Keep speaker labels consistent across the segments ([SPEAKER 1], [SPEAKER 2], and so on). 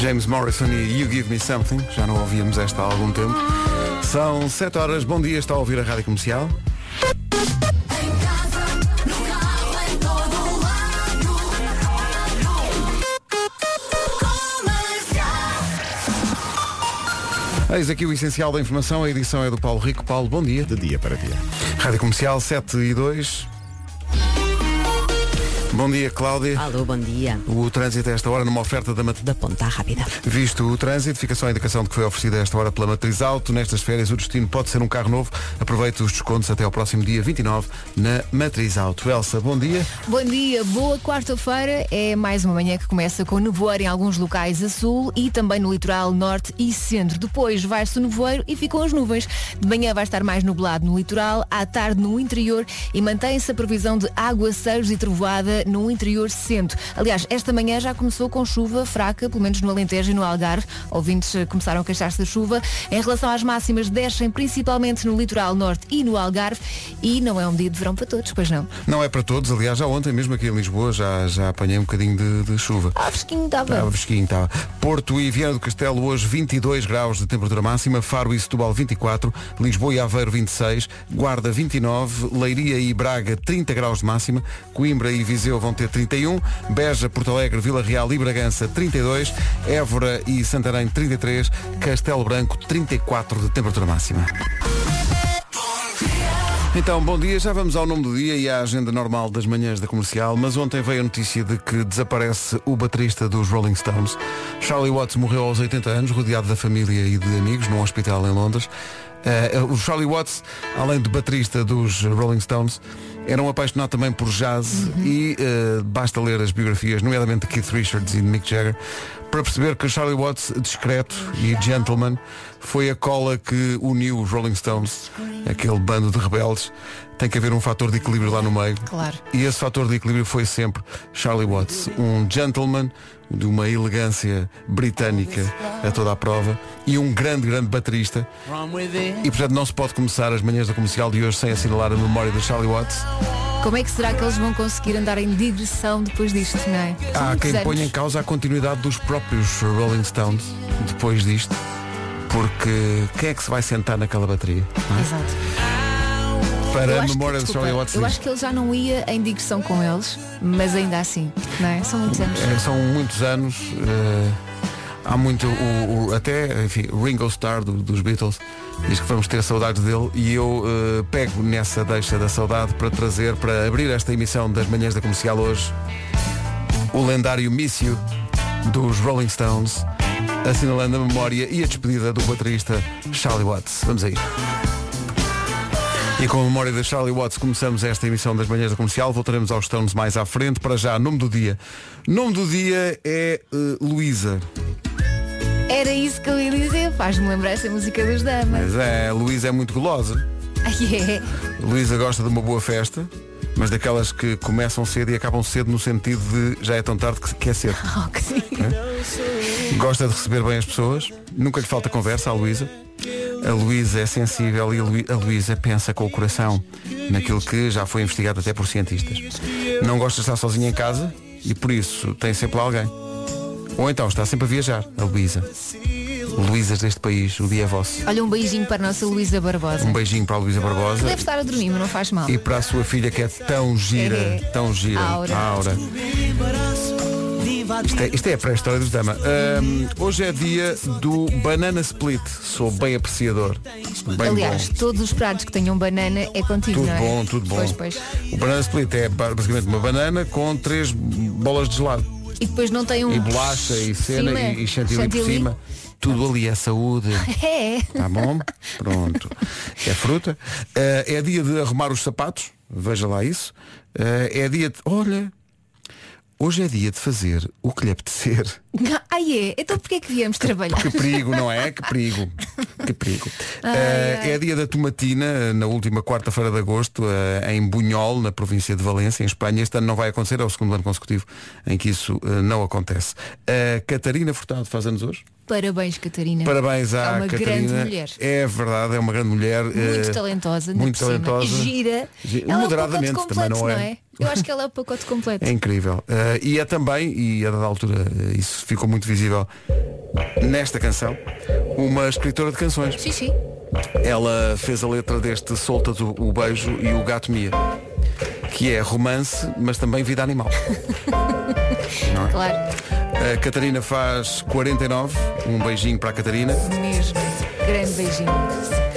[SPEAKER 1] James Morrison e You Give Me Something, já não ouvíamos esta há algum tempo. São 7 horas, bom dia, está a ouvir a Rádio Comercial. Eis aqui o essencial da informação, a edição é do Paulo Rico. Paulo, bom dia.
[SPEAKER 2] De dia para dia.
[SPEAKER 1] Rádio Comercial 7 e 2. Bom dia, Cláudia.
[SPEAKER 3] Alô, bom dia.
[SPEAKER 1] O trânsito a esta hora numa oferta da Mat-
[SPEAKER 3] Da ponta à rápida.
[SPEAKER 1] Visto o trânsito, fica só a indicação de que foi oferecida a esta hora pela Matriz Auto. Nestas férias, o destino pode ser um carro novo. Aproveite os descontos até ao próximo dia 29 na Matriz Auto. Elsa, bom dia.
[SPEAKER 4] Bom dia, boa quarta-feira. É mais uma manhã que começa com nevoeiro em alguns locais a sul e também no litoral norte e centro. Depois vai-se o nevoeiro e ficam as nuvens. De manhã vai estar mais nublado no litoral, à tarde no interior e mantém-se a previsão de aguaceiros e trovoada no interior centro. Aliás, esta manhã já começou com chuva fraca, pelo menos no Alentejo e no Algarve. Ouvintes eh, começaram a queixar-se da chuva. Em relação às máximas, descem principalmente no litoral norte e no Algarve e não é um dia de verão para todos, pois não.
[SPEAKER 1] Não é para todos, aliás, já ontem mesmo aqui em Lisboa já, já apanhei um bocadinho de, de chuva.
[SPEAKER 4] Ah, fresquinho
[SPEAKER 1] Estava
[SPEAKER 4] estava.
[SPEAKER 1] fresquinho, estava. Porto e Viana do Castelo hoje 22 graus de temperatura máxima, Faro e Setúbal 24, Lisboa e Aveiro 26, Guarda 29, Leiria e Braga 30 graus de máxima, Coimbra e Viseu vão ter 31, Beja, Porto Alegre, Vila Real e Bragança 32, Évora e Santarém 33, Castelo Branco 34 de temperatura máxima. Então, bom dia, já vamos ao nome do dia e à agenda normal das manhãs da comercial, mas ontem veio a notícia de que desaparece o baterista dos Rolling Stones. Charlie Watts morreu aos 80 anos, rodeado da família e de amigos, num hospital em Londres. Eh, o Charlie Watts, além de baterista dos Rolling Stones, era um apaixonado também por jazz e eh, basta ler as biografias, nomeadamente de Keith Richards e de Mick Jagger, para perceber que Charlie Watts, discreto e gentleman, foi a cola que uniu os Rolling Stones, aquele bando de rebeldes. Tem que haver um fator de equilíbrio lá no meio.
[SPEAKER 4] Claro.
[SPEAKER 1] E esse fator de equilíbrio foi sempre Charlie Watts, um gentleman de uma elegância britânica a toda a prova e um grande, grande baterista. E portanto não se pode começar as manhãs da comercial de hoje sem assinalar a memória de Charlie Watts.
[SPEAKER 4] Como é que será que eles vão conseguir andar em digressão depois disto, não é? São
[SPEAKER 1] Há
[SPEAKER 4] muitos
[SPEAKER 1] quem
[SPEAKER 4] anos.
[SPEAKER 1] ponha em causa a continuidade dos próprios Rolling Stones depois disto, porque quem é que se vai sentar naquela bateria? não é?
[SPEAKER 4] Exato. Eu
[SPEAKER 1] Para a
[SPEAKER 4] acho que-
[SPEAKER 1] memória de
[SPEAKER 4] desculpa,
[SPEAKER 1] Charlie Watts.
[SPEAKER 4] Eu
[SPEAKER 1] diz.
[SPEAKER 4] acho que ele já não ia em digressão com eles, mas ainda assim, não é? São muitos anos.
[SPEAKER 1] É, são muitos anos. eh, há muito. o- o- até, enfim, Ringo Starr do- dos Beatles diz que vamos ter saudades dele e eu eh, pego nessa deixa da saudade para trazer, para abrir esta emissão das manhãs da comercial hoje, o lendário mício dos Rolling Stones, assinalando a memória e a despedida do baterista Charlie Watts. Vamos aí. E com a memória da Charlie Watts começamos esta emissão das manhãs da comercial. Voltaremos aos Stones mais à frente. Para já, nome do dia. Nome do dia é eh, Luísa. É.
[SPEAKER 4] Era isso que eu ia dizer, faz-me lembrar essa música dos damas.
[SPEAKER 1] Mas é, a Luísa é muito gulosa.
[SPEAKER 4] Ai, é.
[SPEAKER 1] A Luísa gosta de uma boa festa, mas daquelas que começam cedo e acabam cedo no sentido de já é tão tarde que, que é cedo.
[SPEAKER 4] Oh, que sim.
[SPEAKER 1] É. Gosta de receber bem as pessoas. Nunca lhe falta conversa à Luísa. A Luísa é sensível e a Lu- a Luísa pensa com o coração naquilo que já foi investigado até por cientistas. Não gosta de estar sozinha em casa e por isso tem sempre lá alguém. Ou então está sempre a viajar, a Luísa. Luísas deste país, o dia é vosso.
[SPEAKER 4] Olha, um beijinho para a nossa Luísa Barbosa.
[SPEAKER 1] Um beijinho para a Luísa Barbosa.
[SPEAKER 4] Deve estar a dormir, mas não faz mal.
[SPEAKER 1] E para a sua filha que é tão gira, tão gira,
[SPEAKER 4] É. Aura.
[SPEAKER 1] Aura. Isto é, isto é a pré-história dos Dama. Ahm, hoje é dia do Banana Split. Sou bem apreciador. Bem
[SPEAKER 4] Aliás,
[SPEAKER 1] bom.
[SPEAKER 4] todos os pratos que tenham banana é contigo,
[SPEAKER 1] Tudo
[SPEAKER 4] não é?
[SPEAKER 1] bom, tudo bom.
[SPEAKER 4] Pois, pois.
[SPEAKER 1] O banana split é ba- basicamente uma banana com três bolas de gelado.
[SPEAKER 4] E depois não tem um...
[SPEAKER 1] E bolacha e cena
[SPEAKER 4] cima,
[SPEAKER 1] e, e chantilly, por cima. Tudo ali é saúde.
[SPEAKER 4] É.
[SPEAKER 1] Tá bom? Pronto. É fruta. Eh, é dia de arrumar os sapatos. Veja lá isso. Eh, é dia de. Olha! Hoje é dia de fazer o que lhe apetecer.
[SPEAKER 4] Ai é, então porquê é que viemos trabalhar?
[SPEAKER 1] Que perigo, não é? Que perigo. Que perigo. Eh, é dia da tomatina, na última quarta-feira de agosto, eh, em Bunhol, na província de Valência, em Espanha. Este ano não vai acontecer, é o segundo ano consecutivo em que isso eh, não acontece. Eh, Catarina Furtado faz anos hoje.
[SPEAKER 4] Parabéns, Catarina.
[SPEAKER 1] Parabéns à
[SPEAKER 4] É uma
[SPEAKER 1] Catarina.
[SPEAKER 4] grande mulher.
[SPEAKER 1] É verdade, é uma grande mulher.
[SPEAKER 4] Muito
[SPEAKER 1] eh,
[SPEAKER 4] talentosa, ainda
[SPEAKER 1] Muito
[SPEAKER 4] por cima.
[SPEAKER 1] talentosa.
[SPEAKER 4] Gira.
[SPEAKER 1] Gi-
[SPEAKER 4] Ela é o pacote
[SPEAKER 1] Moderadamente,
[SPEAKER 4] completo,
[SPEAKER 1] também não
[SPEAKER 4] não,
[SPEAKER 1] é?
[SPEAKER 4] é? Eu acho que ela é o pacote completo.
[SPEAKER 1] É incrível. Eh, e é também, e a dada altura eh, isso ficou muito visível nesta canção, uma escritora de canções.
[SPEAKER 4] Sim, sim.
[SPEAKER 1] Ela fez a letra deste Solta o, o Beijo e o Gato Mia, que é romance, mas também vida animal. Não é?
[SPEAKER 4] Claro.
[SPEAKER 1] A Catarina faz 49, um beijinho para a Catarina.
[SPEAKER 4] Mesmo. Grande beijinho.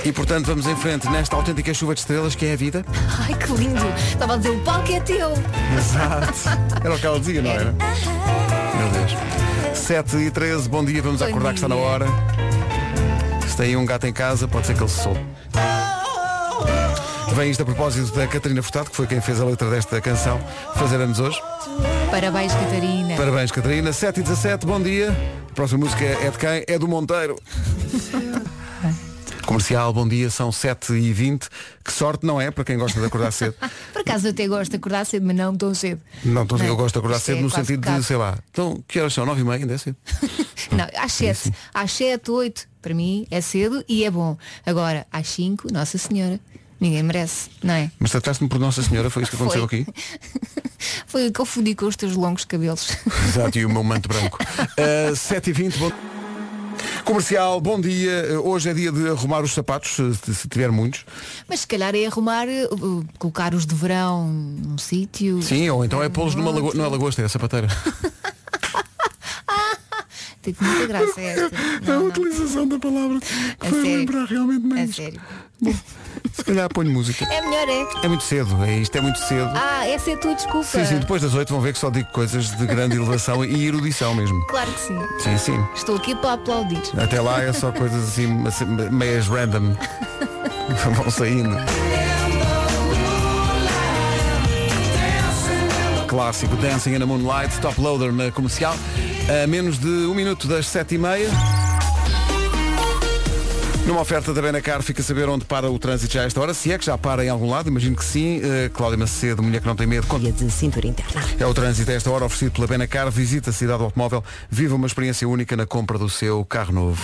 [SPEAKER 1] E portanto vamos em frente nesta autêntica chuva de estrelas que é a vida.
[SPEAKER 4] Ai, que lindo. Estava a dizer, o palco é teu.
[SPEAKER 1] Exato. Era o que ela dizia, não era? Meu Deus. 7 e 13, bom dia, vamos
[SPEAKER 4] Bom
[SPEAKER 1] acordar que está na
[SPEAKER 4] dia.
[SPEAKER 1] hora. Se tem um gato em casa, pode ser que ele se solte. Vem isto a propósito da Catarina Furtado, que foi quem fez a letra desta canção, fazer anos hoje.
[SPEAKER 4] Parabéns, Catarina.
[SPEAKER 1] Parabéns, Catarina. 7 e 17, bom dia. A próxima música é de quem? É do Monteiro. Comercial, bom dia, são 7 e 20. Que sorte, não é? Para quem gosta de acordar cedo.
[SPEAKER 4] Por acaso eu até gosto de acordar cedo, mas não tão cedo.
[SPEAKER 1] Não, então,
[SPEAKER 4] Não.
[SPEAKER 1] eu gosto de acordar
[SPEAKER 4] Isto
[SPEAKER 1] cedo
[SPEAKER 4] é
[SPEAKER 1] no
[SPEAKER 4] quase
[SPEAKER 1] sentido
[SPEAKER 4] pecado.
[SPEAKER 1] de, sei lá, então que horas são? 9 e meia, ainda é cedo?
[SPEAKER 4] Não, às 7, às 7, 8, para mim é cedo e é bom. Agora, às 5, Nossa Senhora, ninguém merece, não é?
[SPEAKER 1] Mas trataste-me por Nossa Senhora, foi isso que aconteceu
[SPEAKER 4] Foi.
[SPEAKER 1] aqui?
[SPEAKER 4] Foi o que eu fudi com os teus longos cabelos.
[SPEAKER 1] Exato, e o meu manto branco. Uh, 7h20, bom... Comercial, bom dia. Uh, Hoje é dia de arrumar os sapatos, eh, se, se tiver muitos.
[SPEAKER 4] Mas se calhar é arrumar, eh, uh, colocar os de verão num sítio.
[SPEAKER 1] Sim, ou então é pô-los numa lagosta. Não é lagosta, é sapateira.
[SPEAKER 4] Teve muita graça é esta.
[SPEAKER 1] É a
[SPEAKER 4] Não, não,
[SPEAKER 1] utilização da palavra que
[SPEAKER 4] A
[SPEAKER 1] foi
[SPEAKER 4] sério?
[SPEAKER 1] lembrar realmente
[SPEAKER 4] é
[SPEAKER 1] mais.
[SPEAKER 4] sério.
[SPEAKER 1] Bom, se calhar ponho música.
[SPEAKER 4] É melhor é.
[SPEAKER 1] É muito cedo, é, isto é muito cedo.
[SPEAKER 4] Ah, essa é a tua desculpa.
[SPEAKER 1] sim, sim, depois das 8 vão ver que só digo coisas de grande elevação e erudição mesmo.
[SPEAKER 4] Claro que sim.
[SPEAKER 1] Sim, sim.
[SPEAKER 4] Estou aqui para aplaudir.
[SPEAKER 1] Até lá é só coisas assim, assim, meias random. Vão saindo. Clássico Dancing in the Moonlight, Top Loader na comercial, a menos de um minuto das sete e meia. Numa oferta da Benacar, fica a saber onde para o trânsito já a esta hora, se é que já para em algum lado, imagino que sim. Eh, Cláudia Macedo, mulher que não tem medo,
[SPEAKER 2] Dia
[SPEAKER 1] conta
[SPEAKER 2] de cintura interna.
[SPEAKER 1] é o trânsito a esta hora oferecido pela Benacar. Visita a cidade do automóvel. Viva uma experiência única na compra do seu carro novo.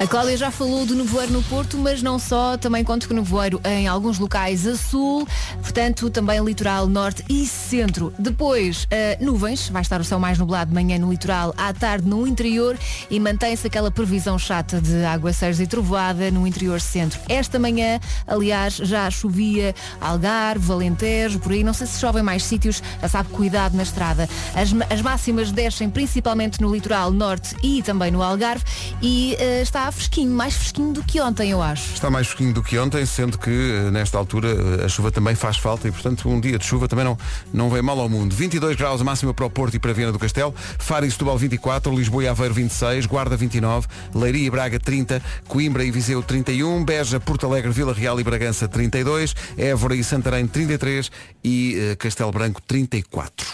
[SPEAKER 4] A Cláudia já falou do nevoeiro no Porto, mas não só, também conto com nevoeiro em alguns locais a sul, portanto também litoral norte e centro. Depois, eh, nuvens, vai estar o céu mais nublado de manhã no litoral, à tarde no interior e mantém-se aquela previsão chata de aguaceiros e trovoada no interior centro. Esta manhã, aliás, já chovia Algarve, Valentejo, por aí, não sei se chovem mais sítios, já sabe, cuidado na estrada. As, ma- as máximas descem principalmente no litoral norte e também no Algarve e eh, está fresquinho, mais fresquinho do que ontem, eu acho.
[SPEAKER 1] Está mais fresquinho do que ontem, sendo que eh, nesta altura eh, a chuva também faz falta e, portanto, um dia de chuva também não, não vem mal ao mundo. 22 graus a máxima para o Porto e para Viana do Castelo, Faro e Setúbal 24, Lisboa e Aveiro 26, Guarda 29, Leiria e Braga 30, Coimbra e Viseu 31, Beja, Porto Alegre, Vila Real e Bragança 32, Évora e Santarém 33 e eh, Castelo Branco 34.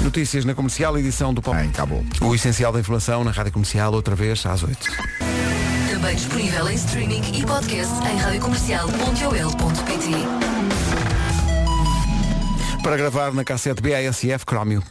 [SPEAKER 1] Notícias na comercial, edição do Pop.
[SPEAKER 3] Bem, tá bom.
[SPEAKER 1] O essencial da informação na Rádio Comercial, outra vez às 8.
[SPEAKER 5] Também disponível em streaming e podcast em radiocomercial.ol.pt
[SPEAKER 1] para gravar na cassete BASF Crómio.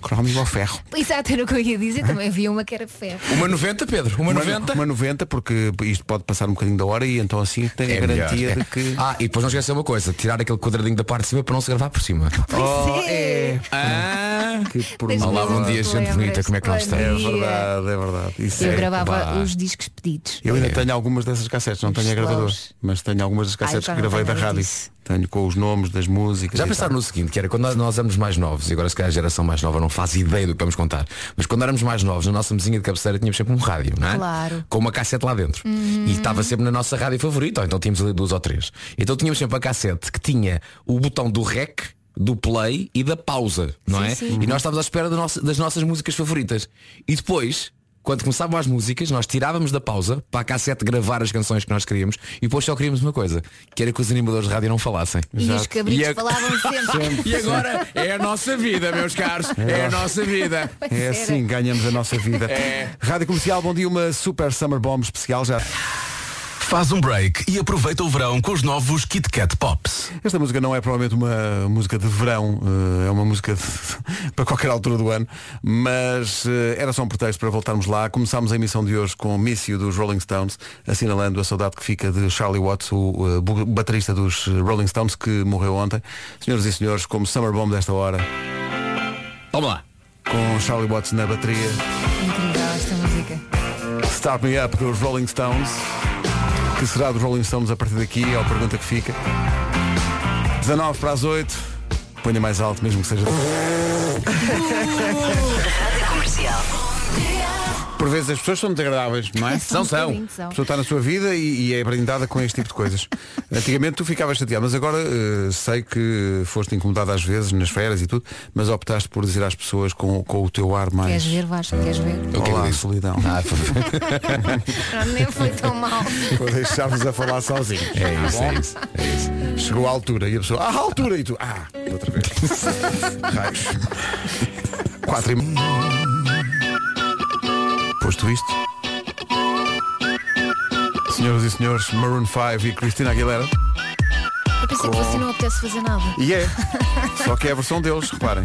[SPEAKER 1] Crómio ao ferro.
[SPEAKER 4] Exato, era o que eu ia dizer, também havia uma que era ferro.
[SPEAKER 6] Uma 90, Pedro? Uma 90?
[SPEAKER 1] Uma 90, porque isto pode passar um bocadinho da hora e então assim tem a garantia de que.
[SPEAKER 6] É Ah, e depois não esquecer uma coisa, tirar aquele quadradinho da parte de cima para não se gravar por cima.
[SPEAKER 1] Oh,
[SPEAKER 4] é.
[SPEAKER 6] Ah,
[SPEAKER 1] Que por
[SPEAKER 4] Deixa-me
[SPEAKER 6] Olá,
[SPEAKER 4] ver
[SPEAKER 6] bom
[SPEAKER 4] se
[SPEAKER 6] dia,
[SPEAKER 4] tu
[SPEAKER 6] gente
[SPEAKER 4] lembras.
[SPEAKER 6] bonita, como é que nós
[SPEAKER 4] Bom
[SPEAKER 1] É
[SPEAKER 6] estamos?
[SPEAKER 4] dia.
[SPEAKER 1] verdade, é verdade. Isso
[SPEAKER 4] Eu
[SPEAKER 1] é.
[SPEAKER 4] gravava
[SPEAKER 6] pá.
[SPEAKER 4] os discos pedidos.
[SPEAKER 1] Eu ainda tenho algumas dessas cassetes, não tenho a gravador, mas tenho algumas das cassetes
[SPEAKER 4] Ai,
[SPEAKER 1] que
[SPEAKER 4] pá,
[SPEAKER 1] gravei
[SPEAKER 4] não
[SPEAKER 1] da
[SPEAKER 4] tenho nada
[SPEAKER 1] rádio.
[SPEAKER 4] disso.
[SPEAKER 1] Tenho com os nomes das músicas.
[SPEAKER 6] Já
[SPEAKER 1] e
[SPEAKER 4] tá.
[SPEAKER 6] pensaram no seguinte, que era quando nós- nós éramos mais novos, e agora se calhar a geração mais nova não faz ideia do que vamos contar, mas quando éramos mais novos, na nossa mesinha de cabeceira tínhamos sempre um rádio, não é?
[SPEAKER 4] Claro. Uhum.
[SPEAKER 6] Com uma cassete lá dentro. E estava sempre na nossa rádio favorita, ou então tínhamos ali duas ou três. Então tínhamos sempre a cassete que tinha o botão do rec, do play e da pausa, não
[SPEAKER 4] Sim,
[SPEAKER 6] é?
[SPEAKER 4] sim.
[SPEAKER 6] E nós estávamos à espera da nossa- das nossas músicas favoritas. E depois, quando começavam as músicas, nós tirávamos da pausa para a cassete gravar as canções que nós queríamos e depois só queríamos uma coisa, que era que os animadores de rádio não falassem.
[SPEAKER 4] E os cabritos
[SPEAKER 6] E a-
[SPEAKER 4] falavam sempre.
[SPEAKER 6] E agora é a nossa vida, meus caros. É a nossa vida.
[SPEAKER 1] É
[SPEAKER 4] Era.
[SPEAKER 1] assim,
[SPEAKER 6] É.
[SPEAKER 1] ganhamos a nossa vida. Rádio Comercial, bom dia, uma Super Summer Bomb especial já.
[SPEAKER 2] Faz um break e aproveita o verão com os novos Kit Kat Pops.
[SPEAKER 1] Esta música não é provavelmente uma música de verão, eh, é uma música de- para qualquer altura do ano, mas eh, era só um pretexto para voltarmos lá. Começámos a emissão de hoje com o mício dos Rolling Stones, assinalando a saudade que fica de Charlie Watts, o eh, bu- baterista dos eh, Rolling Stones, que morreu ontem. Senhoras e senhores, como Summer Bomb desta hora,
[SPEAKER 6] Vamos lá.
[SPEAKER 1] com Charlie Watts na bateria,
[SPEAKER 4] Incrível esta música.
[SPEAKER 1] Start Me Up dos Rolling Stones, que será dos Rolling Stones a partir daqui, é a pergunta que fica. 19 para as 8, ponha mais alto, mesmo que seja.
[SPEAKER 5] Rádio Comercial.
[SPEAKER 1] Por vezes as pessoas são desagradáveis, não é?
[SPEAKER 4] São, São, são. são.
[SPEAKER 1] A pessoa está na sua vida e, e é brindada com este tipo de coisas. Antigamente tu ficavas chateado, mas agora eh, sei que foste incomodado às vezes nas férias e tudo, mas optaste por dizer às pessoas com, com o teu ar mais.
[SPEAKER 4] Queres ver, Vasco? Queres ver?
[SPEAKER 6] O que é que
[SPEAKER 1] Olá,
[SPEAKER 6] eu disse?
[SPEAKER 1] solidão.
[SPEAKER 4] Não, nem foi tão mal.
[SPEAKER 1] Vou deixar-vos a falar sozinho.
[SPEAKER 6] É isso, é isso.
[SPEAKER 1] Chegou à altura e a pessoa, ah, à altura! E tu, ah, outra vez. Raios. Quatro e meia. Posto isto. Senhoras e senhores, Maroon 5 e Cristina Aguilera.
[SPEAKER 4] Eu pensei que você não apetece fazer nada.
[SPEAKER 1] E é. Só que é a versão deles, reparem.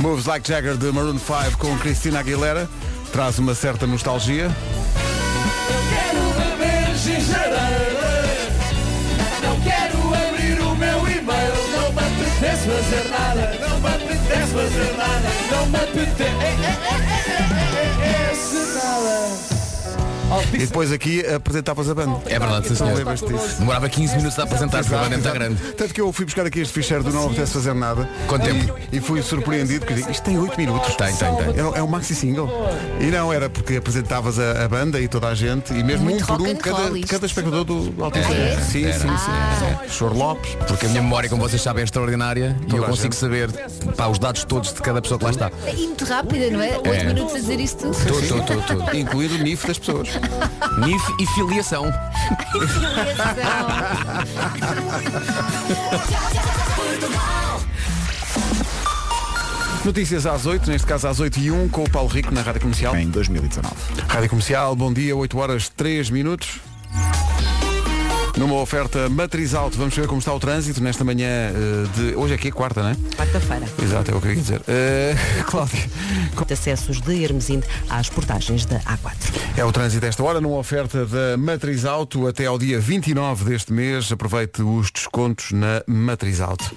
[SPEAKER 1] Moves Like Jagger de Maroon 5 com Cristina Aguilera traz uma certa nostalgia. E depois aqui apresentavas a banda.
[SPEAKER 6] É verdade, sim, senhor.
[SPEAKER 1] Lembras-te disso?
[SPEAKER 6] Demorava 15 minutos a apresentar-se para a banda é muito grande.
[SPEAKER 1] Tanto que eu fui buscar aqui este ficheiro do Não Apetece Fazer Nada.
[SPEAKER 6] Quanto
[SPEAKER 1] E-
[SPEAKER 6] tempo?
[SPEAKER 1] E, fui surpreendido porque disse, isto tem 8 minutos.
[SPEAKER 6] Tem, tem, tem.
[SPEAKER 1] É, um- é um maxi single. E não, era porque apresentavas a, a banda e toda a gente, e mesmo
[SPEAKER 4] Muito
[SPEAKER 1] um por
[SPEAKER 4] rock
[SPEAKER 1] um,
[SPEAKER 4] and roll
[SPEAKER 1] cada,
[SPEAKER 4] isto.
[SPEAKER 1] cada espectador do Altice.
[SPEAKER 4] Ah, é?
[SPEAKER 1] Sim,
[SPEAKER 6] Era,
[SPEAKER 1] sim, sim.
[SPEAKER 6] era.
[SPEAKER 1] Chor Lopes.
[SPEAKER 6] Porque a minha memória, como vocês sabem, é extraordinária e eu
[SPEAKER 1] a
[SPEAKER 6] consigo
[SPEAKER 1] gente.
[SPEAKER 6] saber pá, os dados todos de cada pessoa que lá está.
[SPEAKER 4] É muito rápida, não é? Oito
[SPEAKER 6] É.
[SPEAKER 4] minutos a dizer isto tudo.
[SPEAKER 6] Tudo, tudo, tudo, tudo.
[SPEAKER 1] Incluído o NIF das pessoas.
[SPEAKER 6] NIF e filiação.
[SPEAKER 4] é Humilhação.
[SPEAKER 1] Notícias às 8, neste caso às 8 e 1, com o Paulo Rico na Rádio Comercial.
[SPEAKER 3] Em 2019.
[SPEAKER 1] Rádio Comercial, bom dia, 8 horas 3 minutos. Numa oferta matriz alto, vamos ver como está o trânsito nesta manhã eh, de. Hoje aqui é quarta, não é?
[SPEAKER 7] Quarta-feira,
[SPEAKER 1] Exato, é o que eu queria dizer. Eh, Cláudia,
[SPEAKER 7] com acessos de Hermesinde às portagens da A4.
[SPEAKER 1] é o trânsito esta hora, numa oferta da Matriz Alto até ao dia 29 deste mês. Aproveite os descontos na Matriz Alto.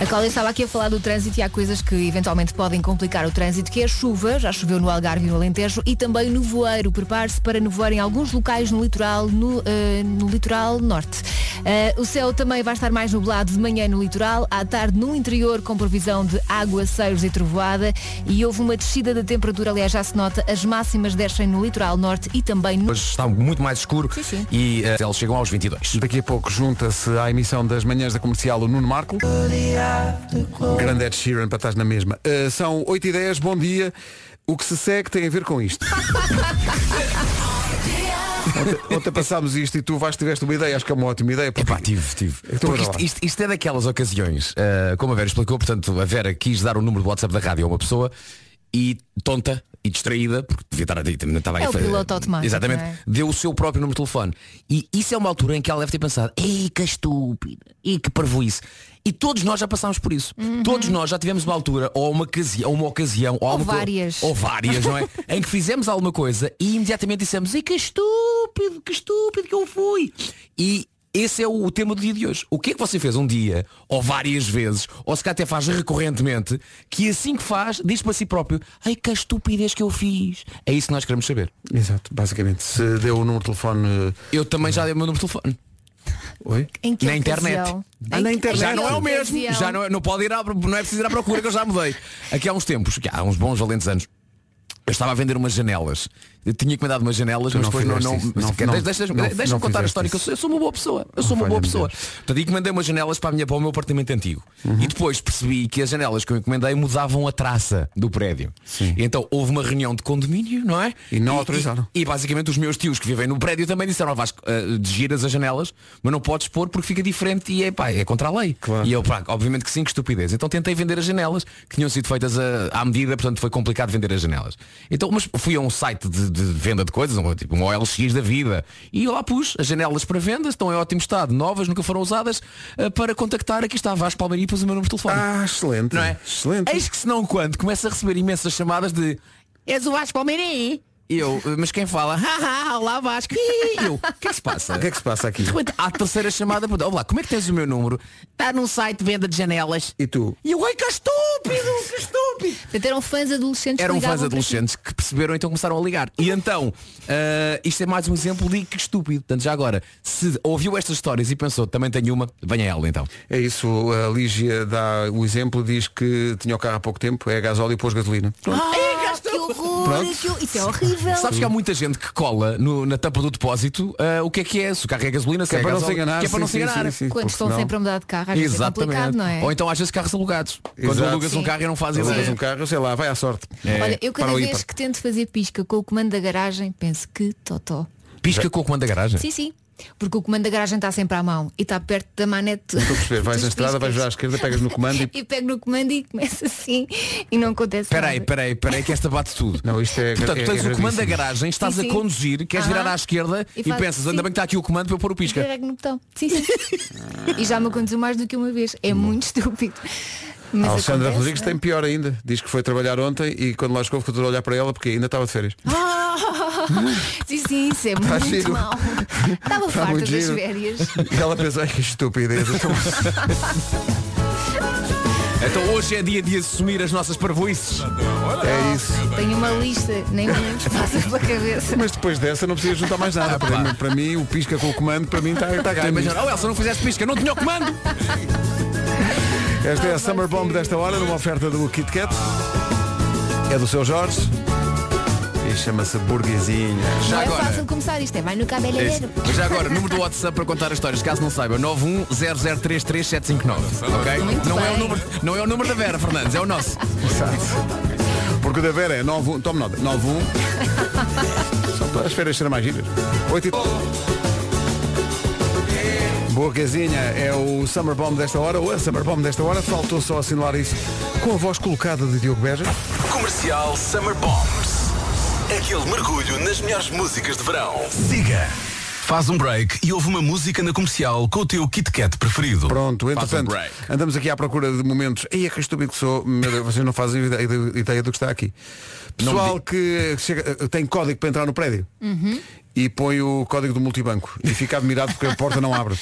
[SPEAKER 4] A Cláudia estava aqui a falar do trânsito e há coisas que eventualmente podem complicar o trânsito, que é a chuva, já choveu no Algarve e no Alentejo, e também no voeiro. Prepare-se para nevoar em alguns locais no litoral, no, eh, no litoral norte. Eh, o céu também vai estar mais nublado de manhã no litoral, à tarde no interior, com previsão de água, seios e trovoada, e houve uma descida da temperatura, aliás já se nota, as máximas descem no litoral norte e também no...
[SPEAKER 6] Hoje está muito mais escuro
[SPEAKER 4] Sim, sim.
[SPEAKER 6] e eh, eles chegam aos 22.
[SPEAKER 1] Daqui a pouco junta-se à emissão das manhãs da comercial o Nuno Marco. Grande Ed Sheeran para estar na mesma. Eh, são 8 e 10 bom dia. O que se segue tem a ver com isto. ontem, ontem passámos isto e tu vais tiveste uma ideia, acho que é uma ótima ideia. porque-
[SPEAKER 6] Epá, tive, tive.
[SPEAKER 1] Então, bora
[SPEAKER 6] Porque
[SPEAKER 1] lá.
[SPEAKER 6] isto, isto- isto é daquelas ocasiões, ah, como a Vera explicou, portanto, a Vera quis dar o número do WhatsApp da rádio a uma pessoa e tonta e distraída, porque devia estar a também estava aí,
[SPEAKER 4] É o
[SPEAKER 6] foi-
[SPEAKER 4] piloto automático,
[SPEAKER 6] Exatamente,
[SPEAKER 4] não é?
[SPEAKER 6] deu o seu próprio número de telefone. E isso é uma altura em que ela deve ter pensado, ei que estúpida, ei que parvoíce. E todos nós já passámos por isso. Todos nós já tivemos uma altura, ou uma ocasião, ou uma ocasião, ou, alguma co-
[SPEAKER 4] várias.
[SPEAKER 6] ou várias, não é? em que fizemos alguma coisa e imediatamente dissemos, ei que estúpido, que estúpido que eu fui. E esse é o, o tema do dia de hoje. O que é que você fez um dia, ou várias vezes, ou se calhar até faz recorrentemente, que assim que faz, diz para si próprio, ai que estupidez que eu fiz. É isso que nós queremos saber.
[SPEAKER 1] Exato, basicamente. Se deu o número de telefone. eh,
[SPEAKER 6] Eu também já dei o meu número de telefone.
[SPEAKER 1] Oi?
[SPEAKER 4] Em que
[SPEAKER 6] Na internet.
[SPEAKER 4] ocasião?
[SPEAKER 1] Ah,
[SPEAKER 4] Em
[SPEAKER 1] na
[SPEAKER 4] que-
[SPEAKER 1] internet.
[SPEAKER 4] em
[SPEAKER 6] Já
[SPEAKER 4] que
[SPEAKER 6] não é o mesmo.
[SPEAKER 4] ocasião?
[SPEAKER 6] Já não, é- não pode ir à, não é preciso ir à procura que eu já mudei. Aqui há uns tempos, que há uns bons valentes anos, eu estava a vender umas janelas Eu tinha encomendado umas janelas,
[SPEAKER 1] Tu
[SPEAKER 6] mas
[SPEAKER 1] não
[SPEAKER 6] depois não. não,
[SPEAKER 1] fizeste isso.
[SPEAKER 6] mas
[SPEAKER 1] Não-
[SPEAKER 6] quer-
[SPEAKER 1] não-
[SPEAKER 6] deixa- Deixa-me
[SPEAKER 1] não-
[SPEAKER 6] deixa-me
[SPEAKER 1] não
[SPEAKER 6] contar a
[SPEAKER 1] fizeste
[SPEAKER 6] história, que eu
[SPEAKER 1] isso.
[SPEAKER 6] sou, eu sou uma boa pessoa. Eu sou
[SPEAKER 1] Oh,
[SPEAKER 6] uma boa
[SPEAKER 1] valha-me
[SPEAKER 6] pessoa.
[SPEAKER 1] Deus.
[SPEAKER 6] Portanto, encomendei umas janelas para, a minha, para o meu apartamento antigo.
[SPEAKER 1] Uhum.
[SPEAKER 6] E depois percebi que as janelas que eu encomendei mudavam a traça do prédio. E então houve uma reunião de condomínio, não é?
[SPEAKER 1] E não autorizaram.
[SPEAKER 6] E, e basicamente os meus tios que vivem no prédio também disseram, "Ó Vasco, ah, giras as janelas, mas não podes pôr porque fica diferente e é, pá, é contra a lei.
[SPEAKER 1] Claro.
[SPEAKER 6] E eu, pá, obviamente que sim, que estupidez. Então tentei vender as janelas, que tinham sido feitas a- à medida, portanto foi complicado vender as janelas. Então, mas fui a um site de, de venda de coisas, um, tipo um OLX da vida, e lá pus as janelas para venda, estão em ótimo estado, novas, nunca foram usadas, ah, para contactar, aqui está Vasco Palmeirinho, pus o meu número de telefone.
[SPEAKER 1] Ah, excelente.
[SPEAKER 6] Não é?
[SPEAKER 1] Excelente.
[SPEAKER 6] Eis que senão quando começa a receber imensas chamadas de És o Vasco Palmeirim? E Eu, mas quem fala? Haha, olá Vasco. E eu, o que é que se passa?
[SPEAKER 1] O que é que se passa aqui?
[SPEAKER 6] De repente, há a terceira chamada para Olá, como é que tens o meu número? Está num site de venda de janelas.
[SPEAKER 1] E tu?
[SPEAKER 6] E eu, ai que estúpido, que estúpido.
[SPEAKER 4] Portanto, eram fãs adolescentes que
[SPEAKER 6] Eram
[SPEAKER 4] ligavam
[SPEAKER 6] fãs
[SPEAKER 4] para ti.
[SPEAKER 6] adolescentes que perceberam então começaram a ligar. E então, ah, isto é mais um exemplo de que estúpido. Portanto, já agora, se ouviu estas histórias e pensou, também tenho uma, venha ela então.
[SPEAKER 1] É isso, a Lígia dá o exemplo, diz que tinha o carro há pouco tempo, é a gasóleo e pôs gasolina. Pronto.
[SPEAKER 4] Ah, que horror,
[SPEAKER 1] Pronto.
[SPEAKER 4] que hor- isso é horrível.
[SPEAKER 6] Sabes que há muita gente que cola no- na tampa do depósito ah, o que é que é? Se o carro é gasolina, se
[SPEAKER 1] Que é para não se
[SPEAKER 6] gasóleo,
[SPEAKER 1] enganar.
[SPEAKER 6] que é para
[SPEAKER 1] sim,
[SPEAKER 6] não se
[SPEAKER 1] sim,
[SPEAKER 6] enganar.
[SPEAKER 1] sim, sim,
[SPEAKER 4] Quando
[SPEAKER 1] porque
[SPEAKER 4] estão
[SPEAKER 1] senão-
[SPEAKER 4] sempre a mudar de carro, às vezes é complicado,
[SPEAKER 6] Exatamente.
[SPEAKER 4] não é?
[SPEAKER 6] Ou então às vezes carros alugados. Quando
[SPEAKER 1] Exato.
[SPEAKER 6] alugas um
[SPEAKER 4] Sim.
[SPEAKER 6] carro e não fazes
[SPEAKER 1] Alugas
[SPEAKER 6] ideia.
[SPEAKER 1] um carro, sei lá, vai à sorte.
[SPEAKER 4] Olha, eu
[SPEAKER 1] é
[SPEAKER 4] cada
[SPEAKER 1] Para o
[SPEAKER 4] vez
[SPEAKER 1] hiper.
[SPEAKER 4] que tento fazer pisca com o comando da garagem, penso que totó.
[SPEAKER 6] Pisca com o comando da garagem.
[SPEAKER 4] Sim, sim. Porque o comando da garagem está sempre à mão e está perto da manete.
[SPEAKER 1] Estou a perceber, vais
[SPEAKER 4] dos
[SPEAKER 1] à estrada, vais
[SPEAKER 4] piscas.
[SPEAKER 1] à esquerda, pegas no comando e.
[SPEAKER 4] E pego no comando e começa assim e não acontece
[SPEAKER 6] Peraí,
[SPEAKER 4] nada.
[SPEAKER 6] peraí, peraí que esta bate tudo.
[SPEAKER 1] Não, isto é-
[SPEAKER 6] Portanto,
[SPEAKER 1] é
[SPEAKER 6] tens o comando da
[SPEAKER 1] gravíssimo.
[SPEAKER 6] garagem, estás
[SPEAKER 4] Sim,
[SPEAKER 6] a
[SPEAKER 4] sim.
[SPEAKER 6] conduzir, queres
[SPEAKER 4] Aham.
[SPEAKER 6] virar à esquerda
[SPEAKER 4] E
[SPEAKER 6] e,
[SPEAKER 4] faz-
[SPEAKER 6] pensas,
[SPEAKER 4] sim.
[SPEAKER 6] ainda bem que está aqui o comando para eu pôr o pisca.
[SPEAKER 4] Carrego no botão. Sim, sim. e já me aconteceu mais do que uma vez. É muito estúpido.
[SPEAKER 1] A
[SPEAKER 4] Mas
[SPEAKER 1] Hum. Alexandra
[SPEAKER 4] acontece,
[SPEAKER 1] Rodrigues
[SPEAKER 4] não é?
[SPEAKER 1] tem pior ainda. Diz que foi trabalhar ontem e quando lá chegou ficou tudo a olhar para ela porque ainda estava de férias.
[SPEAKER 4] Sim, sim, isso é
[SPEAKER 1] Tá
[SPEAKER 4] muito
[SPEAKER 1] giro.
[SPEAKER 4] mau. Estava
[SPEAKER 1] Tá
[SPEAKER 4] farta
[SPEAKER 1] muito
[SPEAKER 4] das
[SPEAKER 1] giro.
[SPEAKER 4] férias.
[SPEAKER 1] E ela pensou, ai que estupidez. Então,
[SPEAKER 6] Então hoje é dia de assumir as nossas parvoices.
[SPEAKER 1] é isso.
[SPEAKER 4] Tenho uma lista, nem me lembro se passa pela cabeça.
[SPEAKER 1] Mas depois dessa não precisa juntar mais
[SPEAKER 4] Ah,
[SPEAKER 1] nada. Para mim, para mim, o pisca com o comando, para mim está tá
[SPEAKER 6] Ah,
[SPEAKER 1] ganho.
[SPEAKER 6] imagina, oh Elsa, não fizeste pisca, não tinha o comando.
[SPEAKER 1] Esta é a Summer Bomb desta hora, numa oferta do Kit Kat. É do seu Jorge. E chama-se Burguesinha.
[SPEAKER 6] Já
[SPEAKER 4] Não é
[SPEAKER 6] agora.
[SPEAKER 4] fácil começar isto, é vai no cabeleireiro.
[SPEAKER 6] Mas Já agora, número do WhatsApp para contar as histórias, caso não saiba, 910033759. Ok?
[SPEAKER 4] Muito
[SPEAKER 6] Não é, o
[SPEAKER 4] bem.
[SPEAKER 6] número, não é o número da Vera Fernandes, é o nosso.
[SPEAKER 1] Porque o da Vera é 91. Tome nota. 91. Só para as férias serem mais giras. 8 e... Burguesinha é o Summer Bomb desta hora, ou a Summer Bomb desta hora. Faltou só assinalar isso com a voz colocada de Diogo Beja.
[SPEAKER 2] Comercial Summer Bombs. Aquele mergulho nas melhores músicas de verão. Siga. Faz um break e ouve uma música na comercial com o teu Kit Kat preferido.
[SPEAKER 1] Pronto,
[SPEAKER 2] Faz um
[SPEAKER 1] entretanto,
[SPEAKER 2] break.
[SPEAKER 1] andamos aqui à procura de momentos. Ei, é que estúpido que sou. Meu Deus, vocês não fazem ideia, ideia do que está aqui. Pessoal que chega- eh, tem código para entrar no prédio e põe o código do multibanco e fica admirado porque a porta não abre.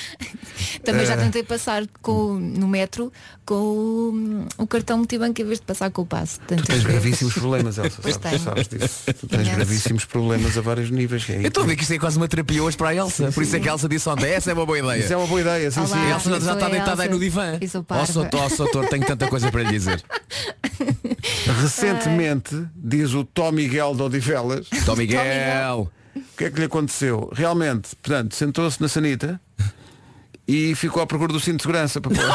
[SPEAKER 4] Também já
[SPEAKER 1] Eh.
[SPEAKER 4] tentei passar com, o- no metro com o, o cartão multibanco em vez de passar com o passe. Tantas
[SPEAKER 1] Tens
[SPEAKER 4] vezes.
[SPEAKER 1] gravíssimos problemas, Elsa.
[SPEAKER 4] Pois
[SPEAKER 1] Sabes,
[SPEAKER 4] tenho.
[SPEAKER 1] sabes disso. Tu tens
[SPEAKER 4] Imensos.
[SPEAKER 1] gravíssimos problemas a vários níveis. É
[SPEAKER 6] Eu estou a ver que isto é quase uma terapia hoje para a Elsa. Por isso é que a Elsa disse ontem, essa é uma boa ideia.
[SPEAKER 1] Isso é uma boa ideia, sim,
[SPEAKER 4] Olá.
[SPEAKER 1] sim.
[SPEAKER 6] A Elsa já
[SPEAKER 4] Eu sou
[SPEAKER 6] está
[SPEAKER 4] a
[SPEAKER 6] deitada aí
[SPEAKER 4] Elsa.
[SPEAKER 6] no divã.
[SPEAKER 4] Eu sou parva.
[SPEAKER 6] Ó Sotor, ó Sotor, tenho tanta coisa para lhe dizer.
[SPEAKER 1] Recentemente, diz o Tom Miguel de Odivelas,
[SPEAKER 6] Tom
[SPEAKER 4] Miguel.
[SPEAKER 6] Miguel.
[SPEAKER 1] o que é que lhe aconteceu? Realmente, portanto, sentou-se na sanita e ficou à procura do cinto de segurança para pôr.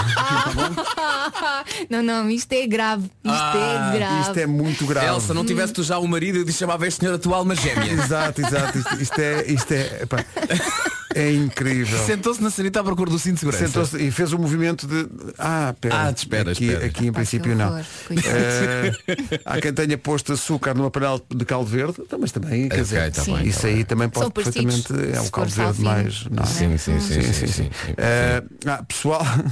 [SPEAKER 4] Não, não, isto é grave. Isto
[SPEAKER 6] Ah,
[SPEAKER 4] é grave.
[SPEAKER 1] Isto é muito grave.
[SPEAKER 6] Elsa, não tivesse tu já o marido, eu te chamava este senhor a tua alma gêmea.
[SPEAKER 1] Exato, exato. Isto, isto é, isto é, epá, é incrível.
[SPEAKER 6] Sentou-se na sanita à procura do cinto de segurança.
[SPEAKER 1] Sentou-se e fez o movimento de Ah, pera,
[SPEAKER 6] É, Ah, te espera,
[SPEAKER 1] aqui,
[SPEAKER 6] espera.
[SPEAKER 1] aqui em
[SPEAKER 4] Pá, que
[SPEAKER 1] princípio não
[SPEAKER 4] horror, coitado.
[SPEAKER 1] Eh, Há quem tenha posto açúcar numa panela de caldo verde tá, Mas também, quer
[SPEAKER 6] Ok,
[SPEAKER 1] dizer,
[SPEAKER 6] tá bem,
[SPEAKER 1] Isso
[SPEAKER 6] tá
[SPEAKER 1] aí também
[SPEAKER 4] São
[SPEAKER 1] pode
[SPEAKER 4] parecidos,
[SPEAKER 1] perfeitamente É
[SPEAKER 4] se
[SPEAKER 1] um
[SPEAKER 4] for
[SPEAKER 1] caldo verde
[SPEAKER 4] salzinho. é?
[SPEAKER 1] mais não. é?
[SPEAKER 6] Sim, sim, sim, sim, sim, sim.
[SPEAKER 1] Eh, ah, pessoal,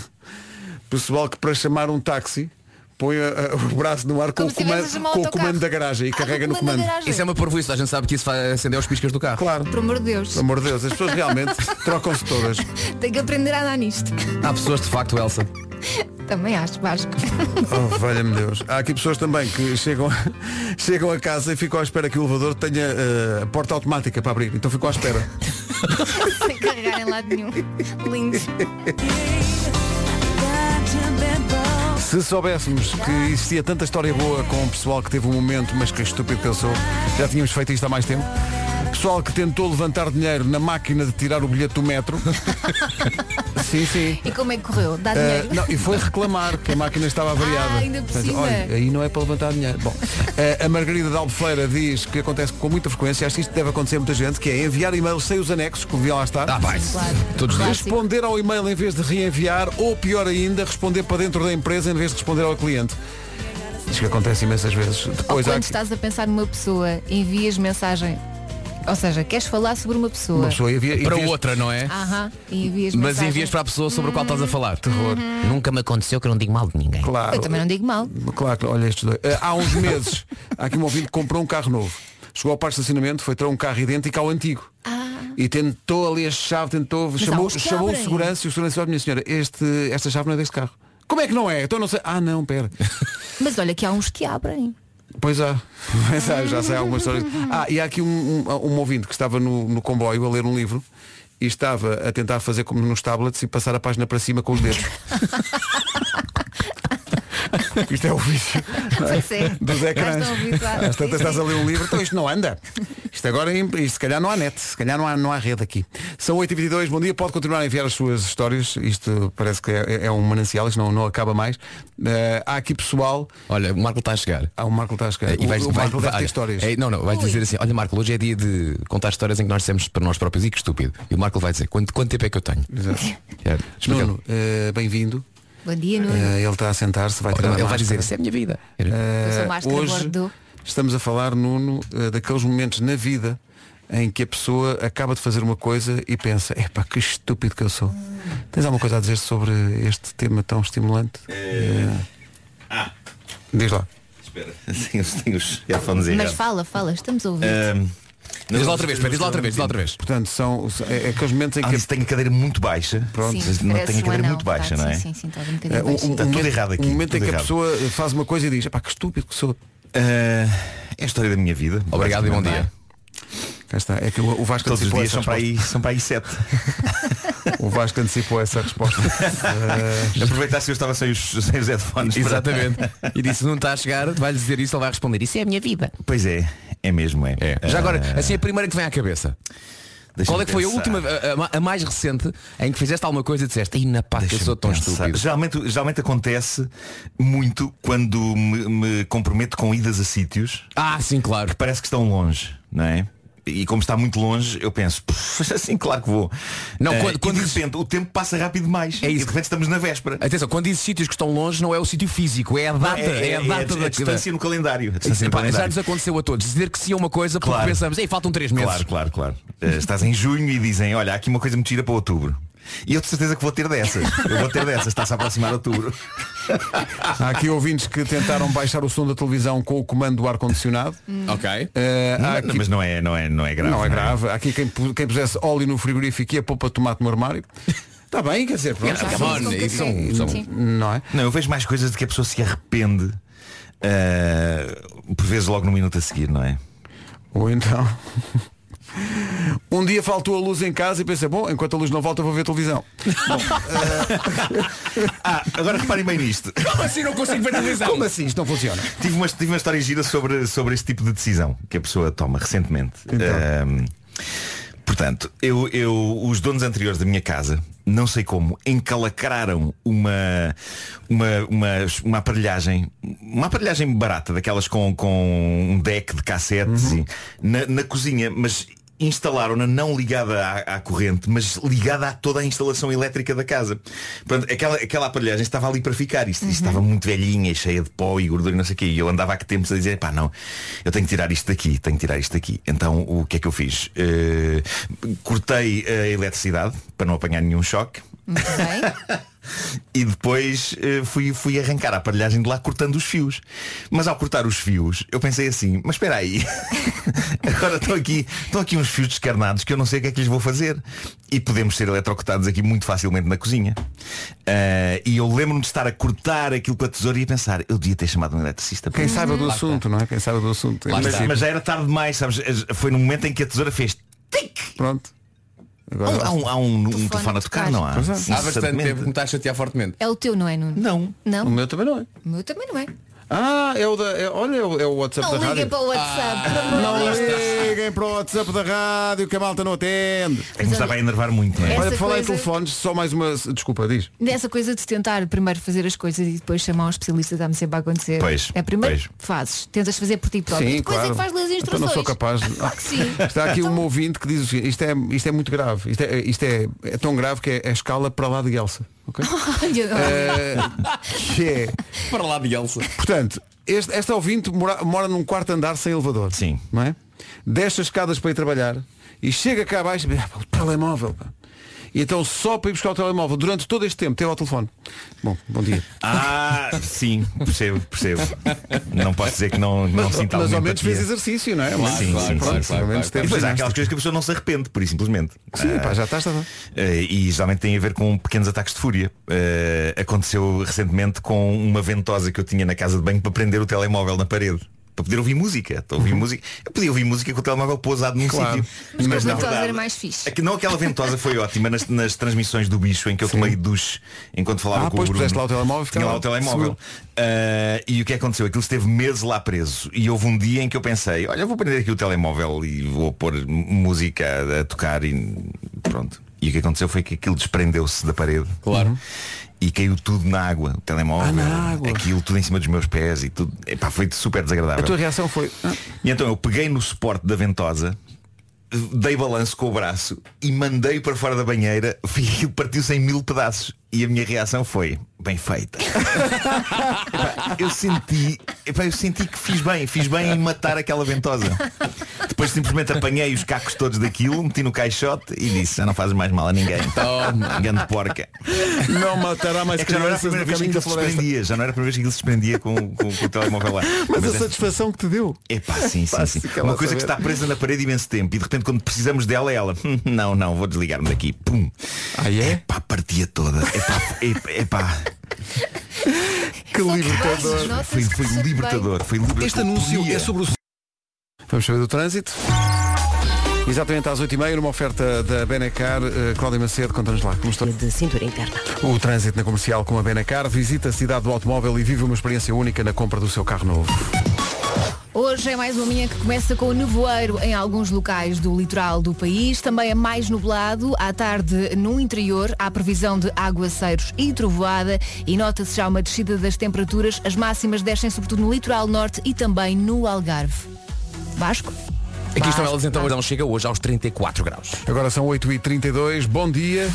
[SPEAKER 1] pessoal que para chamar um táxi Põe ah, o braço no ar com,
[SPEAKER 4] Como
[SPEAKER 1] o
[SPEAKER 4] se estivesse
[SPEAKER 1] comando,
[SPEAKER 4] a chamar o
[SPEAKER 1] com o
[SPEAKER 4] autocarro.
[SPEAKER 1] comando da garagem E
[SPEAKER 4] Ah,
[SPEAKER 1] carrega
[SPEAKER 4] com
[SPEAKER 1] no
[SPEAKER 4] o
[SPEAKER 1] comando
[SPEAKER 4] da garagem.
[SPEAKER 6] Isso é uma parvoíce, a gente sabe que isso vai acender os piscas do carro.
[SPEAKER 1] Claro,
[SPEAKER 4] Por
[SPEAKER 1] pelo
[SPEAKER 4] amor de Deus,
[SPEAKER 1] amor de Deus As pessoas realmente trocam-se todas
[SPEAKER 4] tenho que aprender a dar nisto.
[SPEAKER 6] Há pessoas de facto, Elsa.
[SPEAKER 4] Também acho, Vasco.
[SPEAKER 1] Oh, valha-me Deus. Há aqui pessoas também que chegam, chegam a casa e ficam à espera que o elevador tenha eh, a porta automática para abrir. Então ficam à espera. Oh.
[SPEAKER 4] Sem carregar em lado nenhum. Lindo.
[SPEAKER 1] Se soubéssemos que existia tanta história boa com o pessoal que teve um momento, mas que estúpido que eu sou, já tínhamos feito isto há mais tempo. Pessoal que tentou levantar dinheiro na máquina de tirar o bilhete do metro. sim, sim.
[SPEAKER 4] E como é que correu? Dá
[SPEAKER 1] Ah,
[SPEAKER 4] dinheiro?
[SPEAKER 1] não, e foi reclamar que a máquina estava variada.
[SPEAKER 4] Ah, ainda por cima.
[SPEAKER 1] olha, aí não é para levantar dinheiro. Bom, ah, a Margarida de Albufeira diz que acontece com muita frequência, acho que isto deve acontecer a muita gente, que é enviar e-mails sem os anexos, que deviam lá estar.
[SPEAKER 6] Ah, vai.
[SPEAKER 4] Claro.
[SPEAKER 6] Todos os dias.
[SPEAKER 4] Clássico.
[SPEAKER 1] Responder ao e-mail em vez de reenviar ou pior ainda, responder para dentro da empresa em vez de responder ao cliente. Isto que acontece imensas vezes.
[SPEAKER 4] Ou
[SPEAKER 1] Depois há
[SPEAKER 4] quando
[SPEAKER 1] que-
[SPEAKER 4] estás a pensar numa pessoa, envias mensagem. Ou seja, queres falar sobre uma pessoa.
[SPEAKER 1] uma pessoa envia,
[SPEAKER 6] Para
[SPEAKER 1] envia-
[SPEAKER 6] outra, não é?
[SPEAKER 4] Aham, e envias
[SPEAKER 6] Mas
[SPEAKER 4] mensagem.
[SPEAKER 6] envias para a pessoa sobre a qual
[SPEAKER 1] Uhum.
[SPEAKER 6] estás a falar.
[SPEAKER 1] Terror.
[SPEAKER 3] Nunca me aconteceu que eu não digo mal de ninguém.
[SPEAKER 1] Claro.
[SPEAKER 4] Eu também não digo mal.
[SPEAKER 1] Claro, que- olha estes dois. Ah, há uns meses, há aqui um ouvinte que comprou um carro novo. Chegou ao parque de estacionamento, foi ter um carro idêntico ao antigo. E tentou ali a chave, tentou, chamou,
[SPEAKER 4] Ah. há uns que
[SPEAKER 1] chamou o
[SPEAKER 4] abrem.
[SPEAKER 1] segurança e o segurança disse, "Ó, minha senhora, este, esta chave não é deste carro. Como é que não é? Então não sei. Ah não, pera.
[SPEAKER 4] Mas olha que há uns que abrem.
[SPEAKER 1] Pois há, pois há, já sei algumas histórias. Ah, e há aqui um, um, um ouvinte que estava no, no comboio a ler um livro e estava a tentar fazer como nos tablets e passar a página para cima com os dedos. Isto é o vício não é?
[SPEAKER 4] Pois é.
[SPEAKER 1] dos
[SPEAKER 4] Já
[SPEAKER 1] ecrãs.
[SPEAKER 4] estou habituada.
[SPEAKER 1] Às tantas
[SPEAKER 4] Sim,
[SPEAKER 1] estás a ler um livro, então isto não anda. Isto agora, é imp- isto se calhar não há net, se calhar não há, não há rede aqui. São 8h22, bom dia, pode continuar a enviar as suas histórias. Isto parece que é, é um manancial, isto não, não acaba mais. Eh, há aqui pessoal,
[SPEAKER 6] Olha, o Marco está a chegar.
[SPEAKER 1] há o Marco Tasca.
[SPEAKER 6] Eh,
[SPEAKER 1] o, o Marco deve ter
[SPEAKER 6] olha,
[SPEAKER 1] histórias.
[SPEAKER 6] eh, não, não, vais dizer assim, olha Marco, hoje é dia de contar histórias em que nós dissemos para nós próprios e que estúpido. E o Marco vai dizer, quanto, quanto tempo é que eu tenho?
[SPEAKER 1] Exato.
[SPEAKER 6] É, explica.
[SPEAKER 1] Nuno, eh, bem-vindo.
[SPEAKER 4] Bom dia, Nuno.
[SPEAKER 1] Eh, ele está a sentar-se, vai tirar a
[SPEAKER 6] Ele vai
[SPEAKER 1] máscara.
[SPEAKER 6] dizer, isso é a minha vida.
[SPEAKER 1] Eh,
[SPEAKER 4] Eu sou máscara
[SPEAKER 1] hoje
[SPEAKER 4] Bordeaux.
[SPEAKER 1] estamos a falar, Nuno, eh, daqueles momentos na vida em que a pessoa acaba de fazer uma coisa e pensa, epá, que estúpido que eu sou. Tens alguma coisa a dizer sobre este tema tão estimulante? Eh,
[SPEAKER 8] ah.
[SPEAKER 1] Diz lá.
[SPEAKER 8] Espera, tenho, os- tenho os headphones
[SPEAKER 4] Mas
[SPEAKER 8] errados.
[SPEAKER 4] fala, fala, estamos a ouvir.
[SPEAKER 8] Ahm, não,
[SPEAKER 6] Diz lá outra vez,
[SPEAKER 8] não,
[SPEAKER 6] pera, diz lá outra vez, diz lá outra vez.
[SPEAKER 1] Portantes são é, é aqueles momentos em
[SPEAKER 8] Ah,
[SPEAKER 1] que
[SPEAKER 8] isso tem a cadeira muito baixa. Pronto,
[SPEAKER 4] sim,
[SPEAKER 8] não
[SPEAKER 4] parece
[SPEAKER 8] tem a
[SPEAKER 4] um
[SPEAKER 8] cadeira
[SPEAKER 4] anão,
[SPEAKER 8] muito baixa,
[SPEAKER 4] tá,
[SPEAKER 8] não é?
[SPEAKER 4] Sim, sim, sim, estava um
[SPEAKER 1] é,
[SPEAKER 4] bocadinho
[SPEAKER 1] um,
[SPEAKER 4] baixo.
[SPEAKER 1] um-
[SPEAKER 8] Está tudo
[SPEAKER 1] um-
[SPEAKER 8] errado aqui,
[SPEAKER 1] um momento em
[SPEAKER 8] tudo
[SPEAKER 1] que a
[SPEAKER 8] errado.
[SPEAKER 1] pessoa eh, faz uma coisa e diz, epá, que estúpido que sou.
[SPEAKER 8] Ah, é a história da minha vida.
[SPEAKER 6] Obrigado e bom
[SPEAKER 8] Basicamente,
[SPEAKER 6] dia.
[SPEAKER 1] Cá está. É que o, o Vasco
[SPEAKER 8] Todos os
[SPEAKER 1] antecipou
[SPEAKER 8] dias
[SPEAKER 1] essa
[SPEAKER 8] tipo, são para, aí, são para aí sete.
[SPEAKER 1] O Vasco antecipou essa resposta. Eh,
[SPEAKER 8] Aproveitasse que eu estava sem os, sem os headphones. para-
[SPEAKER 6] Exatamente. E disse, não está a chegar, vai dizer isso, ele vai responder. Isso é a minha vida.
[SPEAKER 8] Pois é, é mesmo, é.
[SPEAKER 6] É. Já agora,
[SPEAKER 1] Ah.
[SPEAKER 6] assim a primeira que vem à cabeça.
[SPEAKER 8] Deixa-me
[SPEAKER 6] Qual é que foi a
[SPEAKER 8] pensar.
[SPEAKER 6] última, a, a- a mais recente, em que fizeste alguma coisa e disseste, ai na pá, que eu
[SPEAKER 8] Deixa-me
[SPEAKER 6] sou tão
[SPEAKER 8] pensar.
[SPEAKER 6] estúpido.
[SPEAKER 8] Geralmente, geralmente acontece muito quando me, me comprometo com idas a sítios
[SPEAKER 6] Ah, sim, claro.
[SPEAKER 8] que parece que estão longe, não é? E como está muito longe, eu penso, "Puf, assim claro que vou.
[SPEAKER 6] Não,
[SPEAKER 8] Eh,
[SPEAKER 6] quando-
[SPEAKER 8] e
[SPEAKER 6] quando
[SPEAKER 8] de
[SPEAKER 6] dizes-
[SPEAKER 8] repente o tempo passa rápido demais.
[SPEAKER 6] É
[SPEAKER 8] E
[SPEAKER 6] isso.
[SPEAKER 8] de repente estamos na véspera.
[SPEAKER 6] Atenção, quando diz sítios que estão longe, não é o sítio físico, é a data, é, a data é da
[SPEAKER 8] distância no calendário. A distância
[SPEAKER 6] Epá,
[SPEAKER 8] no
[SPEAKER 6] já
[SPEAKER 8] calendário.
[SPEAKER 6] nos aconteceu a todos dizer que sim a uma coisa porque
[SPEAKER 8] Claro.
[SPEAKER 6] pensamos, ei, faltam três meses.
[SPEAKER 8] Claro, claro, claro. Eh, estás em junho e dizem, olha, há aqui uma coisa muito gira para outubro. E eu de certeza que vou ter dessas. Eu vou ter dessas, está-se a aproximar outubro.
[SPEAKER 1] há aqui ouvintes que tentaram baixar o som da televisão com o comando do ar-condicionado.
[SPEAKER 6] Ok.
[SPEAKER 1] Eh, há
[SPEAKER 8] Não,
[SPEAKER 1] aqui-
[SPEAKER 8] mas não é, não é, não é grave.
[SPEAKER 1] Não é grave. Há aqui quem, pu- quem pusesse óleo no frigorífico e a poupa de tomate no armário. Está Tá bem, quer dizer, pronto.
[SPEAKER 6] Come on, isso são- são-
[SPEAKER 4] Sim.
[SPEAKER 1] Não um, é?
[SPEAKER 8] Não, eu vejo mais coisas de que a pessoa se arrepende uh, por vezes logo no minuto a seguir, não é?
[SPEAKER 1] Ou então. Um dia faltou a luz em casa e pensei, bom, enquanto a luz não volta vou ver televisão.
[SPEAKER 8] Ah, agora reparem bem nisto.
[SPEAKER 6] Como assim não consigo ver televisão?
[SPEAKER 1] Como assim? Isto não funciona.
[SPEAKER 8] tive, uma, tive uma história gira sobre, sobre este tipo de decisão que a pessoa toma recentemente. Ahm, portanto, eu, eu, os donos anteriores da minha casa, não sei como, encalacraram uma, uma, uma, uma aparelhagem, uma aparelhagem barata, daquelas com, com um deck de cassetes e- na, na cozinha, mas instalaram-na não ligada à, à corrente, mas ligada a toda a instalação elétrica da casa. Portanto, aquela, aquela aparelhagem estava ali para ficar. Isto, isto estava muito velhinha e cheia de pó e gordura e não sei o quê. E eu andava há que tempos a dizer, pá, não, eu tenho que tirar isto daqui, tenho que tirar isto daqui. Então, o que é que eu fiz? Eh, cortei a eletricidade para não apanhar nenhum choque.
[SPEAKER 4] Muito bem.
[SPEAKER 8] E depois eh, fui, fui arrancar a aparelhagem de lá cortando os fios. Mas ao cortar os fios, eu pensei assim, mas espera aí, agora estão aqui, estão aqui uns fios descarnados que eu não sei o que é que lhes vou fazer. E podemos ser eletrocutados aqui muito facilmente na cozinha. Ah, e eu lembro-me de estar a cortar aquilo com a tesoura e a pensar, eu devia ter chamado um eletricista.
[SPEAKER 1] Quem sabe do assunto, não é? Quem sabe do assunto. em
[SPEAKER 8] mas,
[SPEAKER 1] princípio.
[SPEAKER 8] Eh, mas já era tarde demais, sabes? Foi no momento em que a tesoura fez tic
[SPEAKER 1] Pronto. Agora,
[SPEAKER 8] Há um, há um- um telefone,
[SPEAKER 4] Telefone
[SPEAKER 8] a tocar, não há?
[SPEAKER 1] Pois é.
[SPEAKER 9] Há bastante tempo que me
[SPEAKER 8] Incessantemente.
[SPEAKER 9] está a chatear fortemente.
[SPEAKER 4] É o teu, não é, Nuno?
[SPEAKER 8] Não.
[SPEAKER 4] Não?
[SPEAKER 1] O meu também não é.
[SPEAKER 4] O meu também não é.
[SPEAKER 1] Ah, é o da. é- olha, é o, é o WhatsApp
[SPEAKER 4] Não
[SPEAKER 1] da
[SPEAKER 4] liguem
[SPEAKER 1] rádio.
[SPEAKER 4] para o WhatsApp. por amor de
[SPEAKER 1] Não
[SPEAKER 4] Deus.
[SPEAKER 1] liguem para o WhatsApp da rádio que a malta não atende.
[SPEAKER 8] É que me estava a enervar muito, não é?
[SPEAKER 4] Essa
[SPEAKER 1] Olha, por falar em
[SPEAKER 4] coisa-
[SPEAKER 1] telefones, só mais uma. Desculpa, diz.
[SPEAKER 4] Nessa coisa de tentar primeiro fazer as coisas e depois chamar um especialista dá-me sempre a acontecer.
[SPEAKER 8] Pois,
[SPEAKER 4] é primeiro
[SPEAKER 8] pois.
[SPEAKER 4] fazes, tentas fazer por ti próprio.
[SPEAKER 1] Sim,
[SPEAKER 4] Depois
[SPEAKER 1] claro.
[SPEAKER 4] é que faz ler as
[SPEAKER 1] Então
[SPEAKER 4] instruções.
[SPEAKER 1] não sou capaz.
[SPEAKER 4] Claro que sim.
[SPEAKER 1] Está aqui
[SPEAKER 4] Então,
[SPEAKER 1] um ouvinte que diz o seguinte, isto é, isto é muito grave, isto, é, isto é, é tão grave que é, é escala para lá de Elsa. ok?
[SPEAKER 4] olha,
[SPEAKER 1] Eh, que é,
[SPEAKER 9] Para lá de Elsa.
[SPEAKER 1] portanto, este, esta ouvinte mora, mora num quarto andar sem elevador.
[SPEAKER 8] Sim.
[SPEAKER 1] Não é? Desce as escadas para ir trabalhar e chega cá abaixo e diz, "Ah, pá, o telemóvel. pá." E então só para ir buscar o telemóvel, durante todo este tempo, teve ao telefone. Bom, bom dia.
[SPEAKER 8] Ah, sim, percebo, percebo. Não posso dizer que não, não
[SPEAKER 1] Mas,
[SPEAKER 8] sinta
[SPEAKER 1] mas
[SPEAKER 8] alguma
[SPEAKER 1] ao menos
[SPEAKER 8] empatia.
[SPEAKER 1] fez exercício, não é?
[SPEAKER 8] Claro,
[SPEAKER 1] Sim, sim,
[SPEAKER 8] claro, claro,
[SPEAKER 1] pronto,
[SPEAKER 9] claro,
[SPEAKER 1] ao
[SPEAKER 9] claro,
[SPEAKER 1] menos
[SPEAKER 8] E
[SPEAKER 1] teve
[SPEAKER 8] depois há
[SPEAKER 1] ginástica.
[SPEAKER 8] aquelas coisas que a pessoa não se arrepende, por simplesmente.
[SPEAKER 1] Sim,
[SPEAKER 8] Ah,
[SPEAKER 1] pá, já estás. estás-
[SPEAKER 8] Eh, e geralmente tem a ver com pequenos ataques de fúria. Eh, aconteceu recentemente com uma ventosa que eu tinha na casa de banho para prender o telemóvel na parede. Para poder ouvir música. Estou a ouvir música. Eu podia ouvir música com o telemóvel pousado num
[SPEAKER 1] Uhum. Claro.
[SPEAKER 8] sítio.
[SPEAKER 4] Mas com a ventosa era mais fixe.
[SPEAKER 8] é que não aquela ventosa foi ótima nas, nas transmissões do bicho em que eu tomei duche enquanto falava
[SPEAKER 1] Ah,
[SPEAKER 8] com
[SPEAKER 1] pois,
[SPEAKER 8] o Bruno.
[SPEAKER 1] puseste lá o telemóvel, ficava
[SPEAKER 8] Tinha lá o telemóvel.
[SPEAKER 1] seguro.
[SPEAKER 8] Ah, e o que aconteceu? Aquilo esteve meses lá preso. E houve um dia em que eu pensei, olha, eu vou prender aqui o telemóvel e vou pôr m- música a, a tocar e pronto. E o que aconteceu foi que aquilo desprendeu-se da parede.
[SPEAKER 9] Claro.
[SPEAKER 8] E caiu tudo na água, o telemóvel,
[SPEAKER 1] Ah, na água.
[SPEAKER 8] aquilo tudo em cima dos meus pés e tudo. Epá, foi super desagradável.
[SPEAKER 1] A tua reação foi. "Ah,
[SPEAKER 8] E então eu peguei no suporte da ventosa Dei balanço com o braço E mandei para fora da banheira e aquilo Partiu-se em mil pedaços E a minha reação foi Bem feita Epá, Eu senti epá, Eu senti que fiz bem Fiz bem em matar aquela ventosa Depois simplesmente apanhei os cacos todos daquilo Meti no caixote e disse "Já Não fazes mais mal a ninguém Grande porca
[SPEAKER 1] Não matará mais
[SPEAKER 8] É que já não era a
[SPEAKER 1] crianças
[SPEAKER 8] primeira
[SPEAKER 1] no
[SPEAKER 8] vez que
[SPEAKER 1] caminho da
[SPEAKER 8] ele se
[SPEAKER 1] floresta.
[SPEAKER 8] desprendia Já não era a primeira vez que ele se desprendia com, com- com o telemóvel lá
[SPEAKER 1] Mas a
[SPEAKER 8] é-
[SPEAKER 1] satisfação que te deu.
[SPEAKER 8] Epá, sim, sim, sim.
[SPEAKER 1] fica lá
[SPEAKER 8] Uma coisa
[SPEAKER 1] saber.
[SPEAKER 8] que está presa na parede imenso tempo e de repente quando precisamos dela ela, "Hum, não, não, vou desligar-me daqui. Pum.
[SPEAKER 1] Ah, é?
[SPEAKER 8] Epá, partia toda. Epá, ep- epá.
[SPEAKER 1] Que libertador.
[SPEAKER 4] Notas
[SPEAKER 8] Foi,
[SPEAKER 4] que
[SPEAKER 8] foi
[SPEAKER 4] se bem.
[SPEAKER 8] libertador. Foi libertador.
[SPEAKER 1] Este anúncio
[SPEAKER 8] Podia.
[SPEAKER 1] é sobre o. Vamos saber do trânsito. Exatamente às 8h30, numa oferta da Benacar, eh, Cláudia Macedo, conta-nos lá como está.
[SPEAKER 7] de cintura interna.
[SPEAKER 1] O trânsito na comercial com a Benacar visita a cidade do automóvel e vive uma experiência única na compra do seu carro novo.
[SPEAKER 4] Hoje é mais uma manhã que começa com o nevoeiro em alguns locais do litoral do país. Também é mais nublado. À tarde, no interior, há previsão de aguaceiros e trovoada. E nota-se já uma descida das temperaturas. As máximas descem sobretudo no litoral norte e também no Algarve. Vasco?
[SPEAKER 6] Aqui estão elas então, não chega hoje aos 34 graus.
[SPEAKER 1] Agora são 8h32, bom dia.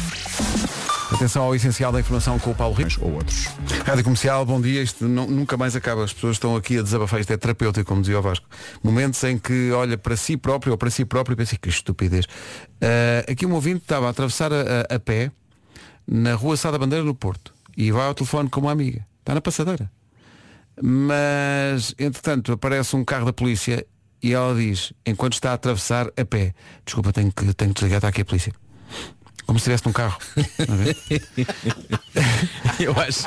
[SPEAKER 1] Atenção ao essencial da informação com o Paulo Rios. Ou outros. Rádio Comercial, bom dia. Isto nu- nunca mais acaba. As pessoas estão aqui a desabafar. Isto é terapêutico, como dizia o Vasco. Momentos em que olha para si próprio ou para si próprio e pensa que estupidez. Ah, aqui um ouvinte estava a atravessar a, a- a pé na rua Sada Bandeira no Porto e vai ao telefone com uma amiga. Está na passadeira. Mas, entretanto, aparece um carro da polícia e ela diz, enquanto está a atravessar a pé, desculpa, tenho que, tenho que desligar, está aqui a polícia. Como se estivesse num carro.
[SPEAKER 6] Eu acho.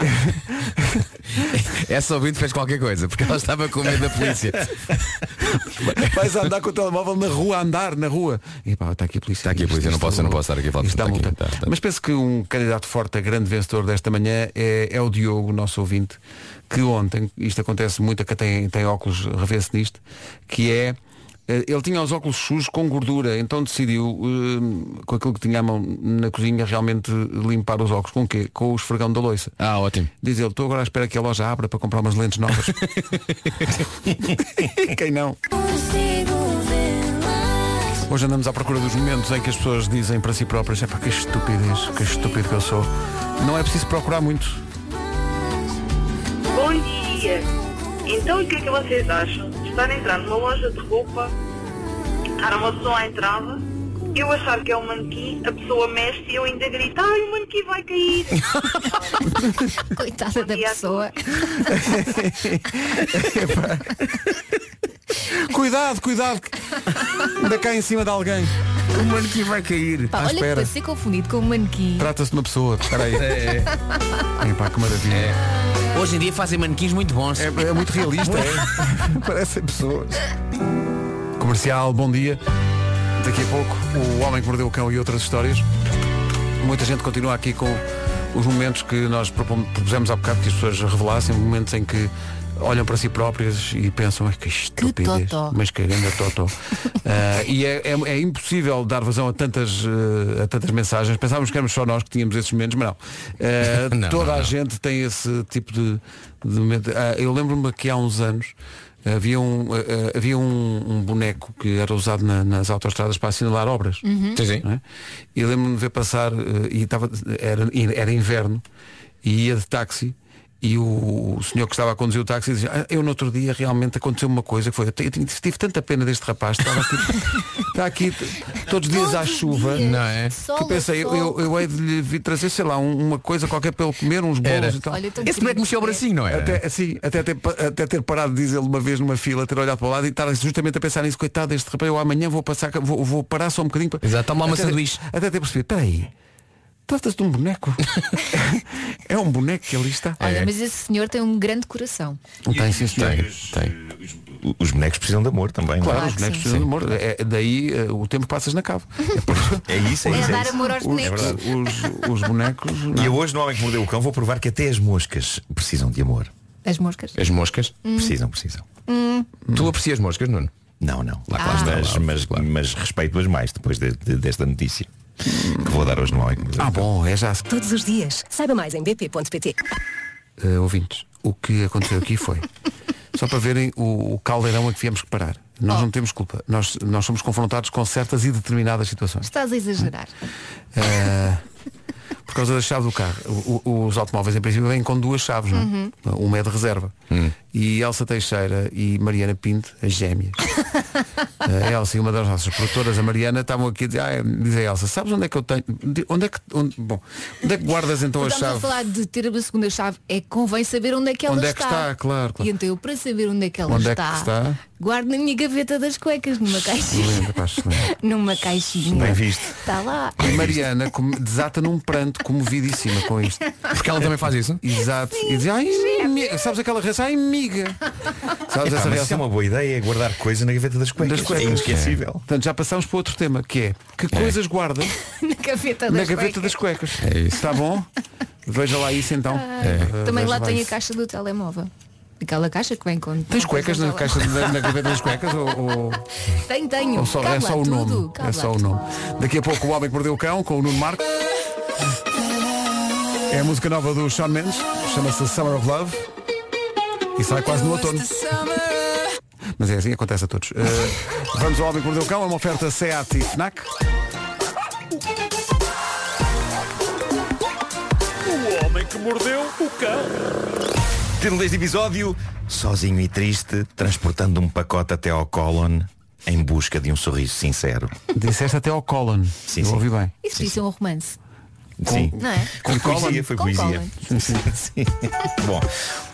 [SPEAKER 6] Essa ouvinte fez qualquer coisa, porque ela estava com medo da polícia.
[SPEAKER 1] Vais andar com o telemóvel na rua, a andar na rua. E pá, está aqui a polícia.
[SPEAKER 6] Está Tá aqui a polícia,
[SPEAKER 1] Isto-
[SPEAKER 6] não
[SPEAKER 1] isto-
[SPEAKER 6] posso- não posso estar aqui a falar,
[SPEAKER 1] isto dá
[SPEAKER 6] portanto,
[SPEAKER 1] multa.
[SPEAKER 6] aqui, tá, tá.
[SPEAKER 1] Mas penso que um candidato forte a grande vencedor desta manhã é, é o Diogo, nosso ouvinte, que ontem, isto acontece muito, a quem tem, tem óculos revê-se nisto, que é eh, ele tinha os óculos sujos com gordura, então decidiu, eh, com aquilo que tinha à mão na cozinha, realmente limpar os óculos. Com o quê? Com o esfregão da loiça.
[SPEAKER 6] Ah, ótimo.
[SPEAKER 1] Diz ele, estou agora à espera que a loja abra para comprar umas lentes novas. Quem não? Hoje andamos à procura dos momentos em que as pessoas dizem para si próprias, é para que estupidez, que estúpido que eu sou. Não é preciso procurar muito.
[SPEAKER 10] Bom dia! Então, o que é que vocês acham? Estar a entrar numa loja de roupa, estar uma pessoa à entrada, eu achar que é um manequim, a pessoa mexe e eu ainda grito, ai, o manequim vai cair!
[SPEAKER 4] Coitada da
[SPEAKER 10] dia a
[SPEAKER 4] pessoa.
[SPEAKER 1] Cuidado, cuidado! que Ainda cá em cima de alguém.
[SPEAKER 6] O manequim Um vai cair.
[SPEAKER 4] Pá,
[SPEAKER 1] À
[SPEAKER 4] olha que
[SPEAKER 1] espera.
[SPEAKER 4] para ser confundido com um manequim.
[SPEAKER 1] Trata-se de uma pessoa. Espera aí.
[SPEAKER 6] É.
[SPEAKER 1] Ei, pá, que maravilha. É,
[SPEAKER 3] Hoje em dia fazem manequins muito bons.
[SPEAKER 1] é muito realista, é. Parecem pessoas. Comercial, bom dia. Daqui a pouco, o Homem que Mordeu o Cão e outras histórias. Muita gente continua aqui com os momentos que nós propom- propusemos há bocado que as pessoas revelassem, momentos em que olham para si próprias e pensam, "Ai, que estupidez,
[SPEAKER 4] totó."
[SPEAKER 1] mas que grande totó. Ah, e é, é- é impossível dar vazão a tantas, eh, a tantas mensagens. Pensávamos que éramos só nós que tínhamos esses momentos, mas não. Ah,
[SPEAKER 6] Não,
[SPEAKER 1] toda
[SPEAKER 6] não,
[SPEAKER 1] a
[SPEAKER 6] não.
[SPEAKER 1] gente tem esse tipo de, de momento. Ah, eu lembro-me que há uns anos havia um, ah, ah, havia um, um boneco que era usado na- nas autostradas para assinalar obras.
[SPEAKER 6] Uhum. Sim, sim.
[SPEAKER 1] Não é? E lembro-me de ver passar, eh, e estava, era, era inverno, e ia de táxi, e o, o senhor que estava a conduzir o táxi dizia, "Ah, eu no outro dia realmente aconteceu uma coisa que foi, eu, te- eu tive, tive tanta pena deste rapaz, estava aqui, está aqui t- todos os dias à chuva,
[SPEAKER 4] dias. Não
[SPEAKER 1] é?
[SPEAKER 4] Sol
[SPEAKER 1] que
[SPEAKER 4] a
[SPEAKER 1] pensei, eu,
[SPEAKER 4] sol.
[SPEAKER 1] eu, eu hei de lhe vir trazer, sei lá, um- uma coisa qualquer para ele comer, uns bolos
[SPEAKER 6] Era.
[SPEAKER 1] e tal.
[SPEAKER 4] Olha, eu tô
[SPEAKER 6] Esse boneco mexeu o bracinho, não é?
[SPEAKER 1] Até, assim, até, ter, pa- até ter parado de dizer uma vez numa fila, ter olhado para o lado e estar justamente a pensar nisso, coitado deste rapaz, eu amanhã vou passar, ca- vou, vou parar só um bocadinho para.
[SPEAKER 6] Exato, toma lá uma
[SPEAKER 1] Até-
[SPEAKER 6] sanduíche.
[SPEAKER 1] Até ter percebido, peraí, trata-se de um boneco. é um boneco que ali
[SPEAKER 6] É,
[SPEAKER 1] está.
[SPEAKER 4] Olha, mas esse senhor tem um grande coração.
[SPEAKER 1] Não tem, sim, senhor.
[SPEAKER 8] Os, os bonecos precisam de amor também.
[SPEAKER 1] Claro,
[SPEAKER 8] não é?
[SPEAKER 1] os bonecos
[SPEAKER 4] sim.
[SPEAKER 1] precisam de amor. É, daí eh, o tempo passas na cave. É por isso.
[SPEAKER 8] É isso, é
[SPEAKER 4] É
[SPEAKER 8] isso. É
[SPEAKER 4] dar
[SPEAKER 8] isso.
[SPEAKER 4] amor aos bonecos.
[SPEAKER 8] verdade.
[SPEAKER 1] os,
[SPEAKER 6] É
[SPEAKER 1] os bonecos.
[SPEAKER 8] E eu hoje no Homem que Mordeu o Cão vou provar que até as moscas precisam de amor.
[SPEAKER 4] As moscas.
[SPEAKER 1] É.
[SPEAKER 6] As moscas.
[SPEAKER 4] Hum.
[SPEAKER 8] Precisam, precisam.
[SPEAKER 6] Tu aprecias moscas, Nuno?
[SPEAKER 8] Não, não. Lá,
[SPEAKER 4] Ah.
[SPEAKER 8] mas, mas, mas respeito-as mais depois de- de- desta notícia que vou dar hoje no Homem que Mordeu o
[SPEAKER 1] Ah,
[SPEAKER 8] Cão.
[SPEAKER 1] bom, é já.
[SPEAKER 7] Todos os dias. Saiba mais em bp.pt.
[SPEAKER 4] Ah,
[SPEAKER 1] eh, ouvintes, o que aconteceu aqui foi, só para verem o, o caldeirão a que viemos parar. Nós
[SPEAKER 4] Oh.
[SPEAKER 1] não temos culpa. Nós, nós somos confrontados com certas e determinadas situações.
[SPEAKER 4] Estás a exagerar.
[SPEAKER 1] Eh, por causa da chave do carro. O- o- os automóveis, em princípio, vêm com duas chaves, não é?
[SPEAKER 4] Uhum.
[SPEAKER 1] Uma é de reserva. E Elsa Teixeira e Mariana Pinto, as gêmeas. A Elsa e uma das nossas produtoras, a Mariana, estavam aqui a dizer, ah, diz a Elsa, sabes onde é que eu tenho? de- Onde é que, onde, bom, onde é que guardas então a
[SPEAKER 4] Estamos a
[SPEAKER 1] chave?
[SPEAKER 4] falar de ter a segunda chave. É que convém saber onde é que ela
[SPEAKER 1] Onde é que
[SPEAKER 4] está.
[SPEAKER 1] está? Claro, claro.
[SPEAKER 4] E então eu, para saber onde é que ela
[SPEAKER 1] Onde é que
[SPEAKER 4] está,
[SPEAKER 1] está?
[SPEAKER 4] guardo na minha gaveta das cuecas, numa caixinha.
[SPEAKER 1] Excelente, pá, excelente.
[SPEAKER 4] numa caixinha.
[SPEAKER 8] Bem visto.
[SPEAKER 4] Está lá.
[SPEAKER 1] E Mariana come- desata num pranto comovidíssima com isto.
[SPEAKER 6] Porque ela também faz isso.
[SPEAKER 1] Exato. e diz, ai, mi- sabes aquela reação? Ai, miga. Sabes
[SPEAKER 8] Epá,
[SPEAKER 1] essa
[SPEAKER 8] mas isso é
[SPEAKER 1] reação?
[SPEAKER 8] uma boa ideia, é guardar coisa na gaveta das cuecas.
[SPEAKER 1] Das cuecas.
[SPEAKER 8] É inesquecível.
[SPEAKER 1] Portanto, já passámos para outro tema, que é que coisas guarda
[SPEAKER 4] Na gaveta das
[SPEAKER 1] na gaveta
[SPEAKER 4] cuecas.
[SPEAKER 1] das cuecas.
[SPEAKER 6] É isso.
[SPEAKER 1] Está bom? Veja lá isso então. Ah,
[SPEAKER 4] Também
[SPEAKER 1] veja
[SPEAKER 4] lá tenho a
[SPEAKER 1] isso.
[SPEAKER 4] caixa do telemóvel. Aquela caixa que vem com.
[SPEAKER 1] Tens cuecas na, caixa, na, na gaveta das cuecas? ou- ou...
[SPEAKER 4] Tenho, tenho.
[SPEAKER 1] Ou só-
[SPEAKER 4] Cabe
[SPEAKER 1] é
[SPEAKER 4] lá
[SPEAKER 1] só o
[SPEAKER 4] tudo.
[SPEAKER 1] nome.
[SPEAKER 4] Cabe
[SPEAKER 1] É
[SPEAKER 4] lá
[SPEAKER 1] só o
[SPEAKER 4] tudo.
[SPEAKER 1] nome. Daqui a pouco o Homem que Mordeu o Cão com o Nuno Marco. É a música nova do Sean Mendes, chama-se Summer of Love. E sai quase no outono. Mas é assim, acontece a todos. Eh, vamos ao Homem que Mordeu o Cão, é uma oferta SEAT e FNAC.
[SPEAKER 8] Título deste episódio, sozinho e triste, transportando um pacote até ao Colon em busca de um sorriso sincero.
[SPEAKER 1] Disseste até ao Colin.
[SPEAKER 8] Sim,
[SPEAKER 1] Eu
[SPEAKER 8] sim.
[SPEAKER 1] ouvi bem.
[SPEAKER 4] Isso podia ser um romance.
[SPEAKER 8] Sim.
[SPEAKER 4] Não é?
[SPEAKER 8] Com
[SPEAKER 1] Com
[SPEAKER 8] poesia,
[SPEAKER 1] Colin.
[SPEAKER 8] foi
[SPEAKER 4] Com
[SPEAKER 8] poesia. Sim. Bom,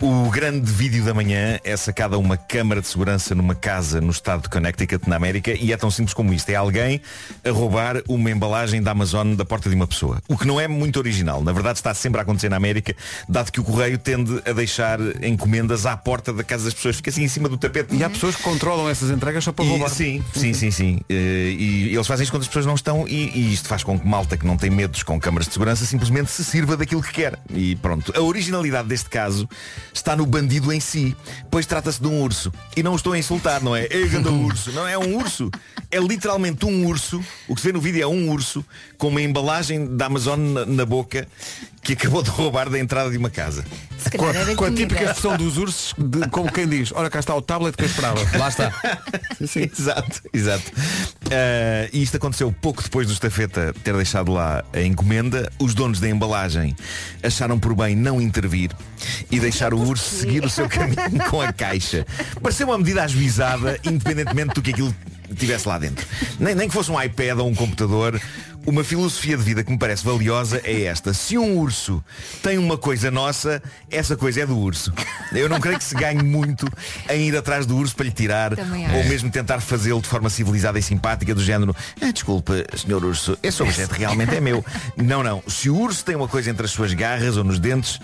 [SPEAKER 8] o grande vídeo da manhã é sacado a uma câmara de segurança numa casa no estado de Connecticut, na América, e é tão simples como isto. É alguém a roubar uma embalagem da Amazon da porta de uma pessoa. O que não é muito original. Na verdade, está sempre a acontecer na América, dado que o correio tende a deixar encomendas à porta da casa das pessoas. Fica assim em cima do tapete.
[SPEAKER 1] E há pessoas que controlam essas entregas só para
[SPEAKER 8] E-
[SPEAKER 1] roubar.
[SPEAKER 8] Sim, sim, sim, sim. Eh, e eles fazem isto quando as pessoas não estão e, e isto faz com que malta que não tem medos com câmaras de segurança simplesmente se sirva daquilo que quer. E pronto. A originalidade deste caso está no bandido em si, pois trata-se de um urso. E não o estou a insultar, não é? É grande urso. Não é um urso. É literalmente um urso. O que se vê no vídeo é um urso com uma embalagem da Amazon na, na boca que acabou de roubar da entrada de uma casa.
[SPEAKER 4] Se
[SPEAKER 1] Com
[SPEAKER 4] calhar
[SPEAKER 1] a,
[SPEAKER 4] era
[SPEAKER 1] com a
[SPEAKER 4] comida.
[SPEAKER 1] típica expressão dos ursos, de- como quem diz, olha cá está o tablet que eu esperava.
[SPEAKER 6] Lá está.
[SPEAKER 8] exato, exato. Eh, e isto aconteceu pouco depois do estafeta ter deixado lá a encomenda. Os donos da embalagem acharam por bem não intervir e deixar o urso seguir o seu caminho com a caixa. Pareceu uma medida ajuizada, independentemente do que aquilo tivesse lá dentro. Nem, nem que fosse um iPad ou um computador. Uma filosofia de vida que me parece valiosa é esta. Se um urso tem uma coisa nossa, essa coisa é do urso. Eu não creio que se ganhe muito em ir atrás do urso para lhe tirar
[SPEAKER 4] Também
[SPEAKER 8] ou
[SPEAKER 4] acho.
[SPEAKER 8] mesmo tentar fazê-lo de forma civilizada e simpática do género ah, desculpa, senhor urso, esse objeto realmente é meu. Não, não. Se o urso tem uma coisa entre as suas garras ou nos dentes,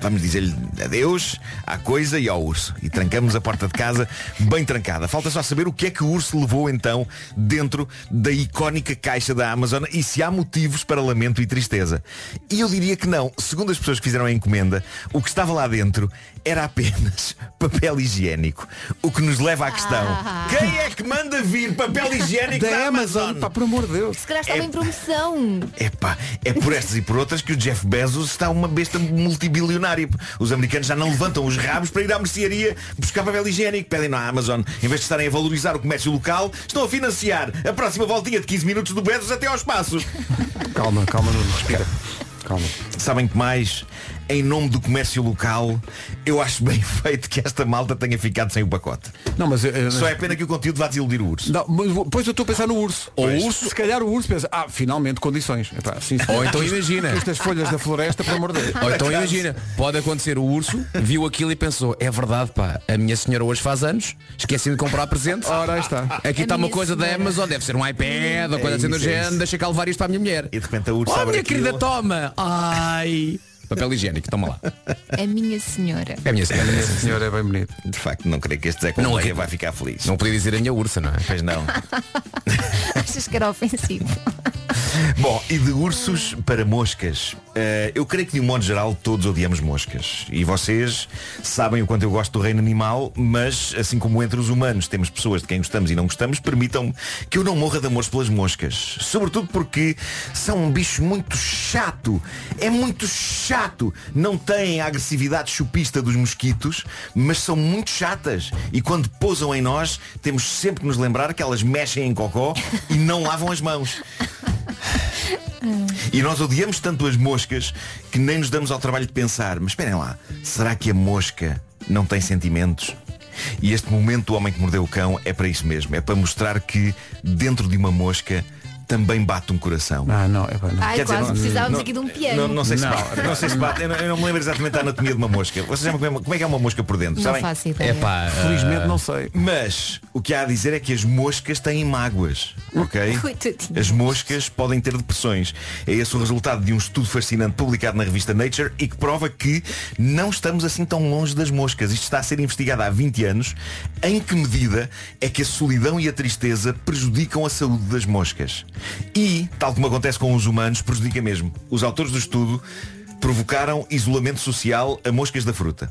[SPEAKER 8] vamos dizer-lhe adeus à coisa e ao urso. E trancamos a porta de casa bem trancada. Falta só saber o que é que o urso levou então dentro da icónica caixa da Amazon e se há motivos para lamento e tristeza. E eu diria que não. Segundo as pessoas que fizeram a encomenda, o que estava lá dentro era apenas papel higiênico. O que nos leva à questão. Quem é que manda vir papel higiênico da, Amazon? Pá,
[SPEAKER 1] por amor de Deus.
[SPEAKER 4] Se calhar estava em promoção.
[SPEAKER 8] Epá, é por estas e por outras que o Jeff Bezos está uma besta multibilionária. Os americanos já não levantam os rabos para ir à mercearia buscar papel higiênico. Pedem na Amazon. Em vez de estarem a valorizar o comércio local, estão a financiar a próxima voltinha de 15 minutos do Bezos até aos passos.
[SPEAKER 1] Calma, calma, Nuno, respira. Calma.
[SPEAKER 8] Sabem que mais? Em nome do comércio local, eu acho bem feito que esta malta tenha ficado sem o pacote.
[SPEAKER 1] Não, mas,
[SPEAKER 8] Só é pena que o conteúdo vá desiludir o urso.
[SPEAKER 1] Não, mas depois eu estou a pensar no urso. Ou
[SPEAKER 8] Pois.
[SPEAKER 1] o urso, se calhar o urso pensa, ah, finalmente condições. Epá, sim, sim.
[SPEAKER 6] Ou então imagina.
[SPEAKER 1] Estas folhas da floresta, pelo amor de Deus.
[SPEAKER 6] Ou então imagina, pode acontecer o urso, viu aquilo e pensou, é verdade pá, a minha senhora hoje faz anos, esqueci de comprar presente.
[SPEAKER 1] Ora, aí está.
[SPEAKER 6] Aqui
[SPEAKER 4] A
[SPEAKER 6] está uma
[SPEAKER 4] minha
[SPEAKER 6] coisa da
[SPEAKER 4] senhora.
[SPEAKER 6] Amazon, deve ser um iPad ou coisa assim do
[SPEAKER 8] isso, é
[SPEAKER 6] género,
[SPEAKER 8] isso.
[SPEAKER 6] deixa cá levar isto para a minha mulher.
[SPEAKER 8] E de repente a urso
[SPEAKER 6] Oh
[SPEAKER 8] abre
[SPEAKER 6] minha
[SPEAKER 8] aquilo.
[SPEAKER 6] querida, toma! Ai! Papel higiênico, toma lá.
[SPEAKER 4] A minha senhora.
[SPEAKER 6] É a minha senhora.
[SPEAKER 1] O senhor é bem bonito.
[SPEAKER 8] De facto, não creio que este Zé
[SPEAKER 6] Não
[SPEAKER 8] Correia
[SPEAKER 6] é.
[SPEAKER 8] vai ficar feliz.
[SPEAKER 6] Não podia dizer a minha ursa, não é?
[SPEAKER 8] Pois não.
[SPEAKER 1] É.
[SPEAKER 4] Achas que era ofensivo?
[SPEAKER 8] Bom, e de ursos para moscas. Eh, eu creio que de um modo geral todos odiamos moscas. E vocês sabem o quanto eu gosto do reino animal, mas assim como entre os humanos temos pessoas de quem gostamos e não gostamos, permitam-me que eu não morra de amor pelas moscas. Sobretudo porque são um bicho muito chato. É muito chato. Não têm a agressividade chupista dos mosquitos, mas são muito chatas. E quando pousam em nós, temos sempre que nos lembrar que elas mexem em cocó e não lavam as mãos. E nós odiamos tanto as moscas que nem nos damos ao trabalho de pensar, mas esperem lá, será que a mosca não tem sentimentos? E este momento do homem que mordeu o cão é para isso mesmo, é para mostrar que dentro de uma mosca também bate um coração.
[SPEAKER 1] Ah, não, é bem, não.
[SPEAKER 4] Ai,
[SPEAKER 8] Quer dizer,
[SPEAKER 4] quase
[SPEAKER 8] não-
[SPEAKER 4] precisávamos
[SPEAKER 8] não-
[SPEAKER 4] aqui de um
[SPEAKER 8] Não,
[SPEAKER 4] piano.
[SPEAKER 8] não sei se bate, não sei se bate. Eu, não, eu não me lembro exatamente da anatomia de uma mosca. Vocês sabem como é- como é que é uma mosca por dentro,
[SPEAKER 4] Não
[SPEAKER 8] sabem?
[SPEAKER 4] faço ideia.
[SPEAKER 6] É pá,
[SPEAKER 1] Felizmente não sei.
[SPEAKER 8] Mas o que há a dizer é que as moscas têm mágoas, ok?
[SPEAKER 4] Coitadinhas.
[SPEAKER 8] As moscas podem ter depressões. É esse o resultado de um estudo fascinante publicado na revista Nature e que prova que não estamos assim tão longe das moscas. Isto está a ser investigado há 20 anos. Em que medida é que a solidão e a tristeza prejudicam a saúde das moscas? E, tal como acontece com os humanos, prejudica mesmo. Os autores do estudo provocaram isolamento social a moscas da fruta.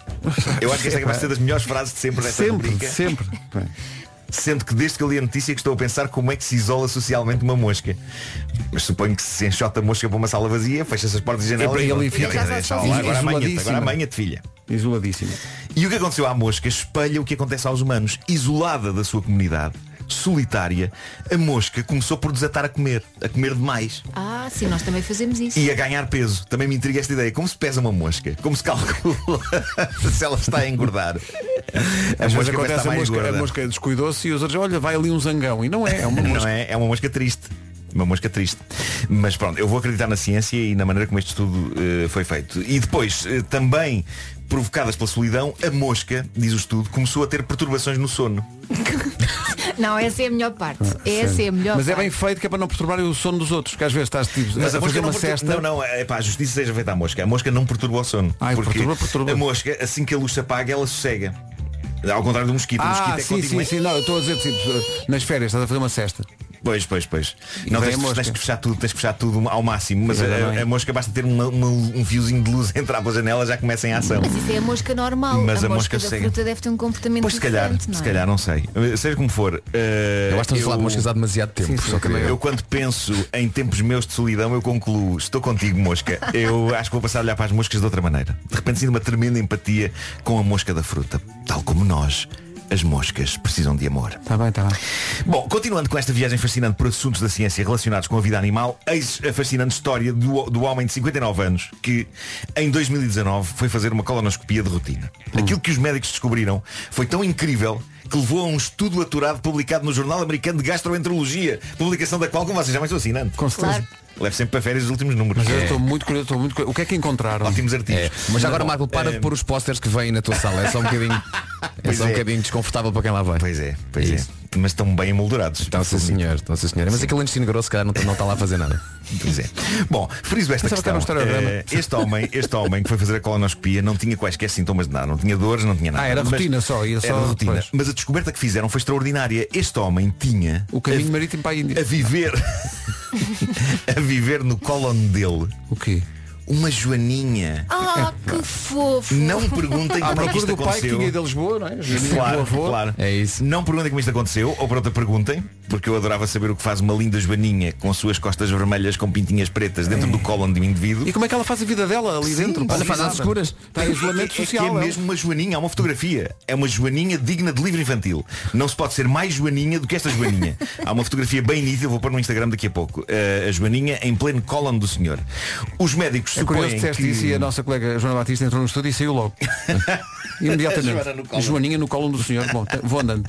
[SPEAKER 8] Eu acho que esta vai ser das melhores frases de sempre nesta
[SPEAKER 1] Sempre,
[SPEAKER 8] rubrica.
[SPEAKER 1] sempre. Bem,
[SPEAKER 8] Sendo que desde que eu li a notícia que estou a pensar como é que se isola socialmente uma mosca. Mas suponho que se enxota a mosca para uma sala vazia, fecha-se as portas e janelas.
[SPEAKER 1] É para ele
[SPEAKER 8] pronto,
[SPEAKER 1] e fica.
[SPEAKER 8] olha,
[SPEAKER 1] Já
[SPEAKER 8] deixa
[SPEAKER 1] está
[SPEAKER 8] lá, Agora
[SPEAKER 1] sozinho,
[SPEAKER 8] amanhã, agora
[SPEAKER 1] isoladíssima.
[SPEAKER 8] amanhã, filha.
[SPEAKER 1] Isoladíssimo.
[SPEAKER 8] E o que aconteceu à mosca espelha o que acontece aos humanos. Isolada da sua comunidade, solitária, a mosca começou por desatar a comer, a comer demais
[SPEAKER 4] Ah, sim, nós também fazemos isso.
[SPEAKER 8] e a ganhar peso. Também me intriga esta ideia. Como se pesa uma mosca? Como se calcula se ela está a engordar? A
[SPEAKER 1] Às vezes
[SPEAKER 8] mosca parece
[SPEAKER 1] acontece
[SPEAKER 8] estar
[SPEAKER 1] a
[SPEAKER 8] mais
[SPEAKER 1] mosca, a
[SPEAKER 8] gorda.
[SPEAKER 1] mosca descuidou-se e os outros, olha, vai ali um zangão. E não é, é uma
[SPEAKER 8] Não
[SPEAKER 1] mosca.
[SPEAKER 8] é? É uma mosca triste. Uma mosca triste. Mas pronto, eu vou acreditar na ciência e na maneira como este estudo eh, foi feito. E depois, eh, também provocadas pela solidão, a mosca, diz o estudo, começou a ter perturbações no sono.
[SPEAKER 4] Não, essa é a melhor parte. Essa é a melhor
[SPEAKER 1] Mas é
[SPEAKER 4] parte.
[SPEAKER 1] bem feito que é para não perturbar o sono dos outros, que às vezes estás tipo
[SPEAKER 8] Mas a,
[SPEAKER 1] a
[SPEAKER 8] mosca
[SPEAKER 1] fazer
[SPEAKER 8] não
[SPEAKER 1] uma
[SPEAKER 8] perturba.
[SPEAKER 1] cesta.
[SPEAKER 8] Não, não, é pá, a justiça seja feita à mosca. A mosca não perturba o sono.
[SPEAKER 1] Ai,
[SPEAKER 8] porque
[SPEAKER 1] perturba, perturba.
[SPEAKER 8] a mosca, assim que a luz se apaga, ela sossega. Ao contrário do mosquito, o mosquito
[SPEAKER 1] Ah,
[SPEAKER 8] é
[SPEAKER 1] sim, sim,
[SPEAKER 8] continuamente-
[SPEAKER 1] sim, não, eu estou a dizer tipo, nas férias, estás a fazer uma cesta.
[SPEAKER 8] Pois, pois, pois.
[SPEAKER 1] E
[SPEAKER 8] não
[SPEAKER 1] vem
[SPEAKER 8] tens,
[SPEAKER 1] a
[SPEAKER 8] que-
[SPEAKER 1] mosca.
[SPEAKER 8] tens que fechar tudo, tens que fechar tudo ao máximo, mas a,
[SPEAKER 1] Exatamente.
[SPEAKER 8] a mosca basta ter uma- uma- um fiozinho de luz entrar pela janela, já começa em ação.
[SPEAKER 4] Mas isso é a mosca normal.
[SPEAKER 8] Mas
[SPEAKER 4] a,
[SPEAKER 8] a mosca
[SPEAKER 4] mosca, da
[SPEAKER 8] segue.
[SPEAKER 4] fruta deve ter um comportamento
[SPEAKER 8] Pois se calhar,
[SPEAKER 4] diferente, não
[SPEAKER 8] se
[SPEAKER 4] é?
[SPEAKER 8] calhar não sei. Seja como for, eh,
[SPEAKER 6] eu acho que estamos a falar de moscas há demasiado tempo.
[SPEAKER 1] Sim, sim,
[SPEAKER 6] só queria-
[SPEAKER 1] também
[SPEAKER 8] eu quando penso em tempos meus de solidão, eu concluo, estou contigo, mosca. Eu acho que vou passar a olhar para as moscas de outra maneira. De repente sinto uma tremenda empatia com a mosca da fruta. Tal como nós, as moscas precisam de amor.
[SPEAKER 1] Está Tá bem, está bem.
[SPEAKER 8] Bom, continuando com esta viagem fascinante por assuntos da ciência relacionados com a vida animal, eis a fascinante história do, do homem de 59 anos que, em 2019, foi fazer uma colonoscopia de rotina. Aquilo que os médicos descobriram foi tão incrível que levou a um estudo aturado publicado no Jornal Americano de Gastroenterologia, publicação da qual, como vocês já mais assinante.
[SPEAKER 1] Com certeza.
[SPEAKER 4] Claro.
[SPEAKER 8] Levo sempre para férias os últimos números.
[SPEAKER 1] Mas eu
[SPEAKER 8] É.
[SPEAKER 1] estou muito curioso, estou muito curioso. O que é que encontraram?
[SPEAKER 8] Ótimos artigos.
[SPEAKER 6] É, mas já agora,
[SPEAKER 8] Bom,
[SPEAKER 6] Marco, para
[SPEAKER 8] eh,
[SPEAKER 6] de pôr os posters que vêm na tua sala. É só um bocadinho, é
[SPEAKER 8] Pois
[SPEAKER 6] só um
[SPEAKER 8] é.
[SPEAKER 6] bocadinho desconfortável para quem lá vai.
[SPEAKER 8] Pois é, pois é.
[SPEAKER 6] Isso.
[SPEAKER 8] mas estão bem emoldurados.
[SPEAKER 6] Então, sim, senhor, então, sim, senhor. Mas aquele intestino grosso, se calhar, não, tá- não está lá a fazer nada.
[SPEAKER 8] Pois é. Bom, friso esta
[SPEAKER 6] Pensava que era um
[SPEAKER 8] questão.
[SPEAKER 6] historiograma.
[SPEAKER 8] Eh, este, homem, este homem que foi fazer a colonoscopia não tinha quaisquer sintomas de nada, não tinha dores, não tinha nada.
[SPEAKER 1] Ah, era
[SPEAKER 8] Mas-
[SPEAKER 1] rotina só, ia
[SPEAKER 8] era
[SPEAKER 1] só
[SPEAKER 8] rotina.
[SPEAKER 1] depois.
[SPEAKER 8] Mas a descoberta que fizeram foi extraordinária. Este homem tinha
[SPEAKER 1] O caminho marítimo para a Índia.
[SPEAKER 8] a viver a viver no cólon dele
[SPEAKER 1] O quê?
[SPEAKER 8] uma joaninha.
[SPEAKER 4] Ah, que fofo.
[SPEAKER 8] Não me perguntem
[SPEAKER 1] À
[SPEAKER 8] como é que
[SPEAKER 1] procura
[SPEAKER 8] isto
[SPEAKER 1] do pai que
[SPEAKER 8] aconteceu.
[SPEAKER 1] tinha de Lisboa, não é? Joaninha do
[SPEAKER 8] Claro,
[SPEAKER 1] avô.
[SPEAKER 8] claro.
[SPEAKER 6] É isso.
[SPEAKER 8] Não perguntem como isto aconteceu, ou para outra perguntem, porque eu adorava saber o que faz uma linda joaninha com as suas costas vermelhas com pintinhas pretas
[SPEAKER 1] É.
[SPEAKER 8] dentro do cólon de um indivíduo.
[SPEAKER 1] E como é que ela faz a vida dela ali dentro?
[SPEAKER 6] Olha, faz às escuras.
[SPEAKER 1] Está em isolamento
[SPEAKER 8] É que
[SPEAKER 1] social. um-
[SPEAKER 8] é
[SPEAKER 1] ela.
[SPEAKER 8] mesmo uma joaninha, há uma fotografia. É uma joaninha digna de livro infantil. Não se pode ser mais joaninha do que esta joaninha. há uma fotografia bem nítida, vou pôr no Instagram daqui a pouco. Eh, a joaninha em pleno cólon do senhor. Os médicos
[SPEAKER 1] É curioso que
[SPEAKER 8] supõem
[SPEAKER 1] disseste isso e a nossa colega Joana Batista entrou no estúdio e saiu logo. Imediatamente.
[SPEAKER 8] Joana no colo.
[SPEAKER 1] Joaninha no colo do senhor. Bom, tá- vou andando.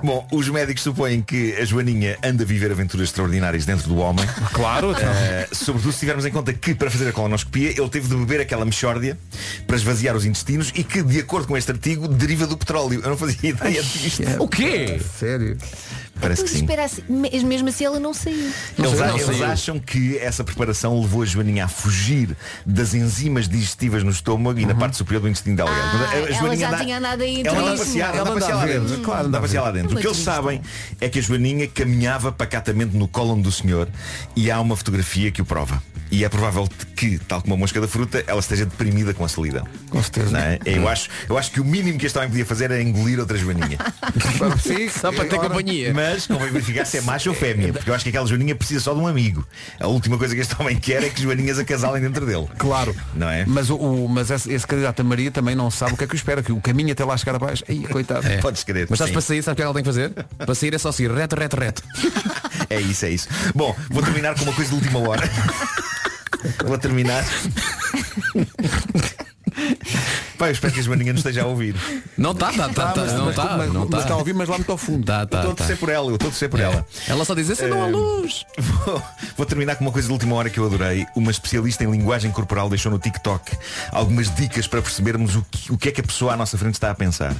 [SPEAKER 8] Bom, os médicos supõem que a Joaninha anda a viver aventuras extraordinárias dentro do homem.
[SPEAKER 1] Claro, então.
[SPEAKER 8] Eh, sobretudo se tivermos em conta que para fazer a colonoscopia ele teve de beber aquela mexórdia para esvaziar os intestinos e que, de acordo com este artigo, deriva do petróleo. Eu não fazia ideia disto.
[SPEAKER 1] é,
[SPEAKER 6] O quê?
[SPEAKER 1] Sério.
[SPEAKER 8] Parece que
[SPEAKER 4] Mas
[SPEAKER 8] sim.
[SPEAKER 4] espera assim, mas mesmo assim ela não saiu.
[SPEAKER 8] Eles,
[SPEAKER 6] sei,
[SPEAKER 8] a-
[SPEAKER 6] não
[SPEAKER 8] eles
[SPEAKER 6] saiu.
[SPEAKER 8] acham que essa preparação levou a Joaninha a fugir das enzimas digestivas no estômago e na parte superior do intestino delgado.
[SPEAKER 4] Ah,
[SPEAKER 8] Portanto,
[SPEAKER 4] ela já tinha andado em
[SPEAKER 8] Ela anda a
[SPEAKER 4] turismo.
[SPEAKER 8] passear, anda a
[SPEAKER 1] Ela
[SPEAKER 8] passear
[SPEAKER 1] anda
[SPEAKER 8] lá
[SPEAKER 1] a ver,
[SPEAKER 8] dentro.
[SPEAKER 1] claro,
[SPEAKER 8] Anda a passear lá
[SPEAKER 4] anda a
[SPEAKER 8] dentro. O que
[SPEAKER 4] ver.
[SPEAKER 8] eles sabem é que a Joaninha caminhava pacatamente no cólon do senhor e há uma fotografia que o prova. E é provável que, tal como a mosca da fruta, ela esteja deprimida com a solidão.
[SPEAKER 1] Com certeza.
[SPEAKER 8] Não é? Eu, acho, eu acho que o mínimo que este homem podia fazer era engolir outra Joaninha.
[SPEAKER 1] Sim,
[SPEAKER 6] Só para ter
[SPEAKER 1] ora,
[SPEAKER 6] companhia.
[SPEAKER 8] Mas convém verificar se é macho ou fêmea, porque eu acho que aquela Joaninha precisa só de um amigo. A última coisa que este homem quer é que Joaninhas acasalem dentro dele.
[SPEAKER 1] Claro.
[SPEAKER 8] Não é?
[SPEAKER 1] Mas, o, o- mas esse, esse candidato a Maria também não sabe o que é que o espera, que o caminho até lá chegar abaixo. Aí, coitado.
[SPEAKER 8] É. Podes crer.
[SPEAKER 6] Mas estás
[SPEAKER 8] sim.
[SPEAKER 6] para sair, sabe o que ela tem que fazer? Para sair é só seguir reto, reto, reto.
[SPEAKER 8] É isso, é isso. Bom, vou terminar com uma coisa de última hora. Vou terminar. Pai, eu espero que a Joaninha não esteja a ouvir.
[SPEAKER 6] Não tá, está, está, está,
[SPEAKER 1] Tá, mas,
[SPEAKER 6] não
[SPEAKER 1] mas-
[SPEAKER 6] está,
[SPEAKER 1] mas-
[SPEAKER 6] não
[SPEAKER 1] mas tá está a
[SPEAKER 6] está.
[SPEAKER 1] ouvir, mas lá muito ao fundo.
[SPEAKER 6] Tá,
[SPEAKER 8] eu estou
[SPEAKER 6] tá,
[SPEAKER 8] a
[SPEAKER 6] tá.
[SPEAKER 8] torcer por ela, eu estou a torcer por ela. É.
[SPEAKER 6] Ela só diz assim, não há luz.
[SPEAKER 8] Eh, Vou, vou terminar com uma coisa de última hora que eu adorei. Uma especialista em linguagem corporal deixou no TikTok algumas dicas para percebermos o que, o que é que a pessoa à nossa frente está a pensar.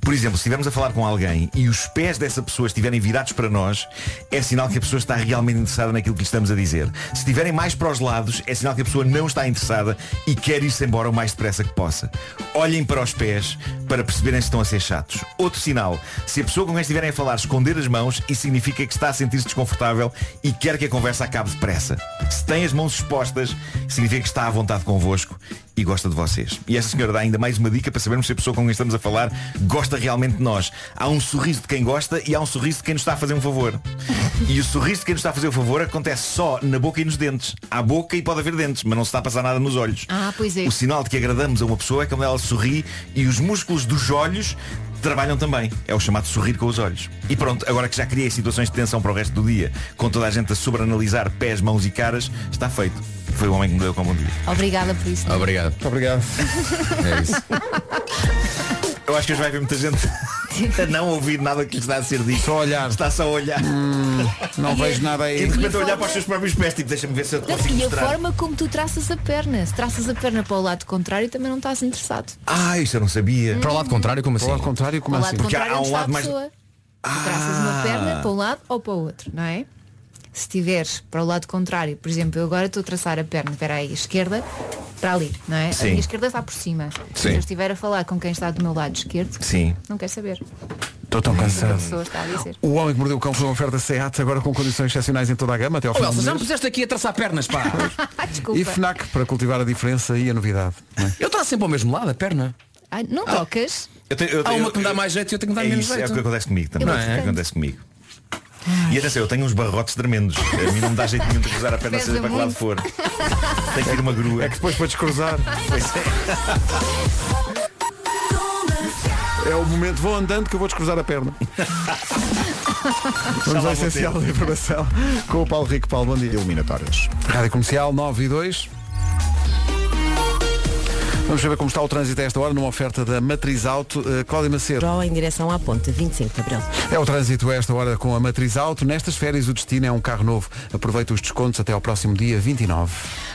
[SPEAKER 8] Por exemplo, se estivermos a falar com alguém e os pés dessa pessoa estiverem virados para nós, é sinal que a pessoa está realmente interessada naquilo que lhe estamos a dizer. Se estiverem mais para os lados, é sinal que a pessoa não está interessada e quer ir-se embora o mais depressa que possa. Olhem para os pés para perceberem se estão a ser chatos. Outro sinal, se a pessoa com quem estiverem a falar esconder as mãos, isso significa que está a sentir-se desconfortável e quer que a conversa acabe depressa. Se tem as mãos expostas, significa que está à vontade convosco e gosta de vocês. E esta senhora dá ainda mais uma dica para sabermos se a pessoa com quem estamos a falar gosta realmente de nós. Há um sorriso de quem gosta e há um sorriso de quem nos está a fazer um favor. E o sorriso de quem nos está a fazer o favor acontece só na boca e nos dentes. Há boca e pode haver dentes, mas não se está a passar nada nos olhos.
[SPEAKER 4] Ah, pois é.
[SPEAKER 8] O sinal de que agradamos a uma pessoa é quando ela sorri e os músculos dos olhos trabalham também. É o chamado sorrir com os olhos. E pronto, agora que já criei situações de tensão para o resto do dia, com toda a gente a sobreanalisar pés, mãos e caras, está feito. Foi o homem que me deu com bom dia.
[SPEAKER 4] Obrigada por
[SPEAKER 8] Ah,
[SPEAKER 4] isso.
[SPEAKER 6] Obrigado.
[SPEAKER 1] Muito obrigado.
[SPEAKER 6] É isso.
[SPEAKER 8] Eu acho que hoje vai haver muita gente a não ouvir nada que lhes está a ser dito.
[SPEAKER 1] Só olhar.
[SPEAKER 8] Está só a olhar.
[SPEAKER 1] Não vejo nada
[SPEAKER 8] E de
[SPEAKER 1] aí.
[SPEAKER 8] repente
[SPEAKER 4] E
[SPEAKER 8] a
[SPEAKER 4] a
[SPEAKER 8] olhar
[SPEAKER 4] forma-
[SPEAKER 8] para os seus próprios pés, tipo, deixa-me ver se eu te consigo
[SPEAKER 4] Então, E a
[SPEAKER 8] mostrar.
[SPEAKER 4] forma como tu traças a perna. Se traças a perna para o lado contrário, também não estás interessado.
[SPEAKER 8] Ah, isso eu não sabia.
[SPEAKER 6] Para o lado contrário, como assim?
[SPEAKER 1] Ou ao contrário, como
[SPEAKER 4] Para o
[SPEAKER 1] assim?
[SPEAKER 4] lado
[SPEAKER 8] Porque há-
[SPEAKER 4] contrário é
[SPEAKER 8] há
[SPEAKER 4] onde
[SPEAKER 8] um
[SPEAKER 4] está
[SPEAKER 8] lado
[SPEAKER 4] a
[SPEAKER 8] mais- Ah!
[SPEAKER 4] pessoa. Tu traças uma perna para um lado ou para o outro, não é? Se tiveres para o lado contrário, por exemplo, eu agora estou a traçar a perna, espera aí, esquerda para ali, não é?
[SPEAKER 8] Sim.
[SPEAKER 4] A minha esquerda está por cima. Se eu estiver a falar com quem está do meu lado esquerdo,
[SPEAKER 8] Sim. Tá.
[SPEAKER 4] não quer saber o que
[SPEAKER 1] Estou tão
[SPEAKER 4] a
[SPEAKER 1] cansado.
[SPEAKER 4] pessoa está a dizer.
[SPEAKER 1] O Homem que Mordeu o Cão foi uma oferta SEAT, agora com condições excepcionais em toda a gama, até ao
[SPEAKER 6] Oh,
[SPEAKER 1] fim do
[SPEAKER 6] Elsa, já me
[SPEAKER 1] mês.
[SPEAKER 6] puseste aqui a traçar pernas, pá.
[SPEAKER 4] Ah, desculpa.
[SPEAKER 1] E FNAC, para cultivar a diferença e a novidade. não é?
[SPEAKER 6] Eu traço sempre ao mesmo lado a perna.
[SPEAKER 4] Ai, não tocas?
[SPEAKER 8] Eu tenho- eu
[SPEAKER 6] Há
[SPEAKER 8] tenho-
[SPEAKER 6] uma que me dá
[SPEAKER 8] eu-
[SPEAKER 6] mais jeito e eu tenho que dar
[SPEAKER 8] é
[SPEAKER 6] menos
[SPEAKER 8] isso, É o
[SPEAKER 6] jeito.
[SPEAKER 8] que acontece comigo também.
[SPEAKER 4] Eu
[SPEAKER 8] É o que
[SPEAKER 4] bastante.
[SPEAKER 8] acontece comigo. E atenção, eu tenho uns barrotes tremendos. A mim não me dá jeito nenhum de cruzar a perna
[SPEAKER 4] Pesa
[SPEAKER 8] seja para que lado
[SPEAKER 4] muito.
[SPEAKER 8] for. Tem que vir uma grua.
[SPEAKER 1] É que depois para descruzar. É o momento, vou andando que eu vou descruzar a perna. Vamos
[SPEAKER 8] lá
[SPEAKER 1] ao
[SPEAKER 8] vou
[SPEAKER 1] essencial da informação com o Paulo Rico. Paulo, bom dia. Eliminatórias. Rádio Comercial 9 e 2. Vamos saber como está o trânsito a esta hora numa oferta da Matriz Auto. Eh, Cláudia Macedo.
[SPEAKER 7] Pró em direção à ponte 25 de Abril.
[SPEAKER 1] É o trânsito a esta hora com a Matriz Auto. Nestas férias o destino é um carro novo. Aproveita os descontos até ao próximo dia 29.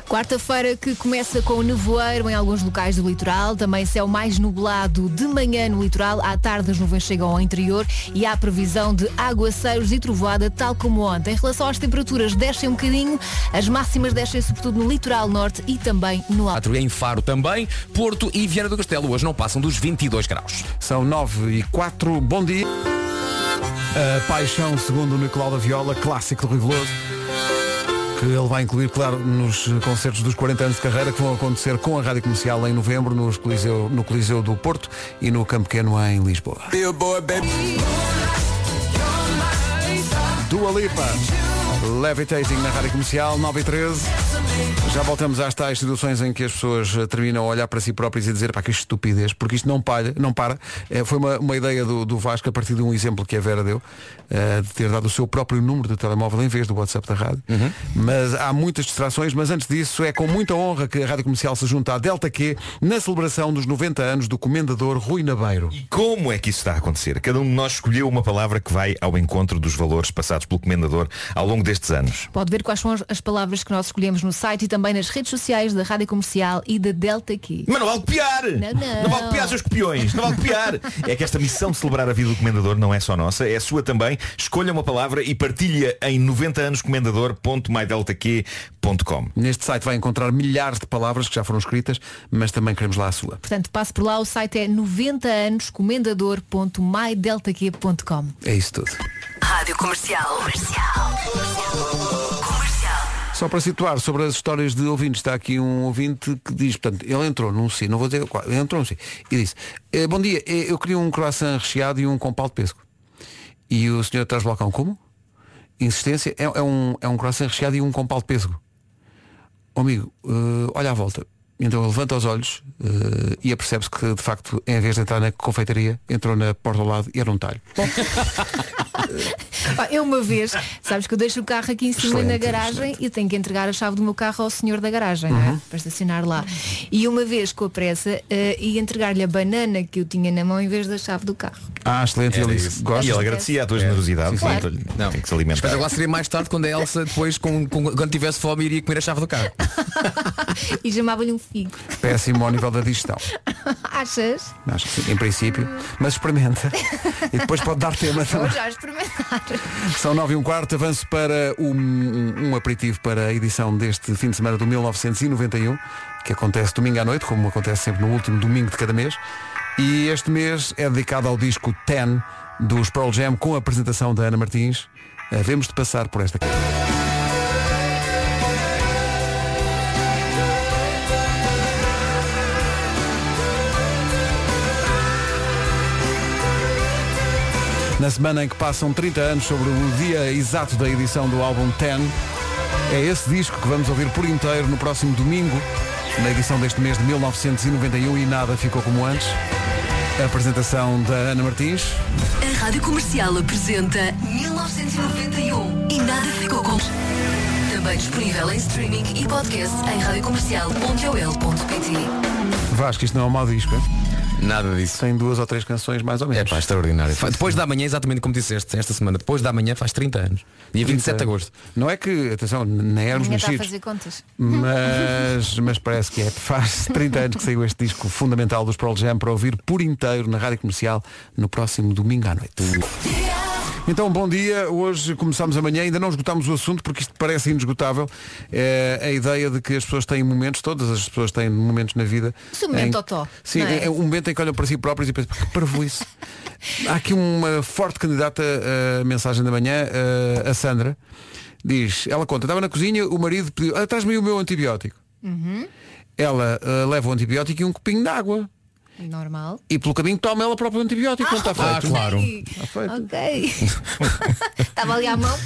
[SPEAKER 4] Quarta-feira que começa com nevoeiro em alguns locais do litoral, também céu mais nublado de manhã no litoral, à tarde as nuvens chegam ao interior e há previsão de aguaceiros e trovoada, tal como ontem. Em relação às temperaturas, descem um bocadinho, as máximas descem sobretudo no litoral norte e também no alto.
[SPEAKER 6] Em Faro também, Porto e Viana do Castelo hoje não passam dos 22 graus.
[SPEAKER 1] São 9 e 4. Bom dia. A Paixão, segundo o Nicolau da Viola, clássico do Rui Veloso, que ele vai incluir, claro, nos concertos dos 40 anos de carreira que vão acontecer com a Rádio Comercial em novembro nos Coliseu- no Coliseu do Porto e no Campo Pequeno em Lisboa. Dua Lipa. Levitating na Rádio Comercial, 9 e 13. Já voltamos às tais situações em que as pessoas eh, terminam a olhar para si próprias e dizer, pá, que estupidez, porque isto não, palha, não para. Eh, foi uma, uma ideia do, do Vasco a partir de um exemplo que a Vera deu, eh, de ter dado o seu próprio número de telemóvel em vez do WhatsApp da rádio. Mas há muitas distrações, mas antes disso é com muita honra que a Rádio Comercial se junta à Delta Q na celebração dos 90 anos do comendador Rui Nabeiro.
[SPEAKER 8] Como é que isso está a acontecer? Cada um de nós escolheu uma palavra que vai ao encontro dos valores passados pelo comendador ao longo destes anos.
[SPEAKER 4] Pode ver quais são as- as palavras que nós escolhemos no site e também nas redes sociais da Rádio Comercial e da Delta Key.
[SPEAKER 8] Mas não vale copiar!
[SPEAKER 4] Não, não.
[SPEAKER 8] vale copiar, seus copiões! Não vale copiar! é que esta missão de celebrar a vida do comendador não é só nossa, é sua também. Escolha uma palavra e partilha em 90anoscomendador.mydeltaq.com
[SPEAKER 1] Neste site vai encontrar milhares de palavras que já foram escritas, mas também queremos lá a sua.
[SPEAKER 4] Portanto, passe por lá, o site é 90anoscomendador.mydeltaq.com
[SPEAKER 1] É isso tudo.
[SPEAKER 5] Rádio Comercial. Comercial.
[SPEAKER 1] Só para situar sobre as histórias de ouvintes, está aqui um ouvinte que diz, portanto, ele entrou num sítio, não vou dizer qual, ele entrou num sítio, e disse, "Eh, bom dia, eh, eu queria um croissant recheado e um com pau de pesco. E o senhor traz balcão, como? Insistência, é, é um, é um croissant recheado e um com pau de pesco. "Oh, amigo, eh, olha à volta. Então ele levanta os olhos eh, e apercebe-se que, de facto, em vez de entrar na confeitaria, entrou na porta ao lado e era um talho.
[SPEAKER 4] Pá, eu uma vez, sabes que eu deixo o carro aqui em cima na garagem e tenho que entregar a chave do meu carro ao senhor da garagem, não
[SPEAKER 1] Uhum.
[SPEAKER 4] é? Para estacionar lá. E uma vez com a pressa eh, e entregar-lhe a banana que eu tinha na mão em vez da chave do carro.
[SPEAKER 1] Ah, excelente, ele disse,
[SPEAKER 9] isso.
[SPEAKER 1] gosto.
[SPEAKER 8] E ele é agradecia a
[SPEAKER 1] É.
[SPEAKER 8] tua generosidade.
[SPEAKER 4] Claro.
[SPEAKER 8] portanto, olha,
[SPEAKER 9] Não.
[SPEAKER 8] Tem que se alimentar.
[SPEAKER 6] Mas agora seria mais tarde quando a Elsa depois, com- com- quando tivesse fome, iria comer a chave do carro.
[SPEAKER 4] E chamava-lhe um figo.
[SPEAKER 1] Péssimo ao nível da digestão.
[SPEAKER 4] Achas?
[SPEAKER 1] Acho que sim, em princípio. Mas experimenta. E depois pode dar tema
[SPEAKER 4] Vou
[SPEAKER 1] também.
[SPEAKER 4] já experimentar.
[SPEAKER 1] São 9 e um quarto, avanço para um, um, um aperitivo para a edição deste fim de semana do 1991, que acontece domingo à noite, como acontece sempre no último domingo de cada mês. E este mês é dedicado ao disco Ten dos Pearl Jam, com a apresentação da Ana Martins. Havemos de passar por esta. Na semana em que passam 30 anos sobre o dia exato da edição do álbum Ten, é esse disco que vamos ouvir por inteiro no próximo domingo, na edição deste mês de 1991 e nada ficou como antes. A apresentação da Ana Martins.
[SPEAKER 5] A Rádio Comercial apresenta 1991 e nada ficou com. Também disponível em streaming e podcast em radiocomercial.ol.pt.
[SPEAKER 1] Vasco, isto não é um mau disco, é?
[SPEAKER 6] Nada disso.
[SPEAKER 1] Tem duas ou três canções mais ou
[SPEAKER 6] É
[SPEAKER 1] menos.
[SPEAKER 6] pá, extraordinário. Fa- Depois da manhã, exatamente como disseste, esta semana, depois da manhã faz 30 anos. Dia 27 de agosto.
[SPEAKER 1] Não é que, atenção, nem éramos
[SPEAKER 4] Ninguém está a
[SPEAKER 1] mexidos.
[SPEAKER 4] fazer contas.
[SPEAKER 1] Mas, mas parece que é. Faz 30 anos que saiu este disco fundamental dos Pearl Jam para ouvir por inteiro na Rádio Comercial no próximo domingo à noite. Então, bom dia. Hoje começámos amanhã, ainda não esgotámos o assunto porque isto parece inesgotável. É a ideia de que as pessoas têm momentos, todas as pessoas têm momentos na vida.
[SPEAKER 4] Seu um momento totó,
[SPEAKER 1] Sim,
[SPEAKER 4] não é?
[SPEAKER 1] é? um momento em que olham para si próprios e pensam, que parvoíce. Há aqui uma forte candidata à mensagem da manhã, eh, a Sandra. Diz, ela conta, estava na cozinha, o marido pediu, ah, traz-me aí o meu antibiótico.
[SPEAKER 4] Uhum.
[SPEAKER 1] Ela eh, leva o antibiótico e um copinho de água.
[SPEAKER 4] Normal.
[SPEAKER 1] E pelo caminho toma ela própria o antibiótico,
[SPEAKER 4] Ah,
[SPEAKER 1] quando está feito.
[SPEAKER 6] claro.
[SPEAKER 4] Ok. Estava ali à mão.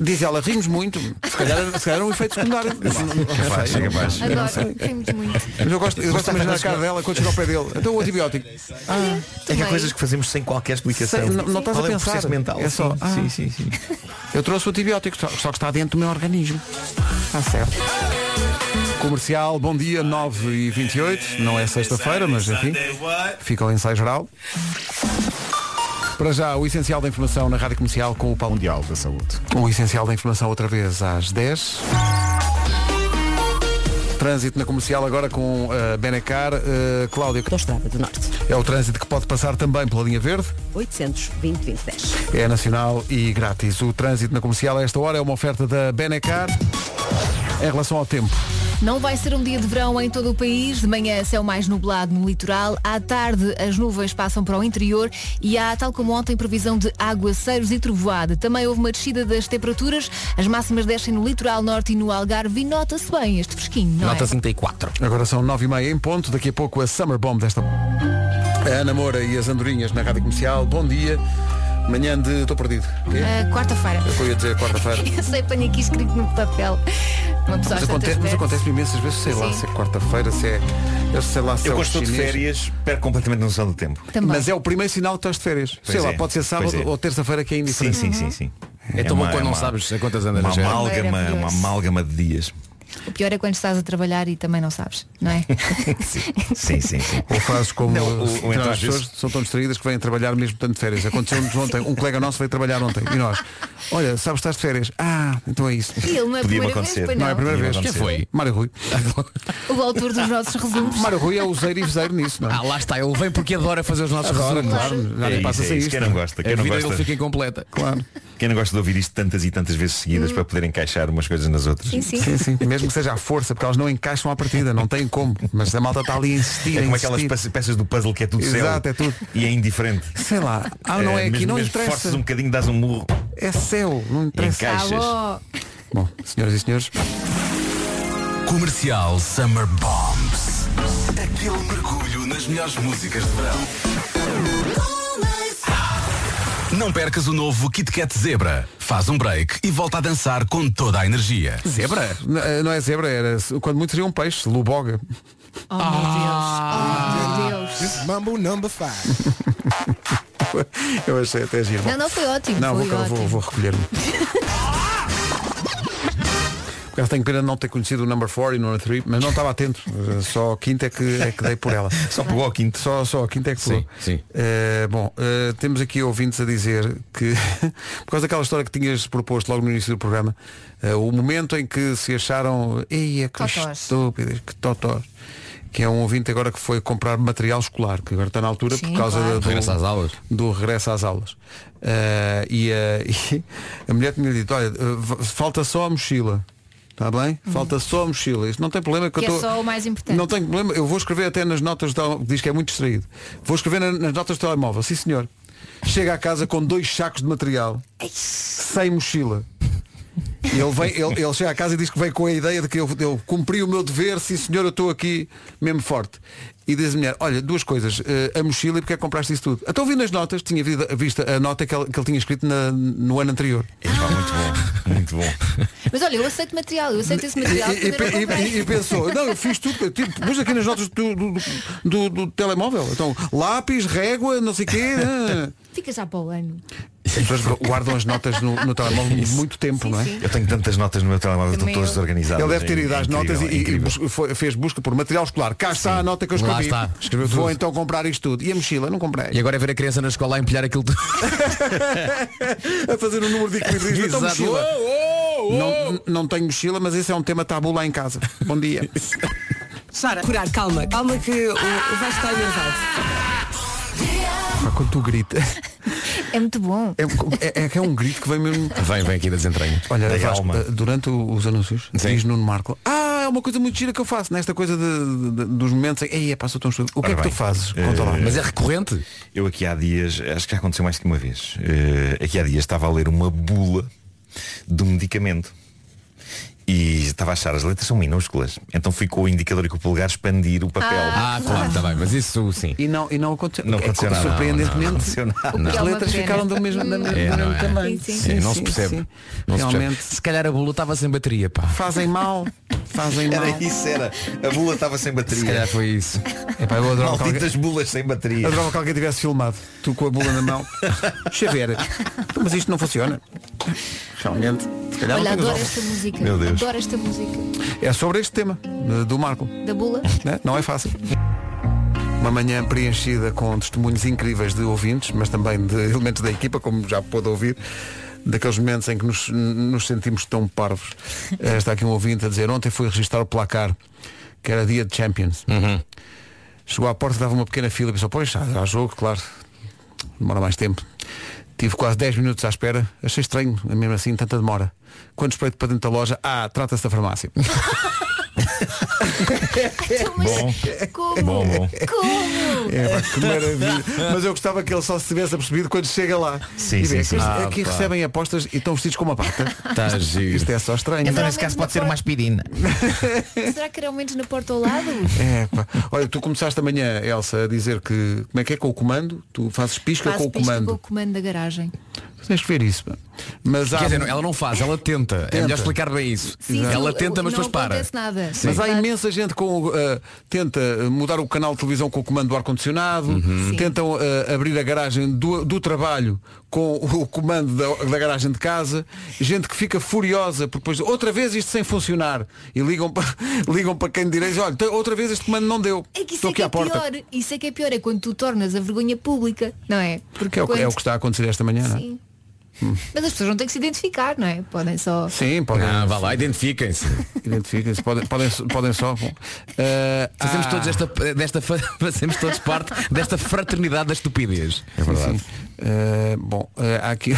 [SPEAKER 1] Diz ela, rimos muito. Se calhar, se calhar é um efeito secundário.
[SPEAKER 8] Capaz,
[SPEAKER 6] é
[SPEAKER 1] Não sei.
[SPEAKER 8] capaz.
[SPEAKER 4] Agora, temos muito.
[SPEAKER 1] Mas eu gosto, eu gosto de imaginar a cara dela quando chega ao pé dele. Então o antibiótico.
[SPEAKER 8] É que há
[SPEAKER 4] Também.
[SPEAKER 8] coisas que fazemos sem qualquer explicação.
[SPEAKER 1] Sei, não- não estás
[SPEAKER 8] Qual
[SPEAKER 1] a
[SPEAKER 8] é o
[SPEAKER 1] pensar.
[SPEAKER 8] processo mental?
[SPEAKER 1] É só,
[SPEAKER 8] Sim,
[SPEAKER 1] ah.
[SPEAKER 8] sim, sim, sim.
[SPEAKER 1] Eu trouxe o antibiótico, só, só que está dentro do meu organismo. Está certo. Comercial, bom dia, 9 e 28 Não é sexta-feira, mas enfim, fica o ensaio geral. Para já, o essencial da informação na Rádio Comercial com o Paulo Mundial da Saúde. O Um essencial da informação outra vez às 10. Trânsito na comercial agora com uh, Benecar, uh, Cláudia.
[SPEAKER 7] Autostrada do Norte.
[SPEAKER 1] É o trânsito que pode passar também pela linha verde.
[SPEAKER 7] 820 2010.
[SPEAKER 1] É nacional e grátis. O trânsito na comercial a esta hora é uma oferta da Benecar. Em relação ao tempo,
[SPEAKER 4] Não vai ser um dia de verão em todo o país. De manhã, céu mais nublado no litoral. À tarde, as nuvens passam para o interior e há, tal como ontem, previsão de aguaceiros e trovoada. Também houve uma descida das temperaturas. As máximas descem no litoral norte e no Algarve e nota-se bem este fresquinho, não é?
[SPEAKER 1] Nota
[SPEAKER 6] 34.
[SPEAKER 1] Agora são 9h30 em ponto, daqui a pouco a Summer Bomb desta. A Ana Moura e as Andorinhas na Rádio Comercial. Bom dia. Manhã de. Estou perdido. Quê?
[SPEAKER 4] Ah, Quarta-feira.
[SPEAKER 1] É o que eu ia dizer quarta-feira.
[SPEAKER 4] Eu sei, ponho aqui escrito no papel. Uma pessoa
[SPEAKER 1] Mas
[SPEAKER 4] às tantas
[SPEAKER 1] acontece, mas
[SPEAKER 4] perde-se.
[SPEAKER 1] acontece imensas vezes, sei lá,
[SPEAKER 4] Sim.
[SPEAKER 1] se é quarta-feira, se é. Eu sei lá se
[SPEAKER 8] Eu
[SPEAKER 1] é o
[SPEAKER 8] quando estou de
[SPEAKER 1] chinês.
[SPEAKER 8] férias, perco completamente a noção do tempo.
[SPEAKER 4] Também.
[SPEAKER 1] Mas é o primeiro sinal que estás de férias.
[SPEAKER 8] Pois
[SPEAKER 1] sei lá,
[SPEAKER 8] é,
[SPEAKER 1] pode ser sábado
[SPEAKER 8] pois é.
[SPEAKER 1] ou terça-feira que é
[SPEAKER 8] Sim,
[SPEAKER 1] indiferente.
[SPEAKER 8] sim, sim, sim.
[SPEAKER 6] É tão bom
[SPEAKER 8] uma-
[SPEAKER 6] quando não
[SPEAKER 8] uma-
[SPEAKER 6] sabes a quantas andas
[SPEAKER 8] Uma
[SPEAKER 6] já.
[SPEAKER 8] amálgama, uma
[SPEAKER 4] Maravilhoso.
[SPEAKER 8] amálgama de dias.
[SPEAKER 4] O pior é quando estás a trabalhar e também não sabes, não é?
[SPEAKER 8] Sim, sim, sim.
[SPEAKER 1] Ou fazes como
[SPEAKER 8] Não, o- o
[SPEAKER 1] senão
[SPEAKER 8] então
[SPEAKER 1] as
[SPEAKER 8] às vezes-
[SPEAKER 1] pessoas são tão distraídas que vêm trabalhar mesmo tanto de férias. Aconteceu-nos ontem, um colega nosso veio trabalhar ontem e nós, olha, sabes que estás de férias? Ah, então é isso.
[SPEAKER 4] E ele não é a
[SPEAKER 8] Podia-me
[SPEAKER 4] primeira vez,
[SPEAKER 8] acontecer.
[SPEAKER 4] pois
[SPEAKER 1] Não
[SPEAKER 4] não.
[SPEAKER 1] é a primeira vez.
[SPEAKER 8] Podia-me
[SPEAKER 6] Quem foi?
[SPEAKER 1] Mário Rui.
[SPEAKER 4] O autor dos nossos resumos.
[SPEAKER 1] Mário Rui é o zeiro e viseiro nisso, não é?
[SPEAKER 6] Ah, lá está, ele vem porque adora fazer os nossos
[SPEAKER 1] Adoro,
[SPEAKER 6] resumos.
[SPEAKER 1] claro. Já
[SPEAKER 8] É
[SPEAKER 1] nem
[SPEAKER 8] isso,
[SPEAKER 1] passa
[SPEAKER 8] é
[SPEAKER 1] sem
[SPEAKER 8] isso.
[SPEAKER 1] isto.
[SPEAKER 8] Quem não gosta,
[SPEAKER 6] A
[SPEAKER 8] quem não
[SPEAKER 6] vida dele
[SPEAKER 8] gosta,
[SPEAKER 6] fica incompleta.
[SPEAKER 1] Claro.
[SPEAKER 8] quem não gosta de ouvir isto tantas e tantas vezes seguidas para poder encaixar umas coisas nas outras.
[SPEAKER 4] Sim, sim.
[SPEAKER 1] Hum. Sim, sim. Mesmo que seja à força, porque elas não encaixam à partida, não têm como. Mas a malta está ali a insistir.
[SPEAKER 8] É como
[SPEAKER 1] a
[SPEAKER 8] aquelas
[SPEAKER 1] insistir.
[SPEAKER 8] peças- peças do puzzle que é tudo
[SPEAKER 1] Exato,
[SPEAKER 8] céu
[SPEAKER 1] é tudo.
[SPEAKER 8] e é indiferente.
[SPEAKER 1] Sei lá. Ah, não é,
[SPEAKER 8] Eh,
[SPEAKER 1] aqui,
[SPEAKER 8] mesmo,
[SPEAKER 1] não
[SPEAKER 8] mesmo
[SPEAKER 1] interessa.
[SPEAKER 8] forças um bocadinho, dás um murro
[SPEAKER 1] É céu, não
[SPEAKER 8] e
[SPEAKER 1] interessa.
[SPEAKER 8] encaixas.
[SPEAKER 4] Alô.
[SPEAKER 8] É.
[SPEAKER 1] Bom, senhoras e senhores,
[SPEAKER 2] Comercial Summer Bombs. Aquele mergulho nas melhores músicas de verão. Não percas o novo Kit Kat Zebra. Faz um break e volta a dançar com toda a energia. Zebra?
[SPEAKER 1] n- eh, não é zebra, era quando muito seria um peixe, luboga.
[SPEAKER 4] Oh meu Deus. Oh meu Deus.
[SPEAKER 9] Mambo number 5.
[SPEAKER 1] Eu achei até giro.
[SPEAKER 4] Não, não foi ótimo.
[SPEAKER 1] Não,
[SPEAKER 4] foi
[SPEAKER 1] vou,
[SPEAKER 4] ótimo.
[SPEAKER 1] vou, vou recolher-me. Por acaso tenho pena de não ter conhecido o number 4 e o number 3, mas não estava atento. Eh, Só a quinta é que, é que dei por ela.
[SPEAKER 8] Só pegou ao quinto.
[SPEAKER 1] Só, só a quinta é que pegou.
[SPEAKER 6] Sim, sim.
[SPEAKER 1] Eh, bom, eh, temos aqui ouvintes a dizer que, por causa daquela história que tinhas proposto logo no início do programa, eh, o momento em que se acharam, eia, que
[SPEAKER 4] Totós.
[SPEAKER 1] estúpidos, que totós, que é um ouvinte agora que foi comprar material escolar, que agora está na altura
[SPEAKER 4] Sim,
[SPEAKER 1] por causa
[SPEAKER 4] claro.
[SPEAKER 1] da- do,
[SPEAKER 6] Regresso às aulas.
[SPEAKER 1] do regresso às aulas. Eh, e, eh, e a mulher tinha dito, olha, eh, v- falta só a mochila. Está bem?
[SPEAKER 4] Uhum.
[SPEAKER 1] Falta só a mochila. Isso não tem problema que,
[SPEAKER 4] Que é
[SPEAKER 1] eu tô...
[SPEAKER 4] só o mais importante.
[SPEAKER 1] Não tenho problema. Eu vou escrever até nas notas do telemóvel, diz que é muito distraído. Vou escrever na- nas notas do telemóvel, sim senhor. Chega à casa com dois sacos de material, sem mochila. E Ele, vem, ele, ele chega à casa e diz que vem com a ideia de que eu, eu cumpri o meu dever, sim senhor, eu estou aqui mesmo forte. E diz a mulher, olha, duas coisas, eh, a mochila e porque é que compraste isso tudo? Até ouvi nas notas, tinha vida- visto a nota que ele, que ele tinha escrito na- no ano anterior.
[SPEAKER 4] Ah.
[SPEAKER 8] É, pá, muito bom, muito bom.
[SPEAKER 4] Mas olha, eu aceito material, eu aceito esse material.
[SPEAKER 1] E, e-
[SPEAKER 4] quando eu não
[SPEAKER 1] e-
[SPEAKER 4] comprei.
[SPEAKER 1] e- e pensou, não, eu fiz tudo, tipo, pus aqui nas notas do, do- do- do telemóvel. Então, lápis, régua, não sei o quê. ah.
[SPEAKER 4] Fica já para o ano.
[SPEAKER 1] As pessoas guardam as notas no, no telemóvel muito tempo, não é?
[SPEAKER 8] Eu tenho tantas notas no meu telemóvel, estão
[SPEAKER 4] Também
[SPEAKER 8] todas
[SPEAKER 4] eu.
[SPEAKER 8] desorganizadas.
[SPEAKER 1] Ele deve ter
[SPEAKER 8] É
[SPEAKER 1] ido às
[SPEAKER 8] incrível,
[SPEAKER 1] notas e,
[SPEAKER 8] é
[SPEAKER 1] e
[SPEAKER 8] incrível.
[SPEAKER 1] bus- foi- fez busca por material escolar. Cá está a nota que eu
[SPEAKER 6] Lá
[SPEAKER 1] escrevi.
[SPEAKER 6] está. Escreveu
[SPEAKER 1] Vou
[SPEAKER 6] tudo.
[SPEAKER 1] então comprar isto tudo. E a mochila? Não comprei.
[SPEAKER 6] E agora é ver a criança na escola a empilhar aquilo tudo.
[SPEAKER 1] a fazer um número de equilíbrio. Então,
[SPEAKER 6] Exato.
[SPEAKER 1] mochila. Não, não tenho mochila, mas esse é um tema tabu lá em casa. Bom dia.
[SPEAKER 7] Sara. Curar, calma. Calma que o, o Vasco está enervado.
[SPEAKER 1] Pá, Quando tu gritas,
[SPEAKER 4] É muito bom.
[SPEAKER 1] é, é, é que é um grito que vem mesmo.
[SPEAKER 6] Vem, vem aqui das entranhas.
[SPEAKER 1] Olha,
[SPEAKER 8] Da
[SPEAKER 1] Vasco,
[SPEAKER 8] alma.
[SPEAKER 1] eh, durante o- os anúncios,
[SPEAKER 6] Sim.
[SPEAKER 1] diz Nuno Marco, ah, é uma coisa muito gira que eu faço, nesta coisa de- de- dos momentos em. Ei, passou tão estudo. O que
[SPEAKER 8] Ora
[SPEAKER 1] é que
[SPEAKER 8] bem,
[SPEAKER 1] tu fazes? Conta lá.
[SPEAKER 6] Mas é recorrente?
[SPEAKER 8] Eu aqui há dias, acho que já aconteceu mais que uma vez, eh, aqui há dias estava a ler uma bula de um medicamento. E estava a achar, as letras são minúsculas. Então fui com o indicador e com o polegar expandir o papel.
[SPEAKER 6] Ah, claro, está bem, mas isso sim.
[SPEAKER 1] E não, e não aconteceu.
[SPEAKER 8] Não
[SPEAKER 1] É
[SPEAKER 8] aconteceu
[SPEAKER 1] que,
[SPEAKER 8] nada.
[SPEAKER 1] Surpreendentemente,
[SPEAKER 8] Não, não aconteceu nada.
[SPEAKER 1] as
[SPEAKER 4] É uma
[SPEAKER 1] letras
[SPEAKER 4] pena.
[SPEAKER 1] ficaram do mesmo, da mesma,
[SPEAKER 6] É,
[SPEAKER 1] do
[SPEAKER 6] não
[SPEAKER 1] mesmo
[SPEAKER 6] é?
[SPEAKER 1] tamanho.
[SPEAKER 4] Sim, sim.
[SPEAKER 6] É, não se
[SPEAKER 1] sim,
[SPEAKER 6] percebe.
[SPEAKER 1] sim.
[SPEAKER 6] Não se, percebe.
[SPEAKER 1] Realmente,
[SPEAKER 6] se calhar a bula estava sem bateria, pá.
[SPEAKER 1] fazem mal. Fazem mal.
[SPEAKER 8] Era isso, era. A bula estava sem
[SPEAKER 6] Se
[SPEAKER 8] bateria.
[SPEAKER 6] calhar foi isso.
[SPEAKER 1] Epá, eu adorava que alguém-
[SPEAKER 8] Malditas bulas sem bateria.
[SPEAKER 1] Adorava que alguém tivesse filmado. Tu com a bula na mão. Deixa eu ver. Mas isto não funciona. Realmente, se calhar
[SPEAKER 4] Olha,
[SPEAKER 1] não tem
[SPEAKER 4] adoro
[SPEAKER 1] razão.
[SPEAKER 4] esta música.
[SPEAKER 1] Meu Deus.
[SPEAKER 4] Adoro esta música.
[SPEAKER 1] É sobre este tema eh, do Marco.
[SPEAKER 4] Da bula.
[SPEAKER 1] né? Não é fácil. Uma manhã preenchida com testemunhos incríveis de ouvintes, mas também de elementos da equipa, como já pôde ouvir, daqueles momentos em que nos, nos sentimos tão parvos. Eh, Está aqui um ouvinte a dizer, ontem fui registrar o placar, que era dia de Champions. Chegou à porta, dava uma pequena fila e pensou, pois, há, há jogo, claro, demora mais tempo. Tive quase 10 minutos à espera, achei estranho, mesmo assim, tanta demora. Quando espreito para dentro da loja, ah, trata-se da farmácia. Bom.
[SPEAKER 4] Como?
[SPEAKER 1] Bom, bom.
[SPEAKER 4] Como?
[SPEAKER 1] É, pá, que maravilha. Mas eu gostava que ele só se tivesse apercebido quando chega lá.
[SPEAKER 8] Sim,
[SPEAKER 1] e é
[SPEAKER 8] sim, sim.
[SPEAKER 1] Aqui,
[SPEAKER 8] Ah,
[SPEAKER 1] aqui
[SPEAKER 8] pá.
[SPEAKER 1] recebem apostas e estão vestidos com uma pata.
[SPEAKER 6] Tá
[SPEAKER 1] isto, isto é só estranho.
[SPEAKER 4] Então, nesse caso, pode ser uma
[SPEAKER 1] aspirina.
[SPEAKER 4] Será que era ao menos na porta ao lado?
[SPEAKER 1] É, pá. Olha, tu começaste amanhã, Elsa, a dizer que como é que é com o comando? Tu fazes pisca
[SPEAKER 4] Faço
[SPEAKER 1] com o
[SPEAKER 4] pisca
[SPEAKER 1] comando.
[SPEAKER 4] com o comando da garagem.
[SPEAKER 1] Tu Tens que ver isso. pá. Mas há...
[SPEAKER 6] Quer dizer, não, ela não faz, ela Tá. tenta. É melhor explicar bem isso.
[SPEAKER 1] Sim,
[SPEAKER 6] ela
[SPEAKER 1] sim,
[SPEAKER 6] tenta, mas
[SPEAKER 4] não
[SPEAKER 6] depois para.
[SPEAKER 4] acontece nada.
[SPEAKER 1] Sim. Mas há imensa gente com o, eh, tenta eh, mudar o canal de televisão com o comando do ar-condicionado,
[SPEAKER 6] Uhum.
[SPEAKER 1] tentam eh, abrir a garagem do, do trabalho com o comando da, da garagem de casa, gente que fica furiosa porque depois outra vez isto sem funcionar e ligam para, ligam para quem direito, olha, te- outra vez este comando não deu.
[SPEAKER 4] É que isso
[SPEAKER 1] Estou
[SPEAKER 4] é
[SPEAKER 1] aqui
[SPEAKER 4] que
[SPEAKER 1] à
[SPEAKER 4] é
[SPEAKER 1] porta.
[SPEAKER 4] pior. Isso é que é pior, é quando tu tornas a vergonha pública, não é?
[SPEAKER 1] Porque é o, que- é o que está a acontecer esta manhã, não é?
[SPEAKER 4] Sim. Mas as pessoas não têm que se identificar, não é? Podem só.
[SPEAKER 1] Sim, podem.
[SPEAKER 6] Ah, vá lá, identifiquem-se.
[SPEAKER 1] Identifiquem-se, podem, podem, podem só. bom. Eh,
[SPEAKER 6] Fazemos
[SPEAKER 1] ah.
[SPEAKER 6] todos esta, desta, fa- fazemos todos parte desta fraternidade da estupidez. É
[SPEAKER 1] Sim, sim. Eh, bom, eh, há aqui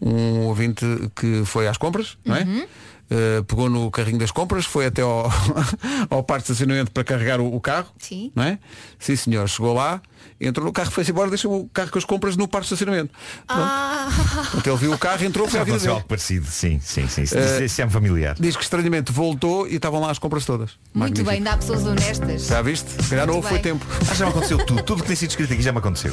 [SPEAKER 1] um ouvinte que foi às compras, não é?
[SPEAKER 4] Uhum.
[SPEAKER 1] Eh, pegou no carrinho das compras, foi até ao, ao parque de estacionamento para carregar o, o carro.
[SPEAKER 4] Sim.
[SPEAKER 1] Não é? Sim, senhor. Chegou lá, entrou no carro, foi-se embora, deixou o carro com as compras no parque de estacionamento.
[SPEAKER 4] Ah,
[SPEAKER 1] Portanto, ele viu o carro, entrou, foi
[SPEAKER 8] Já
[SPEAKER 1] à vida
[SPEAKER 8] aconteceu
[SPEAKER 1] dele.
[SPEAKER 8] algo parecido, sim, sim, sim. Isso
[SPEAKER 1] Eh,
[SPEAKER 8] isso é-me familiar.
[SPEAKER 1] Diz que estranhamente voltou e estavam lá as compras todas.
[SPEAKER 4] muito
[SPEAKER 1] Magnífico.
[SPEAKER 4] bem, dá pessoas honestas.
[SPEAKER 1] Já viste? Se calhar não
[SPEAKER 4] Muito
[SPEAKER 1] foi
[SPEAKER 4] bem.
[SPEAKER 1] tempo.
[SPEAKER 8] Ah, já me aconteceu tudo. Tudo que tem sido escrito aqui já me aconteceu.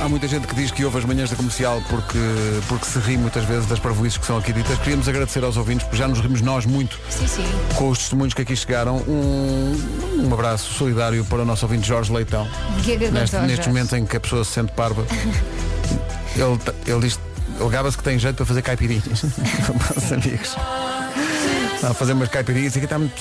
[SPEAKER 1] Há muita gente que diz que ouve as manhãs da comercial porque, porque se ri muitas vezes das parvoíces que são aqui ditas. Queríamos agradecer aos ouvintes, porque já nos rimos nós muito
[SPEAKER 4] Sim, sim.
[SPEAKER 1] com os testemunhos que aqui chegaram. Um, um abraço solidário para o nosso ouvinte Jorge Leitão.
[SPEAKER 4] Que é que
[SPEAKER 1] Neste,
[SPEAKER 4] aconteceu,
[SPEAKER 1] neste
[SPEAKER 4] Jorge?
[SPEAKER 1] momento em que a pessoa se sente parva, ele, t- ele diz, ele gaba-se que tem jeito para fazer caipirinhas. para os amigos. Está a fazer umas caipirinhas e aqui está-me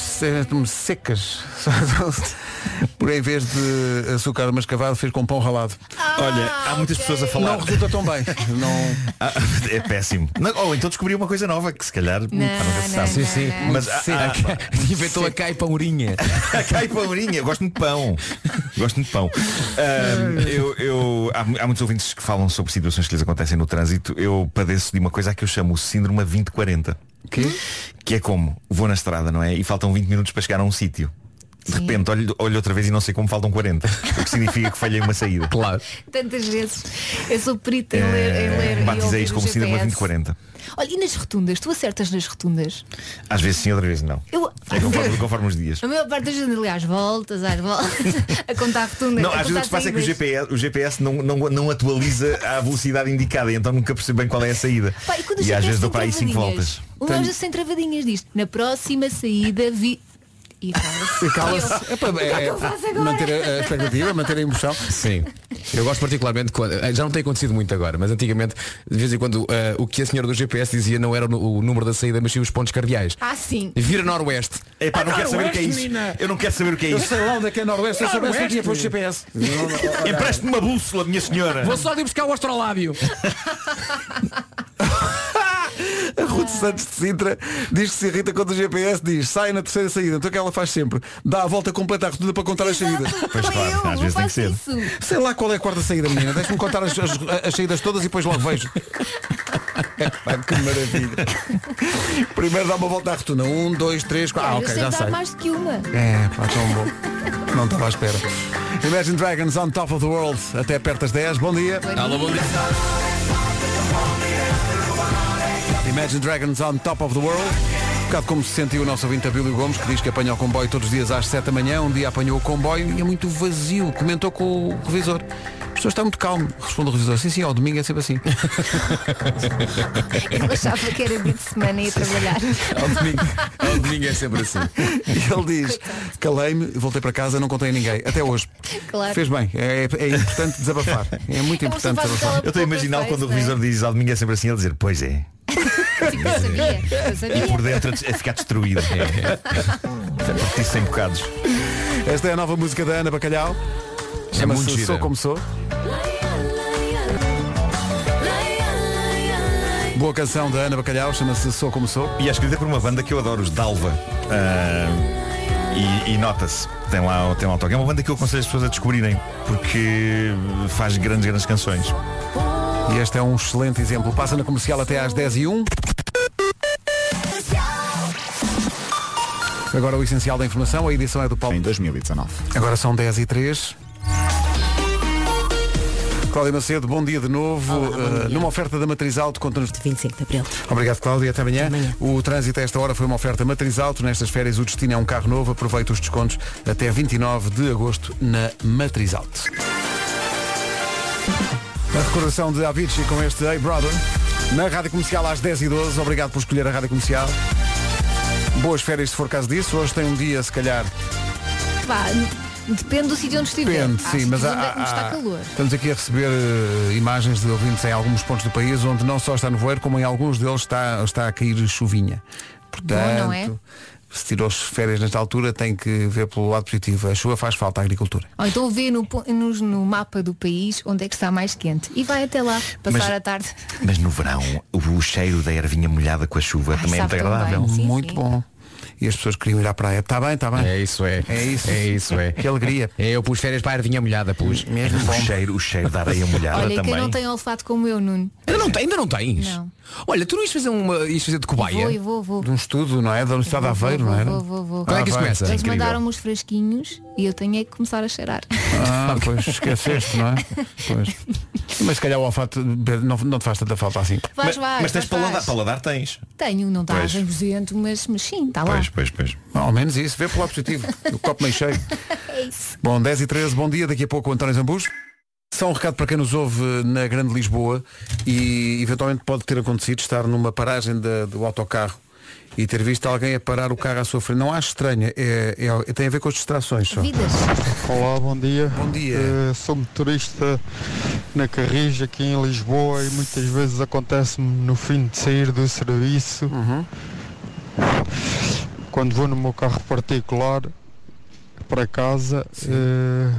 [SPEAKER 1] estão-me secas. Por em vez de açúcar mascavado, fez com pão ralado.
[SPEAKER 8] Olha, há
[SPEAKER 4] Ah,
[SPEAKER 8] muitas pessoas a falar.
[SPEAKER 1] Não resulta tão bem. Não...
[SPEAKER 8] Ah, é péssimo. Não, ou então descobri uma coisa nova que se calhar hum, pá, nunca se
[SPEAKER 4] não,
[SPEAKER 8] sabe.
[SPEAKER 4] não, Sim, sim. não.
[SPEAKER 8] Mas há, há,
[SPEAKER 6] Inventou a caipaurinha.
[SPEAKER 8] há caipaurinha. Eu Gosto muito de pão. Gosto muito de pão. Ahm, eu, eu, há, mu- há muitos ouvintes que falam sobre situações que lhes acontecem no trânsito. Eu padeço de uma coisa que eu chamo o síndrome 2040.
[SPEAKER 1] Quê?
[SPEAKER 8] Que é como, vou na estrada, não é? E faltam 20 minutos para chegar a um sítio. De
[SPEAKER 4] Sim.
[SPEAKER 8] repente olho, olho outra vez e não sei como faltam 40. O que significa que falhei uma saída.
[SPEAKER 6] Claro.
[SPEAKER 4] Tantas vezes. Eu sou perita em ler, em ler
[SPEAKER 8] Eh,
[SPEAKER 4] e
[SPEAKER 8] Batizei
[SPEAKER 4] ouvir
[SPEAKER 8] isto
[SPEAKER 4] o
[SPEAKER 8] como síndrome
[SPEAKER 4] GPS.
[SPEAKER 8] 2040.
[SPEAKER 4] Olha, e nas rotundas? Tu acertas nas rotundas?
[SPEAKER 8] Às vezes sim, outras vezes não.
[SPEAKER 4] Eu...
[SPEAKER 8] É conforme, conforme os dias.
[SPEAKER 4] A maior parte das vezes, aliás, voltas, às voltas, a contar rotundas.
[SPEAKER 8] Não,
[SPEAKER 4] a
[SPEAKER 8] às vezes o
[SPEAKER 4] contar
[SPEAKER 8] que se passa é que o
[SPEAKER 4] saídas.
[SPEAKER 8] GPS, o GPS não, não, não atualiza à velocidade indicada, e então nunca percebo bem qual é a saída.
[SPEAKER 4] Pá, e quando
[SPEAKER 8] às vezes dou para aí 5
[SPEAKER 4] cinco
[SPEAKER 8] voltas.
[SPEAKER 4] O loja sem travadinhas diz, na próxima saída vi. E cala-se.
[SPEAKER 1] E cala-se.
[SPEAKER 4] Eu-
[SPEAKER 1] É para
[SPEAKER 4] O que é que
[SPEAKER 1] é-
[SPEAKER 4] eu faço agora?
[SPEAKER 1] manter a, a expectativa, manter a emoção.
[SPEAKER 6] Sim. Eu gosto particularmente quando. eh, Já não tem acontecido muito agora, mas antigamente, de vez em quando, eh, o que a senhora do GPS dizia não era o nu- o número da saída, mas sim os pontos cardeais.
[SPEAKER 4] Ah, sim.
[SPEAKER 6] Vira noroeste.
[SPEAKER 8] É pá, não quero saber o que é isso.
[SPEAKER 1] menina.
[SPEAKER 8] Eu não quero saber o que é
[SPEAKER 1] Eu
[SPEAKER 8] isso.
[SPEAKER 1] sei lá onde é que é Noroeste, eu soubesse que ia para o GPS.
[SPEAKER 8] Empreste-me uma bússola, minha senhora.
[SPEAKER 6] Vou só de buscar o astrolábio.
[SPEAKER 1] A Ruth Santos de Sintra diz que se irrita quando o GPS diz sai na terceira saída, então o que ela faz sempre? Dá a volta completa à rotunda para contar as saídas.
[SPEAKER 8] Pois claro,
[SPEAKER 4] eu,
[SPEAKER 8] às
[SPEAKER 4] eu
[SPEAKER 8] vezes tem que
[SPEAKER 4] faço
[SPEAKER 8] ser.
[SPEAKER 4] isso.
[SPEAKER 1] Sei lá qual é a quarta saída, menina. Deixa-me contar as, as- as saídas todas e depois logo vejo. Pá, que maravilha. Primeiro dá uma volta à rotunda. Um, dois, três, quatro. Ah,
[SPEAKER 4] Olha, eu
[SPEAKER 1] ok,
[SPEAKER 4] sei
[SPEAKER 1] já
[SPEAKER 4] dar
[SPEAKER 1] sei.
[SPEAKER 4] mais do que uma.
[SPEAKER 1] É, pá, tão bom. Não estava à espera. Imagine Dragons on top of the world. Até perto das 10. Bom dia.
[SPEAKER 6] Alô, bom dia.
[SPEAKER 1] Imagine Dragons on top of the world. Um bocado como se sentiu o nosso ouvinte Abílio Gomes, que diz que apanha o comboio todos os dias às 7 da manhã. Um dia apanhou o comboio e é muito vazio. Comentou com o revisor. As pessoas senhor está muito calmo. Responde o revisor, sim, sim, ao domingo é sempre assim.
[SPEAKER 4] Eu achava que era dia de semana e ia trabalhar.
[SPEAKER 1] Ao domingo.
[SPEAKER 9] Ao domingo é sempre assim.
[SPEAKER 1] E ele diz, calei-me, voltei para casa, não contei a ninguém. Até hoje.
[SPEAKER 4] Claro.
[SPEAKER 1] Fez bem. É, é importante desabafar. É muito
[SPEAKER 4] É uma pessoa
[SPEAKER 1] importante
[SPEAKER 4] faz
[SPEAKER 1] desabafar.
[SPEAKER 8] Eu estou a imaginar quando o revisor diz ao domingo é sempre assim, ele dizer, pois é.
[SPEAKER 4] Tipo, eu sabia, eu
[SPEAKER 8] E por
[SPEAKER 4] sabia.
[SPEAKER 8] dentro a ficar destruído. Porque disse em bocados.
[SPEAKER 1] Esta é a nova música da Ana Bacalhau.
[SPEAKER 8] É muito
[SPEAKER 1] Chama-se
[SPEAKER 8] gira.
[SPEAKER 1] Sou Como Sou. Boa canção da Ana Bacalhau, chama-se Sou Como Sou.
[SPEAKER 8] E é escrita por uma banda que eu adoro, os Dalva. Ah, e e nota-se, tem lá, tem lá um toque. É uma banda que eu aconselho as pessoas a descobrirem, porque faz grandes, grandes canções.
[SPEAKER 1] E este é um excelente exemplo. Passa na comercial até às 10 e 1 Agora o essencial da informação, a edição é do Paulo. Em
[SPEAKER 11] 2019.
[SPEAKER 1] Agora são 10 e 3 Cláudia Macedo, bom dia de novo. Eh, numa oferta da Matriz Alto, conta-nos.
[SPEAKER 7] 25 de Abril.
[SPEAKER 1] Obrigado, Cláudia. Até amanhã. O trânsito a esta hora foi uma oferta Matriz Alto. Nestas férias, o destino é um carro novo. Aproveita os descontos até 29 de agosto na Matriz Alto. A recordação de Avicii com este Hey Brother. Na Rádio Comercial às 10h12. Obrigado por escolher a Rádio Comercial. Boas férias se for caso disso. Hoje tem um dia, se calhar,
[SPEAKER 4] Vá, depende do sítio onde estiver.
[SPEAKER 1] Depende,
[SPEAKER 4] Há
[SPEAKER 1] sim,
[SPEAKER 4] sítios
[SPEAKER 1] mas há,
[SPEAKER 4] onde é que nos está
[SPEAKER 1] há-
[SPEAKER 4] calor.
[SPEAKER 1] estamos aqui a receber eh, imagens de ouvintes em alguns pontos do país onde não só está nevoeiro, como em alguns deles está, está a cair chuvinha. Portanto,
[SPEAKER 4] não é?
[SPEAKER 1] se tirou as férias nesta altura, tem que ver pelo lado positivo. A chuva faz falta à agricultura.
[SPEAKER 4] Ou então vê no, po- nos- no mapa do país onde é que está mais quente. E vai até lá, passar
[SPEAKER 8] Mas-
[SPEAKER 4] a tarde.
[SPEAKER 8] Mas no verão, o, o cheiro da ervinha molhada com a chuva também é muito
[SPEAKER 4] sabe tão
[SPEAKER 8] agradável.
[SPEAKER 4] bem, sim,
[SPEAKER 1] Muito bom. E as pessoas queriam ir à praia. Está bem, está bem.
[SPEAKER 3] É isso, é.
[SPEAKER 1] É isso.
[SPEAKER 3] É isso, é.
[SPEAKER 1] Que alegria.
[SPEAKER 3] É, eu pus férias para a ervinha molhada, pus.
[SPEAKER 1] Mesmo
[SPEAKER 8] O cheiro, o cheiro da areia molhada
[SPEAKER 4] Olha, e
[SPEAKER 8] também.
[SPEAKER 4] quem não tem olfato como eu, Nuno.
[SPEAKER 6] Ainda não, tem- ainda não tens?
[SPEAKER 4] Não.
[SPEAKER 6] Olha, tu não ias fazer, uma, ias fazer de cobaia?
[SPEAKER 4] Vou e vou, vou.
[SPEAKER 1] De um estudo, não é? Da Universidade de Aveiro,
[SPEAKER 4] vou,
[SPEAKER 1] não é?
[SPEAKER 4] vou, vou, vou.
[SPEAKER 1] Quando
[SPEAKER 6] é que isso
[SPEAKER 1] vai.
[SPEAKER 6] começa?
[SPEAKER 4] Eles mandaram-me os fresquinhos e eu tenho é que começar a cheirar.
[SPEAKER 1] Ah, pois esqueceste, não é? Pois. Mas se calhar o olfato não, não te faz tanta falta assim.
[SPEAKER 8] mas,
[SPEAKER 4] Vais, vais,
[SPEAKER 8] mas tens
[SPEAKER 4] vais,
[SPEAKER 8] paladar,
[SPEAKER 4] vais.
[SPEAKER 8] paladar tens.
[SPEAKER 4] Tenho, não está a
[SPEAKER 8] Pois.
[SPEAKER 4] 100%, mas, mas sim, está lá.
[SPEAKER 8] Pois, pois, pois.
[SPEAKER 1] Ao menos isso, vê pelo lado positivo. o copo meio cheio.
[SPEAKER 4] É isso.
[SPEAKER 1] Bom, 10 e 13, bom dia, daqui a pouco o António Zambujo. Só um recado para quem nos ouve na Grande Lisboa e eventualmente pode ter acontecido estar numa paragem da- do autocarro e ter visto alguém a parar o carro à sua frente. Não acho estranho, é, é- tem a ver com as distrações só.
[SPEAKER 4] Vidas.
[SPEAKER 12] Olá, bom dia.
[SPEAKER 1] Bom dia.
[SPEAKER 12] Eh, sou motorista na Carris aqui em Lisboa e muitas vezes acontece-me no fim de sair do serviço,
[SPEAKER 1] Uhum.
[SPEAKER 12] quando vou no meu carro particular para casa, eh,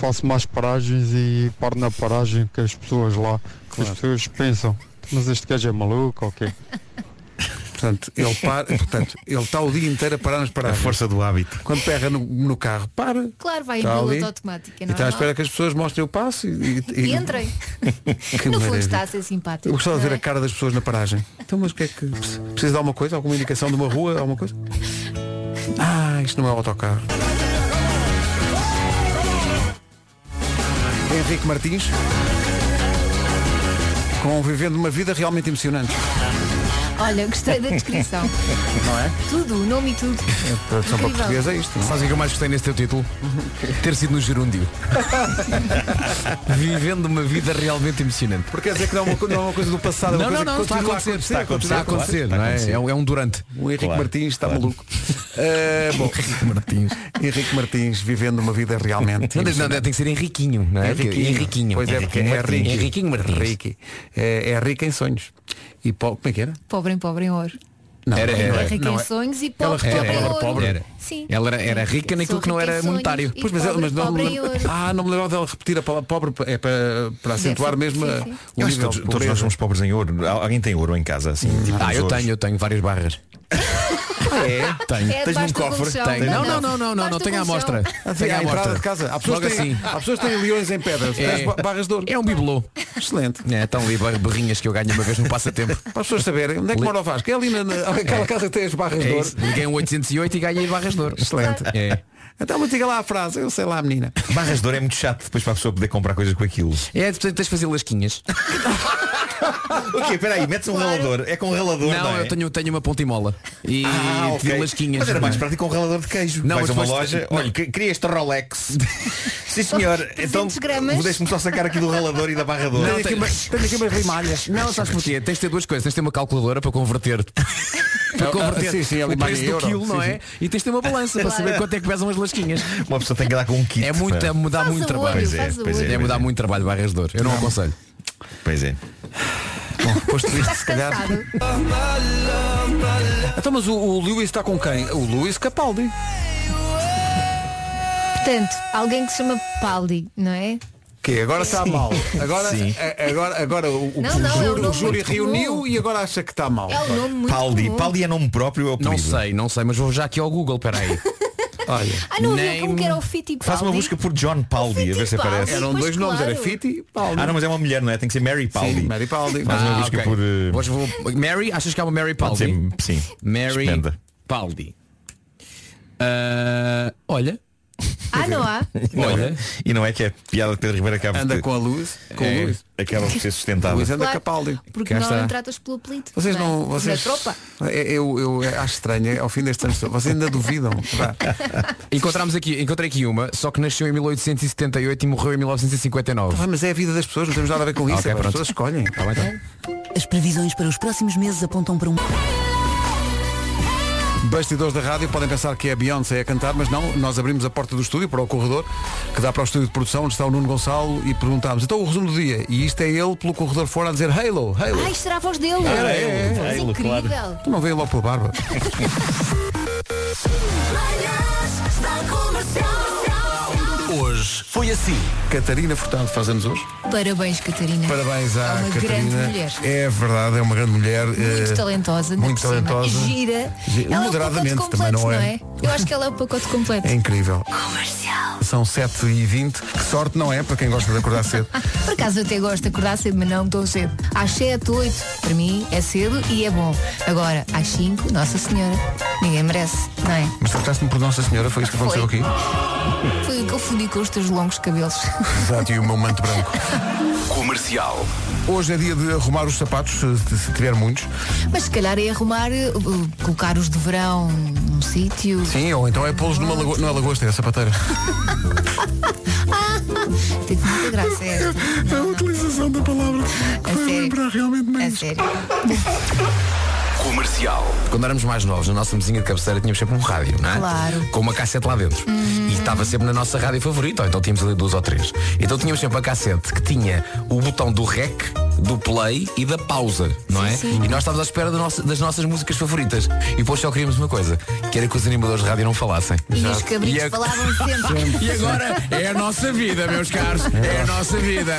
[SPEAKER 12] faço mais paragens e paro na paragem que as pessoas lá, que as pessoas pensam, mas este gajo é maluco ou quê?
[SPEAKER 1] Portanto, ele para, portanto, ele está o dia inteiro a parar nas
[SPEAKER 8] A
[SPEAKER 1] paragens.
[SPEAKER 8] força do hábito.
[SPEAKER 1] Quando perra no, no carro, para.
[SPEAKER 4] Claro, vai em
[SPEAKER 1] Está
[SPEAKER 4] piloto
[SPEAKER 1] ali.
[SPEAKER 4] automático. É
[SPEAKER 1] E está à
[SPEAKER 4] normal.
[SPEAKER 1] espera que as pessoas mostrem o passo e, e-
[SPEAKER 4] E entrem.
[SPEAKER 1] Que
[SPEAKER 4] no fundo
[SPEAKER 1] maravilha.
[SPEAKER 4] está a ser simpático.
[SPEAKER 1] Eu gostava de
[SPEAKER 4] não
[SPEAKER 1] ver
[SPEAKER 4] é?
[SPEAKER 1] a cara das pessoas na paragem. Então, mas o que é que. Precisa de alguma coisa? Alguma indicação de uma rua? Alguma coisa? Ah, isto não é autocarro. Henrique Martins. Com vivendo uma vida realmente emocionante.
[SPEAKER 4] Olha, gostei da descrição.
[SPEAKER 1] Não é?
[SPEAKER 4] tudo, o nome e tudo.
[SPEAKER 1] A tradução para
[SPEAKER 4] Incrível.
[SPEAKER 1] português é isto. não é?
[SPEAKER 6] Sabes o que eu mais gostei nesse teu título? Ter sido no gerúndio. Vivendo uma vida realmente emocionante.
[SPEAKER 1] Porque quer dizer que não é uma, co- não é uma coisa do passado, é uma
[SPEAKER 6] Não,
[SPEAKER 1] coisa
[SPEAKER 6] não, não,
[SPEAKER 1] que
[SPEAKER 6] está a
[SPEAKER 1] continua
[SPEAKER 6] acontecer, está a acontecer,
[SPEAKER 1] continua
[SPEAKER 6] está a acontecer,
[SPEAKER 8] claro,
[SPEAKER 6] não
[SPEAKER 8] está
[SPEAKER 6] é?
[SPEAKER 8] a
[SPEAKER 6] É um, é um durante.
[SPEAKER 1] O Henrique
[SPEAKER 8] Claro,
[SPEAKER 1] Martins está
[SPEAKER 8] claro.
[SPEAKER 1] maluco. Uh, bom, Henrique Martins vivendo uma vida realmente.
[SPEAKER 6] Não, não, não, tem que ser Henriquinho, não é? Porque- Henriquinho.
[SPEAKER 1] Pois é, porque é rico.
[SPEAKER 6] Henriquinho Martins.
[SPEAKER 1] Rico. É, é rico em sonhos. E po- como é que era?
[SPEAKER 4] Pobre em pobre em ouro.
[SPEAKER 1] Não,
[SPEAKER 6] Era-
[SPEAKER 1] não
[SPEAKER 6] era.
[SPEAKER 1] é-
[SPEAKER 4] Rica
[SPEAKER 1] não
[SPEAKER 4] em
[SPEAKER 1] é.
[SPEAKER 4] sonhos e
[SPEAKER 1] Ela
[SPEAKER 4] pobre,
[SPEAKER 1] repetia
[SPEAKER 4] pobre
[SPEAKER 1] a
[SPEAKER 4] em
[SPEAKER 1] palavra
[SPEAKER 4] ouro.
[SPEAKER 1] pobre.
[SPEAKER 6] Era.
[SPEAKER 4] Sim.
[SPEAKER 6] Ela era, era rica
[SPEAKER 4] Sou
[SPEAKER 6] naquilo que não
[SPEAKER 4] rica em
[SPEAKER 6] era
[SPEAKER 4] sonhos
[SPEAKER 6] monetário.
[SPEAKER 4] e
[SPEAKER 1] Pois, mas, ela-
[SPEAKER 4] pobre,
[SPEAKER 1] mas não,
[SPEAKER 4] pobre é em
[SPEAKER 1] não-
[SPEAKER 4] ouro.
[SPEAKER 1] ah, não me lembrava dela repetir a palavra pobre é para, para acentuar
[SPEAKER 4] sim,
[SPEAKER 1] mesmo
[SPEAKER 4] sim,
[SPEAKER 1] a- o
[SPEAKER 4] sim.
[SPEAKER 8] Eu acho que
[SPEAKER 1] nível
[SPEAKER 8] todos,
[SPEAKER 1] de
[SPEAKER 8] todos nós
[SPEAKER 1] pobreza.
[SPEAKER 8] somos pobres em ouro. Al- Alguém tem ouro em casa, assim. tipo
[SPEAKER 6] Ah,
[SPEAKER 8] uns
[SPEAKER 6] eu
[SPEAKER 8] ouros?
[SPEAKER 6] tenho, eu tenho várias barras.
[SPEAKER 1] É.
[SPEAKER 6] Tenho.
[SPEAKER 8] Tens
[SPEAKER 4] É
[SPEAKER 8] num
[SPEAKER 4] debaixo do
[SPEAKER 8] cofre?
[SPEAKER 4] colchão.
[SPEAKER 8] Tem.
[SPEAKER 6] Não, não, não, não, não, não
[SPEAKER 4] Debaixo do
[SPEAKER 6] tenho à
[SPEAKER 4] colchão.
[SPEAKER 6] amostra.
[SPEAKER 1] Assim,
[SPEAKER 6] Tenho à
[SPEAKER 1] à entrada
[SPEAKER 6] amostra.
[SPEAKER 1] de casa. Há pessoas, que
[SPEAKER 6] Logo
[SPEAKER 1] têm,
[SPEAKER 6] assim.
[SPEAKER 1] há pessoas que têm leões em pedra.
[SPEAKER 6] É.
[SPEAKER 1] Tens ba- Barras de ouro.
[SPEAKER 6] É um bibelô.
[SPEAKER 1] Excelente.
[SPEAKER 6] É, estão ali bar- barrinhas que eu ganho uma vez no passatempo.
[SPEAKER 1] Para as pessoas saberem, onde é que
[SPEAKER 6] Le-
[SPEAKER 1] mora o Vasco? É ali na, na- aquela casa que tem as barras de
[SPEAKER 6] É
[SPEAKER 1] ouro.
[SPEAKER 6] isso. Liguei um 808 e ganhei barras de ouro.
[SPEAKER 1] Excelente.
[SPEAKER 6] É.
[SPEAKER 1] Então me diga lá a frase, eu sei lá, menina.
[SPEAKER 8] Barras de ouro é muito chato depois para a pessoa poder comprar coisas com aquilo.
[SPEAKER 6] É, portanto, tens de fazer lasquinhas.
[SPEAKER 8] o quê? Peraí, metes um ralador. É com um ralador,
[SPEAKER 6] Não,
[SPEAKER 8] não é?
[SPEAKER 6] eu tenho, tenho uma ponta e mola. E
[SPEAKER 8] Ah,
[SPEAKER 6] te deu
[SPEAKER 8] ok.
[SPEAKER 6] lasquinhas.
[SPEAKER 8] Mas era mais
[SPEAKER 6] não é?
[SPEAKER 8] prático com um ralador de queijo.
[SPEAKER 6] Não,
[SPEAKER 8] Vais
[SPEAKER 6] mas
[SPEAKER 8] a uma
[SPEAKER 6] depois-
[SPEAKER 8] loja.
[SPEAKER 6] não.
[SPEAKER 8] Olha, que- queria este Rolex. Sim senhor, então
[SPEAKER 4] 300 gramas.
[SPEAKER 8] deixe-me só sacar aqui do ralador e da barra de ouro.
[SPEAKER 6] Não, tenho- Não, sabes porquê? Tens de ter duas coisas. Tens de ter uma calculadora para converter. para converter
[SPEAKER 1] Ah, sim, sim, é
[SPEAKER 6] o
[SPEAKER 1] limar em
[SPEAKER 6] preço do
[SPEAKER 1] euro.
[SPEAKER 6] quilo, não
[SPEAKER 1] Sim,
[SPEAKER 6] é? E tens de ter uma balança para saber quanto é que pesam as lasquinhas.
[SPEAKER 8] Uma pessoa tem que dar com um kit.
[SPEAKER 6] É muito,
[SPEAKER 8] pá.
[SPEAKER 6] é mudar
[SPEAKER 4] Faz
[SPEAKER 6] muito
[SPEAKER 4] o
[SPEAKER 6] trabalho.
[SPEAKER 4] olho, Pois é, faz o pois é, olho.
[SPEAKER 6] é mudar
[SPEAKER 8] pois é.
[SPEAKER 6] muito trabalho barras de dor. Eu não, aconselho.
[SPEAKER 8] Pois é.
[SPEAKER 1] Bom, depois de isto, se calhar.
[SPEAKER 4] Tá Cansado.
[SPEAKER 1] Então, mas o, o Lewis está com quem? O Lewis Capaldi.
[SPEAKER 4] Portanto, alguém que se chama Paldi, não é?
[SPEAKER 1] Que agora está mal. Agora,
[SPEAKER 8] Sim.
[SPEAKER 1] a- agora, agora o, o-
[SPEAKER 4] Não, não,
[SPEAKER 1] o
[SPEAKER 4] é
[SPEAKER 1] júri,
[SPEAKER 4] um
[SPEAKER 1] o
[SPEAKER 4] nome
[SPEAKER 1] júri
[SPEAKER 4] muito
[SPEAKER 1] reuniu
[SPEAKER 4] comum.
[SPEAKER 1] e agora acha que está mal.
[SPEAKER 4] É um nome muito
[SPEAKER 8] Paldi.
[SPEAKER 4] comum.
[SPEAKER 8] Paldi é nome próprio ou
[SPEAKER 6] Não
[SPEAKER 8] apelido?
[SPEAKER 6] sei, não sei, mas vou já aqui ao Google, peraí.
[SPEAKER 1] Olha.
[SPEAKER 4] Ah, não havia
[SPEAKER 6] Nem-
[SPEAKER 4] como que era o Fittipaldi?
[SPEAKER 8] Faz uma busca por John Paldi, a ver se
[SPEAKER 4] Fittipaldi.
[SPEAKER 8] aparece.
[SPEAKER 6] um-
[SPEAKER 1] Eram
[SPEAKER 4] Pois
[SPEAKER 1] dois nomes,
[SPEAKER 4] claro.
[SPEAKER 1] era Fiti e Paldi.
[SPEAKER 8] Ah não, mas é uma mulher, não é? Tem que ser Mary Paldi.
[SPEAKER 1] Sim, Mary Paldi.
[SPEAKER 8] Faz uma
[SPEAKER 6] Ah,
[SPEAKER 8] busca
[SPEAKER 6] ok.
[SPEAKER 8] por. eh,
[SPEAKER 6] Hoje vou- Mary, achas que há uma Mary
[SPEAKER 8] pode ser-
[SPEAKER 6] Paldi?
[SPEAKER 8] sim.
[SPEAKER 6] Mary
[SPEAKER 8] Espenda.
[SPEAKER 6] Paldi. Ah, olha,
[SPEAKER 4] Ah, não há?
[SPEAKER 6] olha.
[SPEAKER 8] E não é que é piada de Pedro Ribeiro acaba
[SPEAKER 1] Anda
[SPEAKER 8] de,
[SPEAKER 1] com a luz. Com
[SPEAKER 6] É.
[SPEAKER 1] o Lewis.
[SPEAKER 8] acaba de ser sustentada.
[SPEAKER 1] Lewis anda
[SPEAKER 4] Claro.
[SPEAKER 1] Capaldi.
[SPEAKER 4] Porque
[SPEAKER 6] Cá
[SPEAKER 4] normalmente
[SPEAKER 6] está.
[SPEAKER 4] tratas pelo apelido.
[SPEAKER 1] Vocês
[SPEAKER 4] é?
[SPEAKER 1] não. Vocês,
[SPEAKER 4] Da tropa.
[SPEAKER 1] É, eu, eu acho estranho, é, ao fim deste ano, vocês ainda duvidam. pá.
[SPEAKER 6] Encontramos aqui, encontrei aqui uma, só que nasceu em 1878 e morreu em 1959.
[SPEAKER 1] Pá, Mas é a vida das pessoas, não temos nada a ver com isso.
[SPEAKER 6] Ok,
[SPEAKER 1] é, pá, as
[SPEAKER 6] pronto.
[SPEAKER 1] pessoas escolhem.
[SPEAKER 6] Tá bem, então.
[SPEAKER 5] As previsões para os próximos meses apontam para um...
[SPEAKER 1] Bastidores da rádio podem pensar que é a Beyoncé a cantar, mas não, nós abrimos a porta do estúdio para o corredor, que dá para o estúdio de produção, onde está o Nuno Gonçalo, e perguntámos, então o resumo do dia, e isto é ele pelo corredor fora a dizer Halo, Halo.
[SPEAKER 4] Ai, será a voz dele.
[SPEAKER 1] Era ele.
[SPEAKER 4] Mas é
[SPEAKER 8] Ele,
[SPEAKER 4] incrível.
[SPEAKER 1] Tu não vem logo pela barba.
[SPEAKER 2] Hoje foi assim.
[SPEAKER 1] Catarina Furtado faz anos hoje.
[SPEAKER 4] Parabéns, Catarina.
[SPEAKER 1] Parabéns à
[SPEAKER 4] É uma
[SPEAKER 1] Catarina.
[SPEAKER 4] grande mulher.
[SPEAKER 1] É verdade, é uma grande mulher.
[SPEAKER 4] Muito
[SPEAKER 1] eh,
[SPEAKER 4] talentosa. é ainda
[SPEAKER 1] Muito
[SPEAKER 4] por cima.
[SPEAKER 1] talentosa.
[SPEAKER 4] Gira.
[SPEAKER 1] Gira.
[SPEAKER 4] Ela é o pacote
[SPEAKER 1] Moderadamente também,
[SPEAKER 4] completo,
[SPEAKER 1] não
[SPEAKER 4] não
[SPEAKER 1] é?
[SPEAKER 4] é? Eu acho que ela é o pacote completo.
[SPEAKER 1] É incrível.
[SPEAKER 5] Comercial.
[SPEAKER 1] São 7h20. Que sorte não é para quem gosta de acordar cedo.
[SPEAKER 4] Por acaso eu até gosto de acordar cedo, mas não tão cedo. Às 7, 8, para mim é cedo e é bom. Agora, às 5, Nossa Senhora, ninguém merece, não é?
[SPEAKER 1] Mas trataste-me por Nossa Senhora, foi isso que aconteceu
[SPEAKER 4] Foi.
[SPEAKER 1] aqui?
[SPEAKER 4] Foi confundi com os teus longos cabelos.
[SPEAKER 1] Exato, e o meu manto branco.
[SPEAKER 2] Comercial.
[SPEAKER 1] Hoje é dia de arrumar os sapatos, se, se tiver muitos.
[SPEAKER 4] Mas se calhar é arrumar, uh, uh, colocar os de verão num sítio.
[SPEAKER 1] Sim, ou então é pô-los numa lagosta. Não é lagosta, é sapateira.
[SPEAKER 4] Tem muita graça, é.
[SPEAKER 1] A utilização da palavra
[SPEAKER 4] A sério.
[SPEAKER 1] realmente
[SPEAKER 4] A sério.
[SPEAKER 2] Comercial.
[SPEAKER 6] Quando éramos mais novos, na nossa mesinha de cabeceira tínhamos sempre um rádio, não é?
[SPEAKER 4] Claro.
[SPEAKER 6] Com uma cassete lá dentro. E estava sempre na nossa rádio favorita, ou então tínhamos ali duas ou três. Então tínhamos sempre a cassete que tinha o botão do rec, do play e da pausa, não é? E nós estávamos à espera do nosso- das nossas músicas favoritas. E depois só queríamos uma coisa, que era que os animadores de rádio não falassem.
[SPEAKER 4] E os cabritos
[SPEAKER 1] é
[SPEAKER 6] E a-
[SPEAKER 4] falavam sempre.
[SPEAKER 6] E agora é a nossa vida, meus caros. É a nossa vida.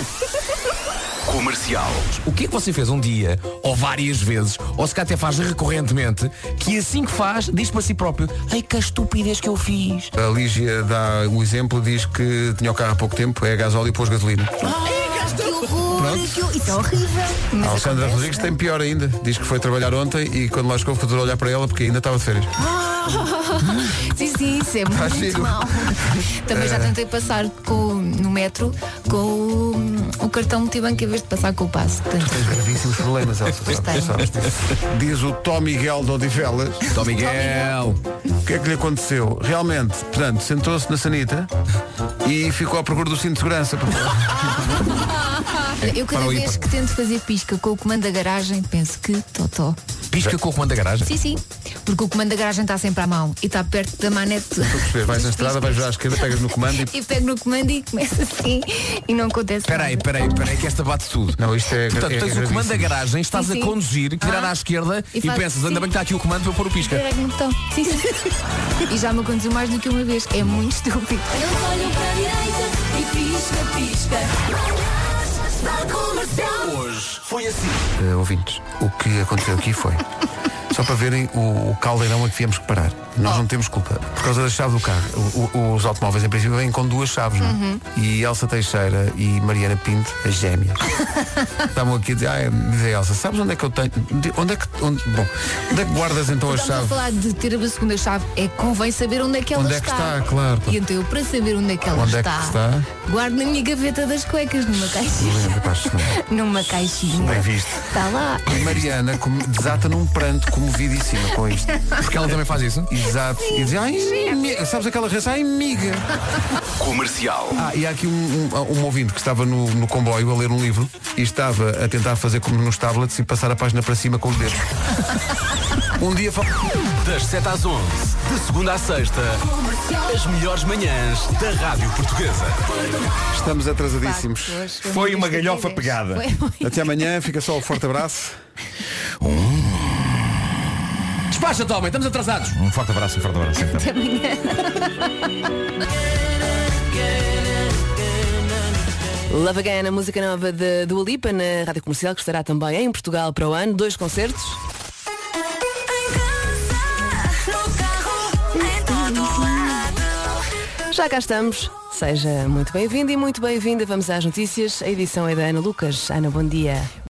[SPEAKER 2] Comercial.
[SPEAKER 6] O que é que você fez um dia, ou várias vezes, ou se cá até faz recorrentemente, que assim que faz, diz para si próprio, ai que estupidez que eu fiz.
[SPEAKER 1] A Lígia dá o exemplo, diz que tinha o carro há pouco tempo, é gasóleo e pôs gasolina.
[SPEAKER 4] Que horror! Que... hor- Isso é horrível.
[SPEAKER 1] A
[SPEAKER 4] Mas
[SPEAKER 1] Alexandra
[SPEAKER 4] acontece,
[SPEAKER 1] Rodrigues tem pior ainda. Diz que foi trabalhar ontem e quando lá chegou ficou tudo a olhar para ela porque ainda estava de férias.
[SPEAKER 4] Sim, sim, isso é
[SPEAKER 1] Faz
[SPEAKER 4] muito
[SPEAKER 1] giro. É.
[SPEAKER 4] mau. Também já tentei passar com, no metro com o, o cartão multibanco em vez de passar com o passe. Portanto,
[SPEAKER 1] Tens gravíssimos problemas, Elsa.
[SPEAKER 4] Tenho.
[SPEAKER 1] Sabes? Diz o Tom Miguel de Odivelas.
[SPEAKER 6] Tom Miguel.
[SPEAKER 1] O que é que lhe aconteceu? Realmente, portanto, sentou-se na sanita e ficou à procura do cinto de segurança. porque-
[SPEAKER 4] eu cada
[SPEAKER 1] para o
[SPEAKER 4] vez
[SPEAKER 1] ímpar.
[SPEAKER 4] que tento fazer pisca com o comando da garagem, penso que totó.
[SPEAKER 6] Pisca com o comando da garagem.
[SPEAKER 4] Sim, sim, porque o comando da garagem está sempre à mão e está perto da manete.
[SPEAKER 1] Estou a perceber, vais na estrada, vais à esquerda, pegas no comando e.
[SPEAKER 4] E pego no comando e começa assim e não acontece
[SPEAKER 6] Espera aí,
[SPEAKER 4] nada.
[SPEAKER 6] espera aí, espera aí que esta bate tudo.
[SPEAKER 1] Não, isto é.
[SPEAKER 6] Portanto,
[SPEAKER 1] é-
[SPEAKER 6] tens
[SPEAKER 1] é
[SPEAKER 6] o comando da
[SPEAKER 1] gravíssimo.
[SPEAKER 6] garagem, estás
[SPEAKER 4] Sim,
[SPEAKER 6] a
[SPEAKER 4] sim.
[SPEAKER 6] conduzir, virar
[SPEAKER 4] Ah.
[SPEAKER 6] à esquerda
[SPEAKER 4] E
[SPEAKER 6] e,
[SPEAKER 4] faz-
[SPEAKER 6] pensas,
[SPEAKER 4] sim. É.
[SPEAKER 6] ainda bem que está aqui o comando para eu pôr o pisca.
[SPEAKER 4] Carrego no botão. Sim, sim. e já me aconteceu mais do que uma vez. É muito estúpido.
[SPEAKER 2] Hoje foi assim.
[SPEAKER 1] Eh, ouvintes, o que aconteceu aqui foi Só para verem o, o caldeirão a que viemos que parar.
[SPEAKER 4] Oh.
[SPEAKER 1] Nós não temos culpa. Por causa da chave do carro. O- o- os automóveis, em princípio, vêm com duas chaves, não é?
[SPEAKER 11] Uhum.
[SPEAKER 1] E Elsa Teixeira e Mariana Pinto, as gêmeas. Estavam aqui a dizer, ah, diz a Elsa, sabes onde é que eu tenho? de- Onde é que, onde, bom, onde é que guardas então a
[SPEAKER 4] Estamos a
[SPEAKER 1] chave?
[SPEAKER 4] falar de ter a segunda chave. É que convém saber onde é que ela
[SPEAKER 1] Onde é que
[SPEAKER 4] está.
[SPEAKER 1] está, claro.
[SPEAKER 4] E então eu, para saber onde é que ela
[SPEAKER 1] Onde é que
[SPEAKER 4] está,
[SPEAKER 1] está?
[SPEAKER 4] guardo na minha gaveta das cuecas, numa caixinha. numa caixinha.
[SPEAKER 1] Bem visto.
[SPEAKER 4] Está lá.
[SPEAKER 1] E Mariana como- desata num pranto comovidíssima com isto. Porque ela também faz isso? Exato. E diz, ai, mi- sabes aquela reação? Ai, miga.
[SPEAKER 2] Comercial.
[SPEAKER 1] Ah, e há aqui um, um- um ouvinte que estava no, no comboio a ler um livro e estava a tentar fazer como nos tablets e passar a página para cima com o dedo. Um dia fa-
[SPEAKER 2] Das 7 às 11, de segunda à sexta, as melhores manhãs da Rádio Portuguesa.
[SPEAKER 1] Estamos atrasadíssimos.
[SPEAKER 2] Factos, foi Foi uma galhofa pegada. Foi.
[SPEAKER 1] Até amanhã, fica só o forte abraço.
[SPEAKER 6] Despacha, Tomem, estamos atrasados.
[SPEAKER 8] Um forte abraço, um forte abraço. Então.
[SPEAKER 7] Love Again, a música nova de Dua Lipa na Rádio Comercial, que estará também em Portugal para o ano. Dois concertos. Já cá estamos. Seja muito bem-vindo e muito bem-vinda. Vamos às notícias. A edição é da Ana Lucas. Ana, bom dia.